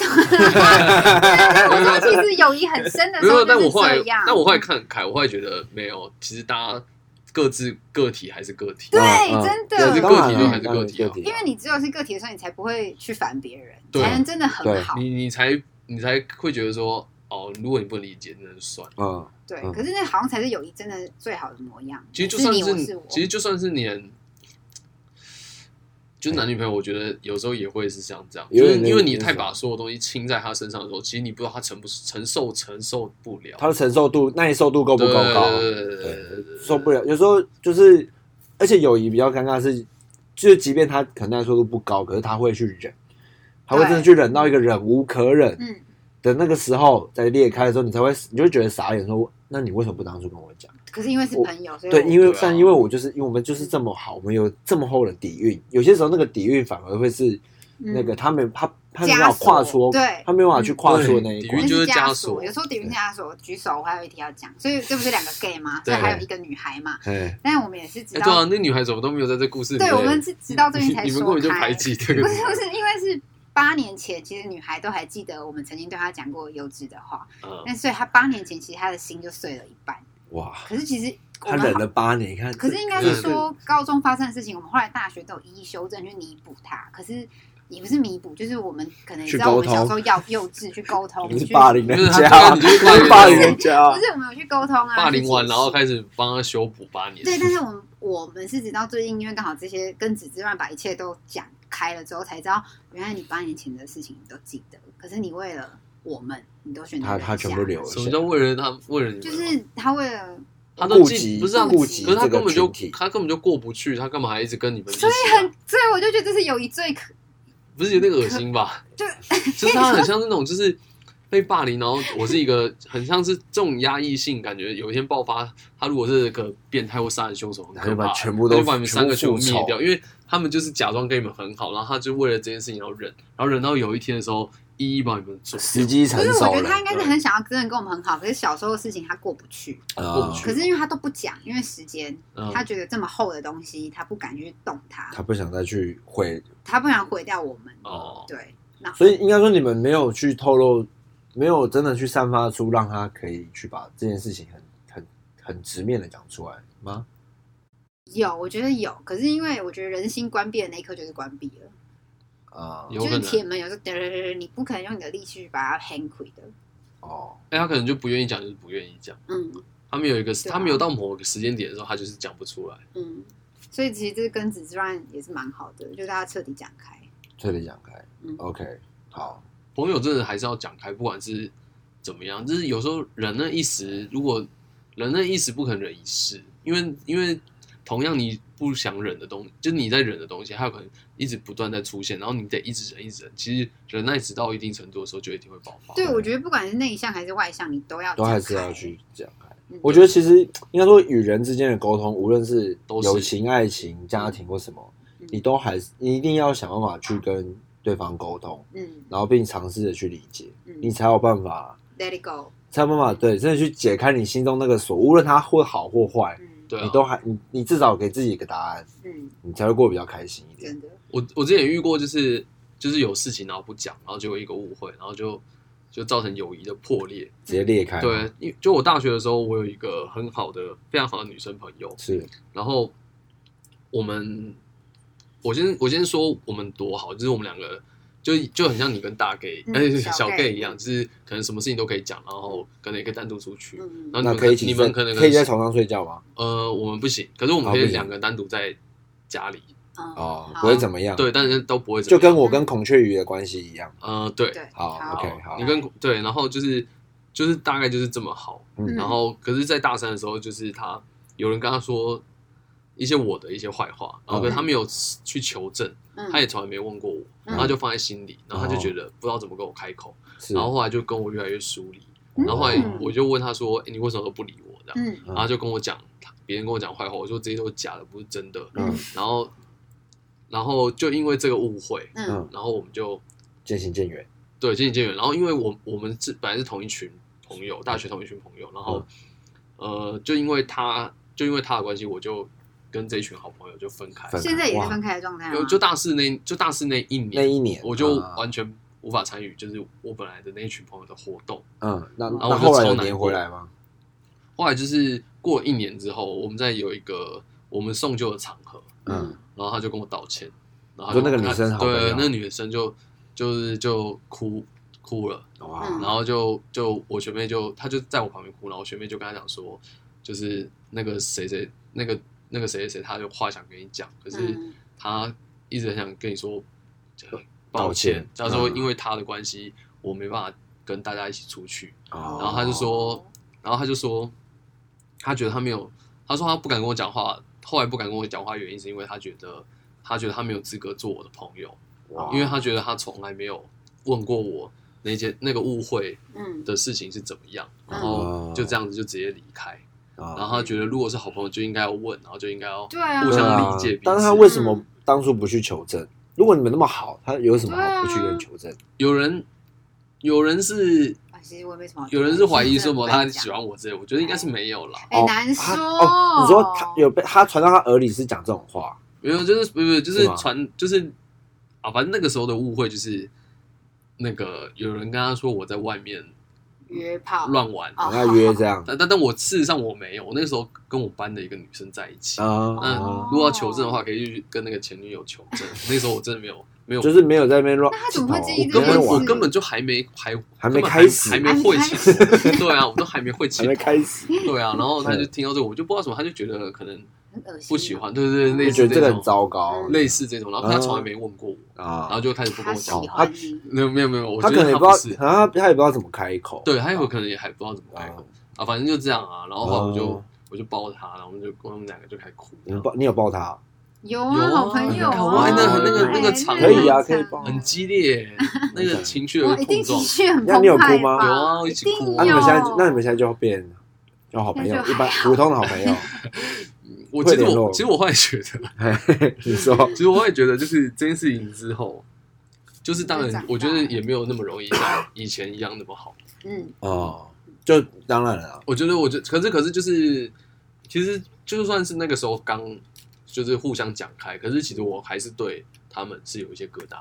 [SPEAKER 4] 但我说其实友谊很深的
[SPEAKER 3] 没
[SPEAKER 4] 时候
[SPEAKER 3] 有。但
[SPEAKER 4] 啊就
[SPEAKER 3] 我
[SPEAKER 4] 是
[SPEAKER 3] 后来
[SPEAKER 4] 这样。，
[SPEAKER 3] 但我后来看凯，我后来觉得没有，其实大家各自个体还是个体。
[SPEAKER 4] 对啊
[SPEAKER 2] 嗯嗯
[SPEAKER 4] 真的
[SPEAKER 2] 对
[SPEAKER 4] 还是
[SPEAKER 2] 当然
[SPEAKER 3] 个体就
[SPEAKER 2] 啊
[SPEAKER 3] 还是
[SPEAKER 2] 当然
[SPEAKER 3] 个体啊
[SPEAKER 4] 因为你只有是个体的时候，你才不会去烦别人，
[SPEAKER 3] 对
[SPEAKER 4] 才能真的很
[SPEAKER 2] 对
[SPEAKER 4] 好。
[SPEAKER 3] 你你才你才会觉得说，哦，如果你不理解，那就算了。
[SPEAKER 2] 嗯，
[SPEAKER 4] 对，
[SPEAKER 2] 嗯
[SPEAKER 4] 可是那好像才是友谊真的最好的模样。
[SPEAKER 3] 其实就
[SPEAKER 4] 你
[SPEAKER 3] 算
[SPEAKER 4] 你，我
[SPEAKER 3] 你
[SPEAKER 4] 我
[SPEAKER 3] 其实就算是连，就是男女朋友，我觉得有时候也会是像这样，
[SPEAKER 2] 有
[SPEAKER 3] 就
[SPEAKER 2] 点
[SPEAKER 3] 是因为你
[SPEAKER 2] 有点
[SPEAKER 3] 太把所有东西倾在他身上的时候，其实你不知道他承不承受承受不了，
[SPEAKER 2] 他的承受度、耐受度够不
[SPEAKER 3] 对
[SPEAKER 2] 够高？
[SPEAKER 3] 对对对对对对
[SPEAKER 2] 受不了。有时候就是，而且友谊比较尴尬的是，就是即便他可能耐受度不高，可是他会去忍，他会真的去忍到一个忍无可忍
[SPEAKER 4] 嗯，
[SPEAKER 2] 的那个时候，在裂开的时候，你才会你就会觉得傻眼说那你为什么不当初跟我讲？
[SPEAKER 4] 可是因为是
[SPEAKER 2] 我
[SPEAKER 4] 朋友，所以
[SPEAKER 2] 对，
[SPEAKER 4] 我
[SPEAKER 2] 因为
[SPEAKER 3] 对啊
[SPEAKER 2] 但因为我就是因为我们就是这么好，我们有这么厚的底蕴，有些时候那个底蕴反而会是
[SPEAKER 4] 嗯
[SPEAKER 2] 那个他们他他没
[SPEAKER 4] 枷
[SPEAKER 2] 办法
[SPEAKER 4] 锁
[SPEAKER 2] 跨出，
[SPEAKER 4] 对嗯
[SPEAKER 2] 他没有办法去跨出的那一
[SPEAKER 3] 对
[SPEAKER 2] 关
[SPEAKER 3] 底蕴。就是
[SPEAKER 4] 那
[SPEAKER 3] 枷
[SPEAKER 4] 枷
[SPEAKER 3] 锁
[SPEAKER 4] 有时候底蕴是枷锁，举手我还有一题要讲，所以这不是两个 gay 吗？所
[SPEAKER 3] 对
[SPEAKER 4] 以还有一个女孩嘛。
[SPEAKER 2] 哎，
[SPEAKER 4] 但我们也是直
[SPEAKER 3] 哎，对啊
[SPEAKER 4] 到，
[SPEAKER 3] 那女孩怎么都没有在这故事里面？
[SPEAKER 4] 对，我们是直到最近才
[SPEAKER 3] 你你们根
[SPEAKER 4] 说
[SPEAKER 3] 本就排
[SPEAKER 4] 开。
[SPEAKER 3] 挤 这
[SPEAKER 4] 不
[SPEAKER 3] 个
[SPEAKER 4] 是不是，因为是八年前，其实女孩都还记得我们曾经对她讲过幼稚的话，
[SPEAKER 3] 啊，
[SPEAKER 4] 但所以她八年前其实她的心就碎了一半。
[SPEAKER 2] 哇，
[SPEAKER 4] 可是其实我
[SPEAKER 2] 他
[SPEAKER 4] 们
[SPEAKER 2] 忍
[SPEAKER 4] 好
[SPEAKER 2] 了八年，你看，
[SPEAKER 4] 可是应该是说高中发生的事情，我们后来大学都有一一修正去弥补它。可是也不是弥补，就是我们可能你知道
[SPEAKER 2] 去
[SPEAKER 4] 我
[SPEAKER 2] 沟
[SPEAKER 4] 们
[SPEAKER 2] 通
[SPEAKER 4] 小时候要幼稚去沟通，
[SPEAKER 2] 你是
[SPEAKER 4] 去
[SPEAKER 2] 霸凌人
[SPEAKER 3] 就是
[SPEAKER 2] 家
[SPEAKER 3] 他，对啊你就是
[SPEAKER 2] 你是
[SPEAKER 3] 霸
[SPEAKER 2] 霸
[SPEAKER 3] 凌
[SPEAKER 2] 凌
[SPEAKER 3] 人
[SPEAKER 2] 人家
[SPEAKER 4] 不，是我们有去沟通啊，
[SPEAKER 3] 霸凌完
[SPEAKER 4] 去解释
[SPEAKER 3] 然后开始帮他修补八年，
[SPEAKER 4] 对，但是我们我们啊是直到最近，因为刚好这些跟子之乱把一切都讲开了之后，才知道原来你八年前的事情你都记得，可是你为了我们，你都选择
[SPEAKER 2] 他
[SPEAKER 4] 忍
[SPEAKER 2] 他全
[SPEAKER 4] 下
[SPEAKER 2] 部留了
[SPEAKER 3] 什么
[SPEAKER 2] 下
[SPEAKER 3] 叫为了他为了你们？啊
[SPEAKER 4] 就是他为了
[SPEAKER 3] 他都
[SPEAKER 2] 顾
[SPEAKER 3] 记
[SPEAKER 2] 及
[SPEAKER 3] 不是啊
[SPEAKER 2] 顾及
[SPEAKER 3] 可是他
[SPEAKER 2] 这个
[SPEAKER 3] 根本就
[SPEAKER 2] 群体
[SPEAKER 3] 他根本就过不去，他干嘛还一直跟你们一起啊？
[SPEAKER 4] 所以很，所以我就觉得这是友谊最可
[SPEAKER 3] 不是有点恶心吧？
[SPEAKER 4] 就
[SPEAKER 3] 就是他很像是那种就是被霸凌，然后我是一个很像是这种压抑性，感觉有一天爆发，他如果是个变态或杀人凶手，很
[SPEAKER 2] 他就
[SPEAKER 3] 可
[SPEAKER 2] 把
[SPEAKER 3] 怕，
[SPEAKER 2] 全部都
[SPEAKER 3] 他就把你们三个
[SPEAKER 2] 全部复
[SPEAKER 3] 灭
[SPEAKER 2] 仇
[SPEAKER 3] 掉，因为他们就是假装跟你们很好，然后他就为了这件事情要忍，然后忍到有一天的时候，一一把你们做
[SPEAKER 2] 时机
[SPEAKER 4] 不
[SPEAKER 2] 成
[SPEAKER 4] 是，我
[SPEAKER 2] 熟
[SPEAKER 4] 觉得
[SPEAKER 2] 了
[SPEAKER 4] 他，应该是很想要真的跟我们很好，可是小时候的事情他过不去。
[SPEAKER 3] 过不
[SPEAKER 2] 啊
[SPEAKER 3] 去
[SPEAKER 4] 可是因为他都不讲，因为时间，
[SPEAKER 3] 嗯
[SPEAKER 4] 他觉得这么厚的东西，他不敢去动它，
[SPEAKER 2] 他不想再去毁，
[SPEAKER 4] 他不想毁掉我们。
[SPEAKER 3] 哦
[SPEAKER 4] 对，那
[SPEAKER 2] 所以应该说你们没有去透露，没有真的去散发出让他可以去把这件事情很很很直面的讲出来吗？
[SPEAKER 4] 有，我觉得有，可是因为我觉得人心关闭的那一刻就是关闭了，
[SPEAKER 2] 啊、
[SPEAKER 3] 有
[SPEAKER 4] 就
[SPEAKER 3] 可
[SPEAKER 4] 是
[SPEAKER 3] 能
[SPEAKER 4] 铁门有时候嘚嘚嘚嘚，你不可能用你的力气去把它 hang 开的。
[SPEAKER 2] 哦，
[SPEAKER 3] 哎，他可能就不愿意讲，就是不愿意讲。
[SPEAKER 4] 嗯
[SPEAKER 3] 他们有一个，
[SPEAKER 4] 对啊
[SPEAKER 3] 他们有到某个时间点的时候，他就是讲不出来。
[SPEAKER 4] 嗯，所以其实这跟子之乱也是蛮好的，就是他彻底讲开。
[SPEAKER 2] 彻底讲开、
[SPEAKER 4] 嗯
[SPEAKER 2] o k 好，
[SPEAKER 3] 朋友真的还是要讲开，不管是怎么样，就是有时候忍那一时，如果忍那一时不可能忍一世，因为因为同样你不想忍的东西，就是你在忍的东西，它有可能一直不断在出现，然后你得一直忍一直忍。其实忍耐直到一定程度的时候，就一定会爆发。
[SPEAKER 4] 对，我觉得不管是内向还是外向，你都要
[SPEAKER 2] 哦都还是
[SPEAKER 4] 讲开
[SPEAKER 2] 要去讲
[SPEAKER 4] 嗯
[SPEAKER 2] 开。我觉得其实应该说与人之间的沟通，无论是
[SPEAKER 3] 都是
[SPEAKER 2] 友情、爱情、家庭或什么，
[SPEAKER 4] 嗯
[SPEAKER 2] 你都还是你一定要想办法去跟对方沟通，
[SPEAKER 4] 嗯
[SPEAKER 2] 然后并尝试着去理解，
[SPEAKER 4] 嗯
[SPEAKER 2] 你才有办法，
[SPEAKER 4] ，let it go，
[SPEAKER 2] 才有办法对真的去解开你心中那个锁，无论它会好或坏，
[SPEAKER 4] 嗯，
[SPEAKER 3] 对啊
[SPEAKER 2] 你都还你你至少给自己一个答案，
[SPEAKER 4] 嗯，
[SPEAKER 2] 你才会过得比较开心一点。
[SPEAKER 4] 真的，
[SPEAKER 3] 我我之前也遇过，就是就是有事情然后不讲，然后结果一个误会，然后就就造成友谊的破裂。
[SPEAKER 2] 直接裂开，
[SPEAKER 3] 对，，因为就我大学的时候，我有一个很好的、非常好的女生朋友，
[SPEAKER 2] 是
[SPEAKER 3] 然后我们，我先我先说我们多好，就是我们两个就就很像你跟大 gay
[SPEAKER 4] 嗯
[SPEAKER 3] 哎、
[SPEAKER 4] 小
[SPEAKER 3] 小
[SPEAKER 4] gay
[SPEAKER 3] gay 一样，就是可能什么事情都可以讲，然后可能也可以单独出去。
[SPEAKER 4] 嗯
[SPEAKER 2] 那
[SPEAKER 3] 然后你们
[SPEAKER 2] 可以一起
[SPEAKER 3] 你
[SPEAKER 2] 在
[SPEAKER 3] 们可能
[SPEAKER 2] 可以在床上睡觉吗？
[SPEAKER 3] 呃，我们不行，可是我们
[SPEAKER 2] 哦
[SPEAKER 3] 可以
[SPEAKER 2] 不行
[SPEAKER 3] 两个单独在家里，
[SPEAKER 4] 嗯
[SPEAKER 2] 哦，
[SPEAKER 4] 好
[SPEAKER 2] 不会怎么样，
[SPEAKER 3] 对，但是都不会怎
[SPEAKER 2] 就
[SPEAKER 3] 么样
[SPEAKER 2] 跟我跟孔雀鱼的关系一样。
[SPEAKER 3] 呃对，
[SPEAKER 4] 对，
[SPEAKER 2] 好，OK，好
[SPEAKER 3] 你跟对，然后就是就是大概就是这么好，
[SPEAKER 2] 嗯
[SPEAKER 3] 然后可是，在大三的时候，就是他有人跟他说一些我的一些坏话，然后可是他没有去求证，
[SPEAKER 4] 哦嗯
[SPEAKER 3] 他也从来没问过我，
[SPEAKER 4] 嗯哦
[SPEAKER 3] 然后他就放在心里，然后他就觉得不知道怎么跟我开口，
[SPEAKER 2] 是，
[SPEAKER 3] 然后后来就跟我越来越疏离，
[SPEAKER 4] 嗯
[SPEAKER 3] 然后后来我就问他说：“诶你为什么都不理我？”这样，
[SPEAKER 4] 嗯
[SPEAKER 3] 然后他就跟我讲别人跟我讲坏话，我说这些都是假的，不是真的。
[SPEAKER 2] 嗯
[SPEAKER 3] 然后，然后就因为这个误会，
[SPEAKER 4] 嗯
[SPEAKER 3] 然后我们就
[SPEAKER 2] 渐行渐远，
[SPEAKER 3] 对渐行渐远。然后因为我我们是本来是同一群朋友，大学同一群朋友，然后、
[SPEAKER 2] 嗯
[SPEAKER 3] 呃，就因为他就因为他的关系，我就跟这一群好朋友就分开。
[SPEAKER 2] 分
[SPEAKER 4] 现在也
[SPEAKER 2] 哇
[SPEAKER 4] 是分开的状态啊
[SPEAKER 3] 就
[SPEAKER 4] 吗？
[SPEAKER 3] 就大四那就大四那一
[SPEAKER 2] 那
[SPEAKER 3] 年，
[SPEAKER 2] 一年
[SPEAKER 3] 我就
[SPEAKER 2] 啊
[SPEAKER 3] 完全无法参与，就是我本来的那一群朋友的活动。
[SPEAKER 2] 嗯，那
[SPEAKER 4] 然
[SPEAKER 3] 后
[SPEAKER 2] 那
[SPEAKER 3] 我就
[SPEAKER 2] 后来有
[SPEAKER 3] 超难
[SPEAKER 2] 连
[SPEAKER 3] 过
[SPEAKER 2] 回来吗？
[SPEAKER 3] 后来就是过了一年之后，我们再有一个我们送旧的场合，
[SPEAKER 2] 嗯，
[SPEAKER 3] 然后他就跟我道歉，然后
[SPEAKER 2] 你说
[SPEAKER 3] 他就
[SPEAKER 2] 那个女生
[SPEAKER 3] 他
[SPEAKER 2] 好朋友
[SPEAKER 3] 对，那个女生就就是就哭哭了，
[SPEAKER 2] 哇，
[SPEAKER 4] 嗯
[SPEAKER 3] 然后就就我学妹就她就在我旁边哭，然后我学妹就跟她讲说，就是那个谁谁那个那个谁谁谁，她有话想跟你讲，可是
[SPEAKER 4] 嗯
[SPEAKER 3] 她一直很想跟你说就
[SPEAKER 2] 道
[SPEAKER 3] 抱
[SPEAKER 2] 歉
[SPEAKER 3] 歉，她说
[SPEAKER 2] 嗯
[SPEAKER 3] 因为她的关系，我没办法跟大家一起出去，
[SPEAKER 2] 哦
[SPEAKER 3] 然后他就说，然后他就说，他觉得他没有，他说他不敢跟我讲话，后来不敢跟我讲话，原因是因为他觉得他觉得他没有资格做我的朋友，
[SPEAKER 2] 哇
[SPEAKER 3] 因为他觉得他从来没有问过我那件那个误会
[SPEAKER 4] 嗯
[SPEAKER 3] 的事情是怎么样，
[SPEAKER 4] 嗯
[SPEAKER 3] 然后就这样子就直接离开，然
[SPEAKER 2] 啊，
[SPEAKER 3] 后他觉得如果是好朋友就应该要问，然后就应该要
[SPEAKER 4] 对啊
[SPEAKER 3] 互
[SPEAKER 2] 对啊
[SPEAKER 3] 相理解彼
[SPEAKER 2] 但是
[SPEAKER 3] 此
[SPEAKER 2] 他为什
[SPEAKER 4] 嗯
[SPEAKER 2] 么当初不去求证？如果你们那么好，他有什么好不去跟人求证？
[SPEAKER 3] 有人有人是
[SPEAKER 4] 啊，其实我也没什么好讲，
[SPEAKER 3] 有人是怀
[SPEAKER 4] 真
[SPEAKER 3] 疑
[SPEAKER 4] 的
[SPEAKER 3] 说
[SPEAKER 4] 不
[SPEAKER 3] 么
[SPEAKER 4] 敢
[SPEAKER 3] 他
[SPEAKER 4] 讲
[SPEAKER 3] 喜，欢我之类，我觉得应该是没有啦。
[SPEAKER 4] 哎，
[SPEAKER 2] 哦
[SPEAKER 4] 难
[SPEAKER 2] 他
[SPEAKER 4] 说。
[SPEAKER 2] 哦，你说他有被他传到他耳里是讲这种话，
[SPEAKER 3] 没有，就是不不就是是
[SPEAKER 2] 吗
[SPEAKER 3] 传就是啊，反正那个时候的误会就是那个有人跟他说我在外面
[SPEAKER 4] 约炮
[SPEAKER 3] 乱玩，
[SPEAKER 4] 哦
[SPEAKER 2] 人家约这 样
[SPEAKER 3] 但但但我事实上我没有，我那时候跟我班的一个女生在一起。
[SPEAKER 2] 啊
[SPEAKER 3] 那
[SPEAKER 2] 啊，
[SPEAKER 3] 如果要求证的话，可以去跟那个前女友求证。那时候我真的没有没有，
[SPEAKER 2] 就是没有在那边乱
[SPEAKER 4] 那他怎么会
[SPEAKER 2] 气头
[SPEAKER 4] 记
[SPEAKER 3] 我
[SPEAKER 4] 得
[SPEAKER 2] 在那
[SPEAKER 3] 根本
[SPEAKER 2] 边
[SPEAKER 3] 我
[SPEAKER 2] 玩
[SPEAKER 3] 根本就还没还
[SPEAKER 2] 还没
[SPEAKER 3] 根本
[SPEAKER 2] 开始
[SPEAKER 3] 还没会起头。 对啊，我都还没会起
[SPEAKER 2] 还没
[SPEAKER 3] 头。
[SPEAKER 2] 开始，
[SPEAKER 3] 对啊，然后他就听到这个，我就不知道什么，他就觉得可能
[SPEAKER 4] 很恶心，
[SPEAKER 3] 不喜，欢，对对对，
[SPEAKER 2] 就
[SPEAKER 3] 类
[SPEAKER 2] 觉
[SPEAKER 3] 似
[SPEAKER 2] 得这个
[SPEAKER 3] 这
[SPEAKER 2] 很
[SPEAKER 3] 种
[SPEAKER 2] 糟嗯糕
[SPEAKER 3] 类似这种，然后他从来没问过我。然后
[SPEAKER 2] 啊。
[SPEAKER 3] 就开始不跟
[SPEAKER 4] 他
[SPEAKER 3] 我
[SPEAKER 4] 喜
[SPEAKER 3] 讲
[SPEAKER 2] 哦
[SPEAKER 3] 话。
[SPEAKER 2] 他
[SPEAKER 4] 欢你，
[SPEAKER 3] 没有没有没有，我
[SPEAKER 2] 他
[SPEAKER 3] 觉
[SPEAKER 2] 可能
[SPEAKER 3] 得
[SPEAKER 2] 也
[SPEAKER 3] 他
[SPEAKER 2] 不
[SPEAKER 3] 不
[SPEAKER 2] 知
[SPEAKER 3] 是
[SPEAKER 2] 道，，他他也不知道怎么开口。
[SPEAKER 3] 对他有可能也还不知道怎么开口
[SPEAKER 2] 啊，
[SPEAKER 3] 啊，反正就这样啊。然后后来我就
[SPEAKER 2] 哦
[SPEAKER 3] 我就抱着他，然后我们就我们两个就开始哭。
[SPEAKER 2] 你抱你有抱他？
[SPEAKER 4] 有
[SPEAKER 3] 有
[SPEAKER 4] 啊，
[SPEAKER 3] 啊
[SPEAKER 4] 好朋友
[SPEAKER 3] 我
[SPEAKER 4] 啊，
[SPEAKER 3] 玩
[SPEAKER 2] 得很那个
[SPEAKER 4] 哎
[SPEAKER 3] 那个场
[SPEAKER 4] 日本
[SPEAKER 2] 可以啊
[SPEAKER 4] 城
[SPEAKER 2] 可以帮
[SPEAKER 3] 很激 烈耶，那个情绪
[SPEAKER 4] 我
[SPEAKER 3] 会
[SPEAKER 4] 一
[SPEAKER 3] 碰
[SPEAKER 4] 定情
[SPEAKER 3] 撞。
[SPEAKER 4] 绪很澎
[SPEAKER 2] 那你有哭
[SPEAKER 4] 湃
[SPEAKER 2] 吗
[SPEAKER 4] 吧
[SPEAKER 3] 有啊一
[SPEAKER 4] 一
[SPEAKER 3] 起
[SPEAKER 4] 定
[SPEAKER 3] 哭
[SPEAKER 2] 那、你们现在
[SPEAKER 4] 有，
[SPEAKER 2] 那你们现在就要变要好朋友
[SPEAKER 4] 那，就
[SPEAKER 2] 一般
[SPEAKER 4] 还好
[SPEAKER 2] 普通的好朋友。
[SPEAKER 3] 我其
[SPEAKER 2] 会
[SPEAKER 3] 实
[SPEAKER 2] 联络
[SPEAKER 3] 我其实我后来觉得，
[SPEAKER 2] 嘿你说，
[SPEAKER 3] 其实我后来觉得，就是这件事情之后，就是当
[SPEAKER 4] 就长
[SPEAKER 3] 然
[SPEAKER 4] 大，
[SPEAKER 3] 我觉得也没有那么容易像以前一样那么好。
[SPEAKER 4] 嗯，
[SPEAKER 2] 哦，就当然了啊，
[SPEAKER 3] 我觉得，我觉得，可是可是就是，其实就算是那个时候刚就是互相讲开，可是其实我还是对他们是有一些疙瘩，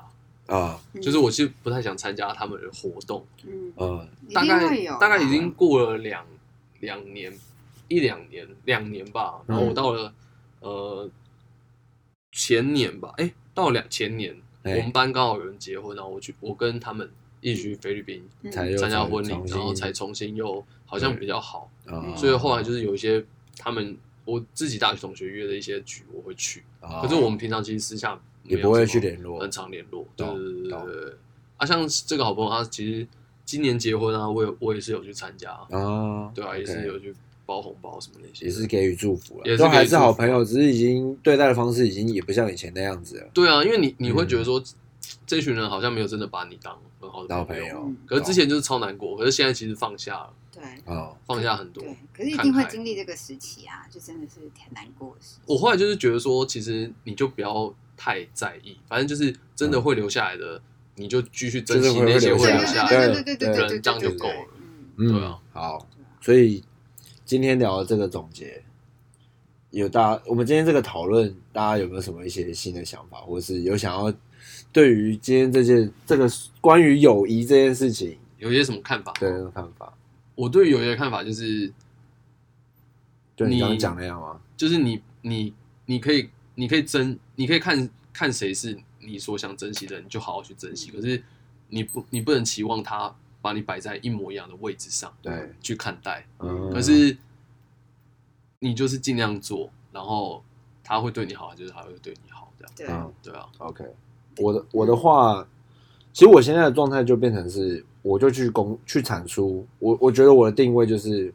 [SPEAKER 2] 啊、
[SPEAKER 4] 嗯
[SPEAKER 3] 就是我其实不太想参加他们的活动。
[SPEAKER 4] 嗯，
[SPEAKER 2] 呃，
[SPEAKER 4] 一
[SPEAKER 3] 大
[SPEAKER 4] 定会
[SPEAKER 3] 概
[SPEAKER 4] 有啊，
[SPEAKER 3] 大概已经过了两两年一两年两年吧，
[SPEAKER 2] 嗯
[SPEAKER 3] 然后我到了、呃前年吧，哎、到两前年，
[SPEAKER 2] 哎
[SPEAKER 3] 我们班刚好有人结婚，然后我去我跟他们一起去菲律宾
[SPEAKER 4] 嗯
[SPEAKER 2] 才有
[SPEAKER 3] 参加婚礼，
[SPEAKER 2] 重新
[SPEAKER 3] 然后才重新又好像比较好，
[SPEAKER 2] 啊
[SPEAKER 3] 所以后来就是有一些他们我自己大学同学约的一些局我会去，
[SPEAKER 2] 啊
[SPEAKER 3] 可是我们平常其实私下
[SPEAKER 2] 也
[SPEAKER 3] 没有
[SPEAKER 2] 不会
[SPEAKER 3] 什
[SPEAKER 2] 去
[SPEAKER 3] 么
[SPEAKER 2] 联络
[SPEAKER 3] 很常联络，对
[SPEAKER 2] 懂
[SPEAKER 3] 对对
[SPEAKER 2] 懂
[SPEAKER 3] 对对。啊，像这个好朋友，他其实今年结婚啊，我也我也是有去参加，
[SPEAKER 2] 啊，
[SPEAKER 3] 对啊，也是
[SPEAKER 2] OK
[SPEAKER 3] 有去包红包什么那些，
[SPEAKER 2] 也是给予祝福
[SPEAKER 3] 也
[SPEAKER 2] 了，
[SPEAKER 3] 是
[SPEAKER 2] 都
[SPEAKER 3] 给予
[SPEAKER 2] 还是好
[SPEAKER 3] 祝福
[SPEAKER 2] 朋友，只是已经对待的方式已经也不像以前那样子了。
[SPEAKER 3] 对啊，因为你你会觉
[SPEAKER 2] 嗯
[SPEAKER 3] 得说，这群人好像没有真的把你当很好的
[SPEAKER 2] 老
[SPEAKER 3] 朋
[SPEAKER 2] 朋
[SPEAKER 3] 友，
[SPEAKER 2] 友
[SPEAKER 4] 嗯，
[SPEAKER 3] 可是之前就是超难过，可是现在其实放下了，
[SPEAKER 4] 对
[SPEAKER 2] 啊，
[SPEAKER 3] 放下很多。
[SPEAKER 4] 对，可是一定
[SPEAKER 3] 看
[SPEAKER 4] 会
[SPEAKER 3] 开
[SPEAKER 4] 经历这个时期啊，就真的是挺难过的事。
[SPEAKER 3] 我后来就是觉得说，其实你就不要太在意，反正就是真的会留下来的，你就继续珍
[SPEAKER 2] 就是嗯
[SPEAKER 3] 惜
[SPEAKER 2] 会
[SPEAKER 3] 那些
[SPEAKER 2] 留
[SPEAKER 3] 会
[SPEAKER 2] 下
[SPEAKER 3] 留
[SPEAKER 2] 来
[SPEAKER 3] 下来
[SPEAKER 2] 对
[SPEAKER 3] 的。
[SPEAKER 4] 对对对对对对，
[SPEAKER 3] 人这样就够了
[SPEAKER 4] 嗯，
[SPEAKER 2] 嗯，
[SPEAKER 3] 对啊，
[SPEAKER 2] 好，所以今天聊的这个总结，有大我们今天这个讨论，大家有没有什么一些新的想法，或是有想要对于今天这件这个关于友谊这件事情
[SPEAKER 3] 有一些什么看法？
[SPEAKER 2] 的那个看法？
[SPEAKER 3] 我对友谊的看法就是，
[SPEAKER 2] 就你
[SPEAKER 3] 你
[SPEAKER 2] 刚刚讲那样吗？
[SPEAKER 3] 就是你你你可以你可以珍你可以看看谁是你所想珍惜的，你就好好去珍惜。可是你不你不能期望他把你摆在一模一样的位置上
[SPEAKER 2] 对，
[SPEAKER 3] 去看待，
[SPEAKER 2] 嗯，
[SPEAKER 3] 可是你就是尽量做，然后他会对你好，就是他会对你好，这样
[SPEAKER 4] 对，
[SPEAKER 2] 嗯
[SPEAKER 3] 对啊，
[SPEAKER 2] OK，我的我的话，其实我现在的状态就变成是，我就去公去产出，我我觉得我的定位就是，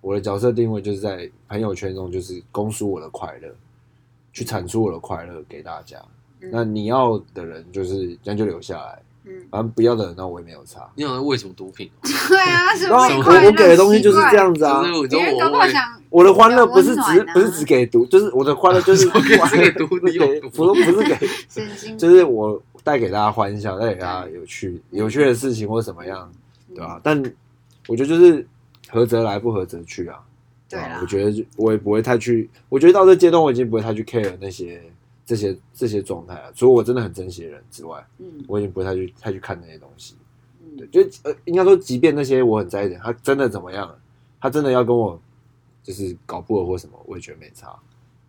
[SPEAKER 2] 我的角色定位就是在朋友圈中就是公输我的快乐，去产出我的快乐给大家。
[SPEAKER 4] 嗯
[SPEAKER 2] 那你要的人就是那就留下来，
[SPEAKER 4] 嗯，
[SPEAKER 2] 反正不要的人那我也没有差。
[SPEAKER 3] 你想喂什么毒品？哦
[SPEAKER 4] 对啊，什
[SPEAKER 2] 那
[SPEAKER 4] 么
[SPEAKER 3] 你
[SPEAKER 2] 我
[SPEAKER 3] 快
[SPEAKER 4] 快
[SPEAKER 2] 我给的东西就是这样子啊
[SPEAKER 3] 就。是你知
[SPEAKER 4] 别人
[SPEAKER 3] 道
[SPEAKER 4] 搞不
[SPEAKER 3] 我
[SPEAKER 4] 好
[SPEAKER 3] 喂
[SPEAKER 4] 想
[SPEAKER 2] 我的欢乐不是
[SPEAKER 4] 比较
[SPEAKER 2] 只
[SPEAKER 4] 温暖啊
[SPEAKER 2] 不是只给毒，就是我的欢乐就是
[SPEAKER 3] 我给这个毒你有
[SPEAKER 2] 给
[SPEAKER 3] 毒
[SPEAKER 2] 不是不是给
[SPEAKER 4] 神经，
[SPEAKER 2] 就是我带给大家欢笑，带给大家有趣有趣的事情或怎么样，对啊吧、
[SPEAKER 4] 嗯？
[SPEAKER 2] 但我觉得就是合则来，不合则去啊。
[SPEAKER 4] 对
[SPEAKER 2] 吧
[SPEAKER 4] 啦
[SPEAKER 2] 我，觉得就我也不会太去，我觉得到这阶段我已经不会太去 care 那些这些这些状态了。除了我真的很珍惜的人之外，
[SPEAKER 4] 嗯
[SPEAKER 2] 我已经不会太去太去看那些东西。对，
[SPEAKER 4] 嗯，
[SPEAKER 2] 就呃，应该说，即便那些我很在意的人，他真的怎么样了，他真的要跟我就是搞破或什么，我也觉得没差。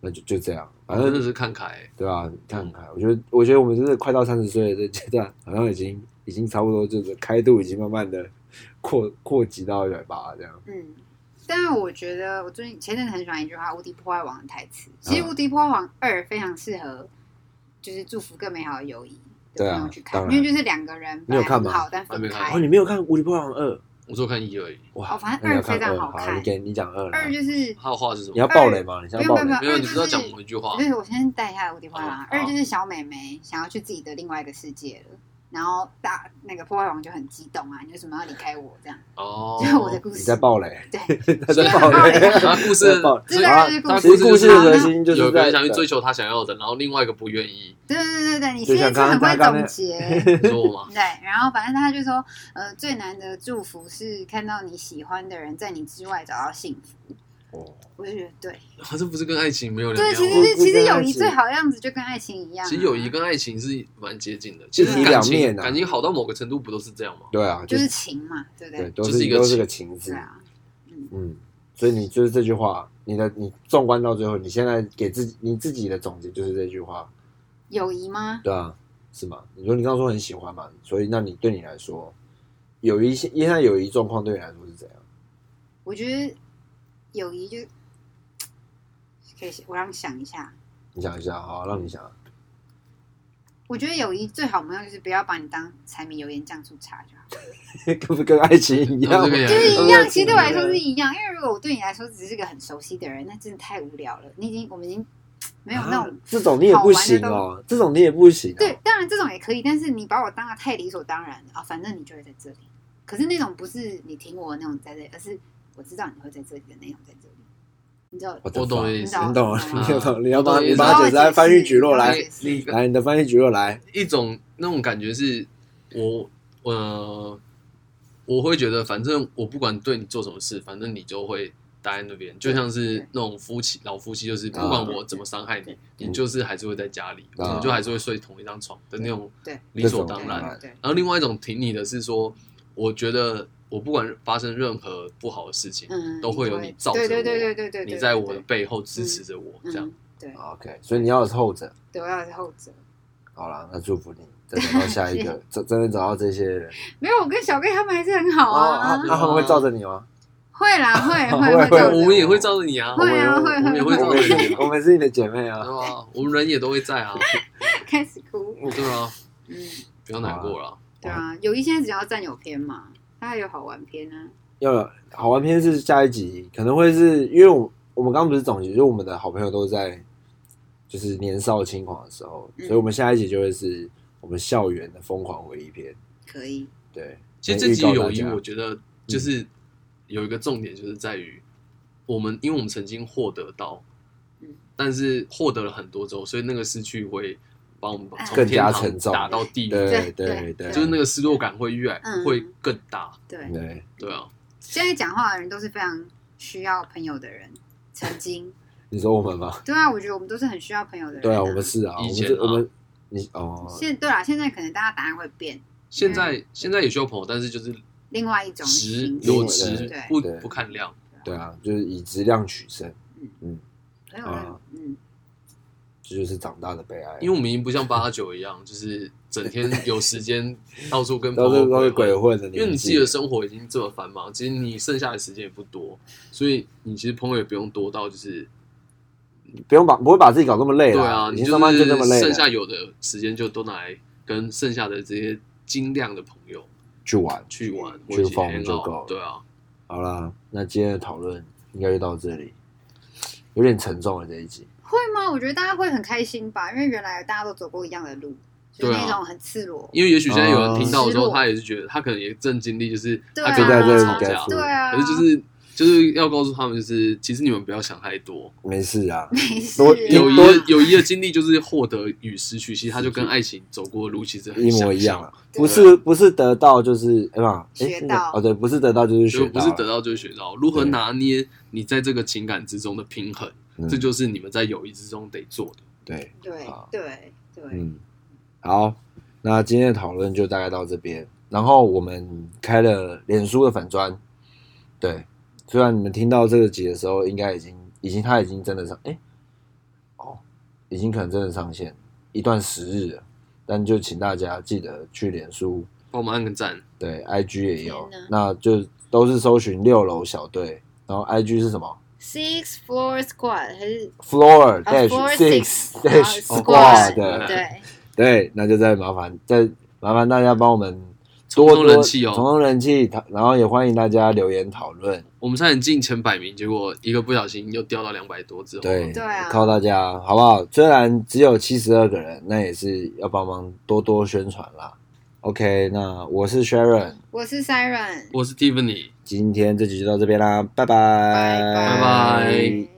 [SPEAKER 2] 那就就这样，反正
[SPEAKER 3] 真的是看开、欸
[SPEAKER 2] 对啊，你看看，我觉得，我觉得我们真的快到三十岁的这阶段，好像已经已经差不多，就是开度已经慢慢的扩扩及到一百八这样。
[SPEAKER 4] 嗯，但是我觉得我最近前阵子很喜欢一句话《无敌破坏王》的台词，其实
[SPEAKER 2] 嗯
[SPEAKER 4] 《无敌破坏王二》非常适合，就是祝福更美好的友谊的
[SPEAKER 2] 对啊
[SPEAKER 4] 朋友去看
[SPEAKER 2] 当，然
[SPEAKER 4] 因为就是两个人
[SPEAKER 2] 你有看
[SPEAKER 4] 本
[SPEAKER 2] 吗
[SPEAKER 4] 来很好但
[SPEAKER 3] 还没
[SPEAKER 4] 分
[SPEAKER 3] 看
[SPEAKER 4] 开
[SPEAKER 2] 哦，，你没有看《无敌破坏王二》？
[SPEAKER 3] 我只有看一而已。
[SPEAKER 2] 哇，
[SPEAKER 4] 哦反正
[SPEAKER 2] 那你要
[SPEAKER 4] 二非
[SPEAKER 2] 看
[SPEAKER 4] 常
[SPEAKER 2] 二，
[SPEAKER 4] 好
[SPEAKER 2] 好，
[SPEAKER 4] 看
[SPEAKER 2] 你给你讲二
[SPEAKER 4] 二
[SPEAKER 2] 啦，
[SPEAKER 4] 就是
[SPEAKER 3] 他的话是什
[SPEAKER 2] 你
[SPEAKER 3] 么
[SPEAKER 2] 要？爆雷吗？你现
[SPEAKER 4] 不
[SPEAKER 2] 在
[SPEAKER 4] 用
[SPEAKER 2] 爆
[SPEAKER 4] 不
[SPEAKER 2] 雷
[SPEAKER 4] 用
[SPEAKER 3] 没有，你不是要
[SPEAKER 4] 二就是
[SPEAKER 3] 讲同一 句话
[SPEAKER 4] 对，我先带一下无敌破坏王
[SPEAKER 3] 好。
[SPEAKER 4] 二就是小美眉想要去自己的另外一个世界了，然后大那个破坏王就很激动啊，你为什么要离开我？这样，
[SPEAKER 3] 哦
[SPEAKER 4] 这。是我的故
[SPEAKER 2] 你
[SPEAKER 4] 事。
[SPEAKER 2] 在爆雷，
[SPEAKER 4] 对，
[SPEAKER 2] 他在
[SPEAKER 4] 爆
[SPEAKER 2] 爆
[SPEAKER 4] 雷
[SPEAKER 2] 雷。
[SPEAKER 3] 他 故事
[SPEAKER 2] 在爆，
[SPEAKER 4] 这个
[SPEAKER 2] 啊
[SPEAKER 4] 就是
[SPEAKER 3] 他
[SPEAKER 4] 故
[SPEAKER 2] 其
[SPEAKER 4] 事
[SPEAKER 2] 实故事的
[SPEAKER 4] 好
[SPEAKER 2] 核
[SPEAKER 4] 那
[SPEAKER 2] 心就是
[SPEAKER 3] 有个
[SPEAKER 2] 在
[SPEAKER 3] 人想去追求他想要的，然后另外一个不愿 意，
[SPEAKER 4] 对对对对，你
[SPEAKER 2] 就
[SPEAKER 4] 现在
[SPEAKER 2] 像
[SPEAKER 4] 真的很
[SPEAKER 2] 刚
[SPEAKER 4] 会
[SPEAKER 2] 刚刚刚那
[SPEAKER 4] 总结。
[SPEAKER 3] 你说我吗？
[SPEAKER 4] 对，然后反正他就说，呃，最难的祝福是看到你喜欢的人在你之外找到幸福。
[SPEAKER 2] 哦
[SPEAKER 4] 我就觉得对，
[SPEAKER 3] 啊这不是跟爱情没有两
[SPEAKER 4] 对，
[SPEAKER 3] 样
[SPEAKER 4] 其
[SPEAKER 3] 吗。
[SPEAKER 4] 实
[SPEAKER 2] 不
[SPEAKER 4] 其实
[SPEAKER 2] 不
[SPEAKER 4] 友
[SPEAKER 2] 不
[SPEAKER 4] 谊
[SPEAKER 2] 是
[SPEAKER 4] 最好的样子就跟爱情一样啊、
[SPEAKER 3] 其实友谊跟爱情是蛮接近的，
[SPEAKER 2] 一
[SPEAKER 3] 其
[SPEAKER 2] 体
[SPEAKER 3] 实感
[SPEAKER 2] 两面
[SPEAKER 3] 情
[SPEAKER 2] 啊
[SPEAKER 3] 感情好到某个程度不都是这样吗？
[SPEAKER 2] 对啊，
[SPEAKER 4] 就
[SPEAKER 2] 就是
[SPEAKER 4] 情嘛，对不
[SPEAKER 2] 对，
[SPEAKER 4] 对？
[SPEAKER 2] 都
[SPEAKER 3] 就是
[SPEAKER 2] 是
[SPEAKER 3] 一个
[SPEAKER 2] 都是个
[SPEAKER 3] 情
[SPEAKER 2] 情字
[SPEAKER 4] 对，啊，
[SPEAKER 2] 嗯，所以你就是这句话，你的你纵观到最后，你现在给自己你自己的总结就是这句话，
[SPEAKER 4] 友谊吗？
[SPEAKER 2] 对啊，是吗？你说你刚刚说很喜欢嘛，所以那你对你来说，有一些现在友谊状况对你来说是怎样？
[SPEAKER 4] 我觉得友谊就可以，我让想一下。
[SPEAKER 2] 你想一下，好，让你想，
[SPEAKER 4] 我觉得友谊最好没有就是不要把你当柴米油盐酱醋茶就好，
[SPEAKER 2] 跟不跟爱情一
[SPEAKER 3] 那
[SPEAKER 2] 样
[SPEAKER 3] 不？
[SPEAKER 4] 就
[SPEAKER 3] 跟
[SPEAKER 4] 是一
[SPEAKER 2] 对
[SPEAKER 4] 样。
[SPEAKER 2] 对
[SPEAKER 4] 其实对我来说
[SPEAKER 3] 呃
[SPEAKER 2] 对
[SPEAKER 4] 是一样，因为如果我对你来说只是个很熟悉的人，那真的太无聊了。你已经我们已经没
[SPEAKER 2] 啊
[SPEAKER 4] 有那种、
[SPEAKER 2] 这种你也不行
[SPEAKER 4] 好
[SPEAKER 2] 哦，这种你也不行、哦。
[SPEAKER 4] 对，当然这种也可以，但是你把我当的太理所当然了啊，反正你就会在这里。可是那种不是你挺我的那种在这里，而是我知道你会在这里的那种在这里，你知道？
[SPEAKER 2] 我的
[SPEAKER 3] 我懂
[SPEAKER 2] 妈
[SPEAKER 3] 你意思
[SPEAKER 2] 你懂了，
[SPEAKER 4] 嗯
[SPEAKER 2] 你懂，你要帮
[SPEAKER 3] 嗯
[SPEAKER 2] 你帮他解释来翻译举落
[SPEAKER 4] 然
[SPEAKER 2] 来
[SPEAKER 4] 后，
[SPEAKER 3] 哎你
[SPEAKER 2] 来你的翻译举落来，
[SPEAKER 3] 一种那种感觉是，我呃，我会觉得反正我不管对你做什么事，反正你就会待在那边，就像是那种夫妻老夫妻，就是不管我怎么伤害你，
[SPEAKER 2] 嗯
[SPEAKER 3] 你就是还是会在家里，我
[SPEAKER 2] 啊
[SPEAKER 3] 们就还是会睡同一张床的那种
[SPEAKER 4] 对，
[SPEAKER 3] 理所当
[SPEAKER 2] 这种
[SPEAKER 3] 然。
[SPEAKER 4] 对对，
[SPEAKER 3] 然后另外一种挺你的是说，我觉得我不管发生任何不好的事情，
[SPEAKER 4] 嗯，
[SPEAKER 3] 都会有你罩着
[SPEAKER 4] 对对对
[SPEAKER 3] 我
[SPEAKER 4] 对对对，
[SPEAKER 3] 你
[SPEAKER 4] 对
[SPEAKER 3] 在
[SPEAKER 4] 对
[SPEAKER 3] 我的
[SPEAKER 4] 对
[SPEAKER 3] 背后支持着我，这样
[SPEAKER 4] 嗯。对
[SPEAKER 2] OK，所以你要是后者，
[SPEAKER 4] 对，我要是后者。
[SPEAKER 2] 好了，那祝福你，再找到下 一个，真真的找到这些人，
[SPEAKER 4] 没有，我跟小 K 他们还是很好啊
[SPEAKER 2] 啊，他们会罩着你吗？
[SPEAKER 4] 会啦，会会会
[SPEAKER 2] 会
[SPEAKER 4] 照
[SPEAKER 2] 对
[SPEAKER 4] 着
[SPEAKER 3] 啊我们也会罩着你啊，
[SPEAKER 4] 会啊
[SPEAKER 2] 我们
[SPEAKER 4] 会
[SPEAKER 3] 我们也
[SPEAKER 2] 我
[SPEAKER 3] 会
[SPEAKER 2] 们
[SPEAKER 3] 罩
[SPEAKER 2] 我
[SPEAKER 3] 着
[SPEAKER 2] 们
[SPEAKER 3] 你啊
[SPEAKER 2] 是，我们是你的姐妹啊，
[SPEAKER 3] 对啊，我们人也都会 在啊，
[SPEAKER 4] 开始哭，
[SPEAKER 3] 对啊，
[SPEAKER 4] 嗯，
[SPEAKER 3] 不要难过了。
[SPEAKER 4] 对啊，有一现在只要占有篇嘛，他还有好玩篇啊，
[SPEAKER 2] 要了，好玩片是下一集，可能会是因为我我们刚刚不是总结，就是我们的好朋友都在就是年少轻狂的时候，
[SPEAKER 4] 嗯
[SPEAKER 2] 所以我们下一集就会是我们校园的疯狂回忆片。
[SPEAKER 4] 可以，
[SPEAKER 2] 对，
[SPEAKER 3] 其实这集友
[SPEAKER 2] 啊能预
[SPEAKER 3] 谊，
[SPEAKER 2] 告大家
[SPEAKER 3] 我觉得就是有一个重点，就是在于我们，因为我们曾经获得到
[SPEAKER 4] 嗯，
[SPEAKER 3] 但是获得了很多之后，所以那个失去会把我们
[SPEAKER 4] 哎
[SPEAKER 3] 从
[SPEAKER 2] 更
[SPEAKER 3] 天
[SPEAKER 2] 加
[SPEAKER 3] 堂
[SPEAKER 2] 沉重
[SPEAKER 3] 打到地狱，
[SPEAKER 2] 对
[SPEAKER 4] 对
[SPEAKER 2] 对
[SPEAKER 4] 对
[SPEAKER 2] 对，
[SPEAKER 3] 嗯就是那个失落感会越来
[SPEAKER 4] 嗯
[SPEAKER 3] 会更大。
[SPEAKER 4] 对，
[SPEAKER 2] 对
[SPEAKER 3] 对啊，
[SPEAKER 4] 现在讲话的人都是非常需要朋友的人，曾经，
[SPEAKER 2] 你说我们吗？
[SPEAKER 4] 对啊，我觉得我们都是很需要朋友的人、
[SPEAKER 2] 对啊，我们是啊，我
[SPEAKER 3] 以
[SPEAKER 2] 们
[SPEAKER 3] 前
[SPEAKER 2] 是
[SPEAKER 3] 啊
[SPEAKER 2] 我们你哦，
[SPEAKER 4] 现对啊啦，现在可能大家答案会变，
[SPEAKER 3] 现
[SPEAKER 4] 嗯
[SPEAKER 3] 在现在也需要朋友，但是就是
[SPEAKER 4] 另外一种
[SPEAKER 3] 值
[SPEAKER 4] 形式
[SPEAKER 3] 有
[SPEAKER 2] 值
[SPEAKER 3] 值
[SPEAKER 4] 对，
[SPEAKER 3] 不
[SPEAKER 2] 对
[SPEAKER 3] 不看量。
[SPEAKER 2] 对啊，就是以质量取胜，
[SPEAKER 4] 朋友的人
[SPEAKER 2] 啊
[SPEAKER 4] 嗯，
[SPEAKER 2] 这就是长大的悲哀。
[SPEAKER 3] 因为我们已经不像八加九一样，就是整天有 时间到处跟朋
[SPEAKER 2] 都
[SPEAKER 3] 友
[SPEAKER 2] 是都是
[SPEAKER 3] 鬼
[SPEAKER 2] 鬼
[SPEAKER 3] 混。
[SPEAKER 2] 混的年纪，
[SPEAKER 3] 哦因为你自己的生活已经这么繁忙，其实你剩下的时间也不多，所以你其实朋友也不用多到就是
[SPEAKER 2] 不用把不会把自己搞那么累
[SPEAKER 3] 对
[SPEAKER 2] 了，
[SPEAKER 3] 啊，
[SPEAKER 2] 已
[SPEAKER 3] 你
[SPEAKER 2] 经上班
[SPEAKER 3] 是
[SPEAKER 2] 就这么累
[SPEAKER 3] 剩
[SPEAKER 2] 了，
[SPEAKER 3] 下有的时间就都拿来跟剩下的这些精量的朋友
[SPEAKER 2] 去玩。
[SPEAKER 3] 去玩，
[SPEAKER 2] 去
[SPEAKER 3] 或者一起
[SPEAKER 2] 疯就
[SPEAKER 3] hang out，
[SPEAKER 2] 够了
[SPEAKER 3] 对啊，
[SPEAKER 2] 好啦，那今天的讨论应该就到这里，有点沉重了这一集。
[SPEAKER 4] 会吗？我觉得大家会很开心吧，因为原来大家都走过一样的路，就是
[SPEAKER 3] 对啊
[SPEAKER 4] 那种很赤裸，
[SPEAKER 3] 因为也许现在有人听到的时候，
[SPEAKER 4] 哦
[SPEAKER 3] 他也是觉得他可能也正经历，就是
[SPEAKER 4] 对
[SPEAKER 3] 他
[SPEAKER 4] 啊
[SPEAKER 3] 跟
[SPEAKER 2] 就在这
[SPEAKER 3] 人
[SPEAKER 2] 里
[SPEAKER 3] 吵
[SPEAKER 2] 该
[SPEAKER 3] 架，
[SPEAKER 2] 说
[SPEAKER 4] 对啊，
[SPEAKER 3] 可是就是就是要告诉他们，就是其实你们不要想太多，
[SPEAKER 2] 没事 啊，
[SPEAKER 4] 没事
[SPEAKER 2] 多
[SPEAKER 4] 啊
[SPEAKER 3] 友谊
[SPEAKER 2] 多
[SPEAKER 3] 的友谊的经历就是获得与失去，其实它就跟爱情走过的路其实很
[SPEAKER 2] 一模
[SPEAKER 3] 相
[SPEAKER 2] 一样
[SPEAKER 3] 像
[SPEAKER 2] 啊，不是不是得到就是哎嘛，哎
[SPEAKER 4] 学
[SPEAKER 2] 那个
[SPEAKER 4] 到
[SPEAKER 2] 哦对，不是得到就是
[SPEAKER 3] 就
[SPEAKER 2] 学
[SPEAKER 3] 不
[SPEAKER 2] 到啊
[SPEAKER 3] 是
[SPEAKER 2] 了，
[SPEAKER 3] 得到就是学到，如何
[SPEAKER 2] 对
[SPEAKER 3] 拿捏你在这个情感之中的平衡，
[SPEAKER 2] 嗯
[SPEAKER 3] 这就是你们在友谊之中得做的。
[SPEAKER 2] 对，
[SPEAKER 4] 对
[SPEAKER 3] 啊
[SPEAKER 2] 好
[SPEAKER 4] 对对，
[SPEAKER 2] 嗯，好，那今天的讨论就大概到这边，然后我们开了脸书的粉砖，对，虽然你们听到这个集的时候，应该已经已经它已经真的上哎、哦，已经可能真的上线一段时日了，但就请大家记得去脸书。
[SPEAKER 3] 帮我们按个赞，
[SPEAKER 2] 对，IG 也有
[SPEAKER 4] 天哪，
[SPEAKER 2] 那就都是搜寻六楼小队，然后 IG 是什么
[SPEAKER 4] Six Floor Squad 还是
[SPEAKER 2] ？Floor
[SPEAKER 4] 啊
[SPEAKER 2] dash
[SPEAKER 4] floor
[SPEAKER 2] six
[SPEAKER 4] six，然后
[SPEAKER 2] dash
[SPEAKER 4] squad，
[SPEAKER 2] 对
[SPEAKER 4] 对，
[SPEAKER 2] 对，那就再麻烦再麻烦大家帮我们
[SPEAKER 3] 冲
[SPEAKER 2] 多
[SPEAKER 3] 冲
[SPEAKER 2] 多
[SPEAKER 3] 人气哦
[SPEAKER 2] 重重人气，然后也欢迎大家留言讨论，
[SPEAKER 3] 我们差点进前百名，结果一个不小心又掉到两百多之后，
[SPEAKER 2] 对，
[SPEAKER 4] 对啊
[SPEAKER 2] 靠大家好不好？虽然只有七十二个人，那也是要帮忙多多宣传啦。OK，那我是 Sharon，
[SPEAKER 4] 我是 Siren，
[SPEAKER 3] 我是 Tiffany。
[SPEAKER 2] 今天这集就到这边啦，拜拜，
[SPEAKER 4] 拜
[SPEAKER 3] 拜拜
[SPEAKER 4] 拜。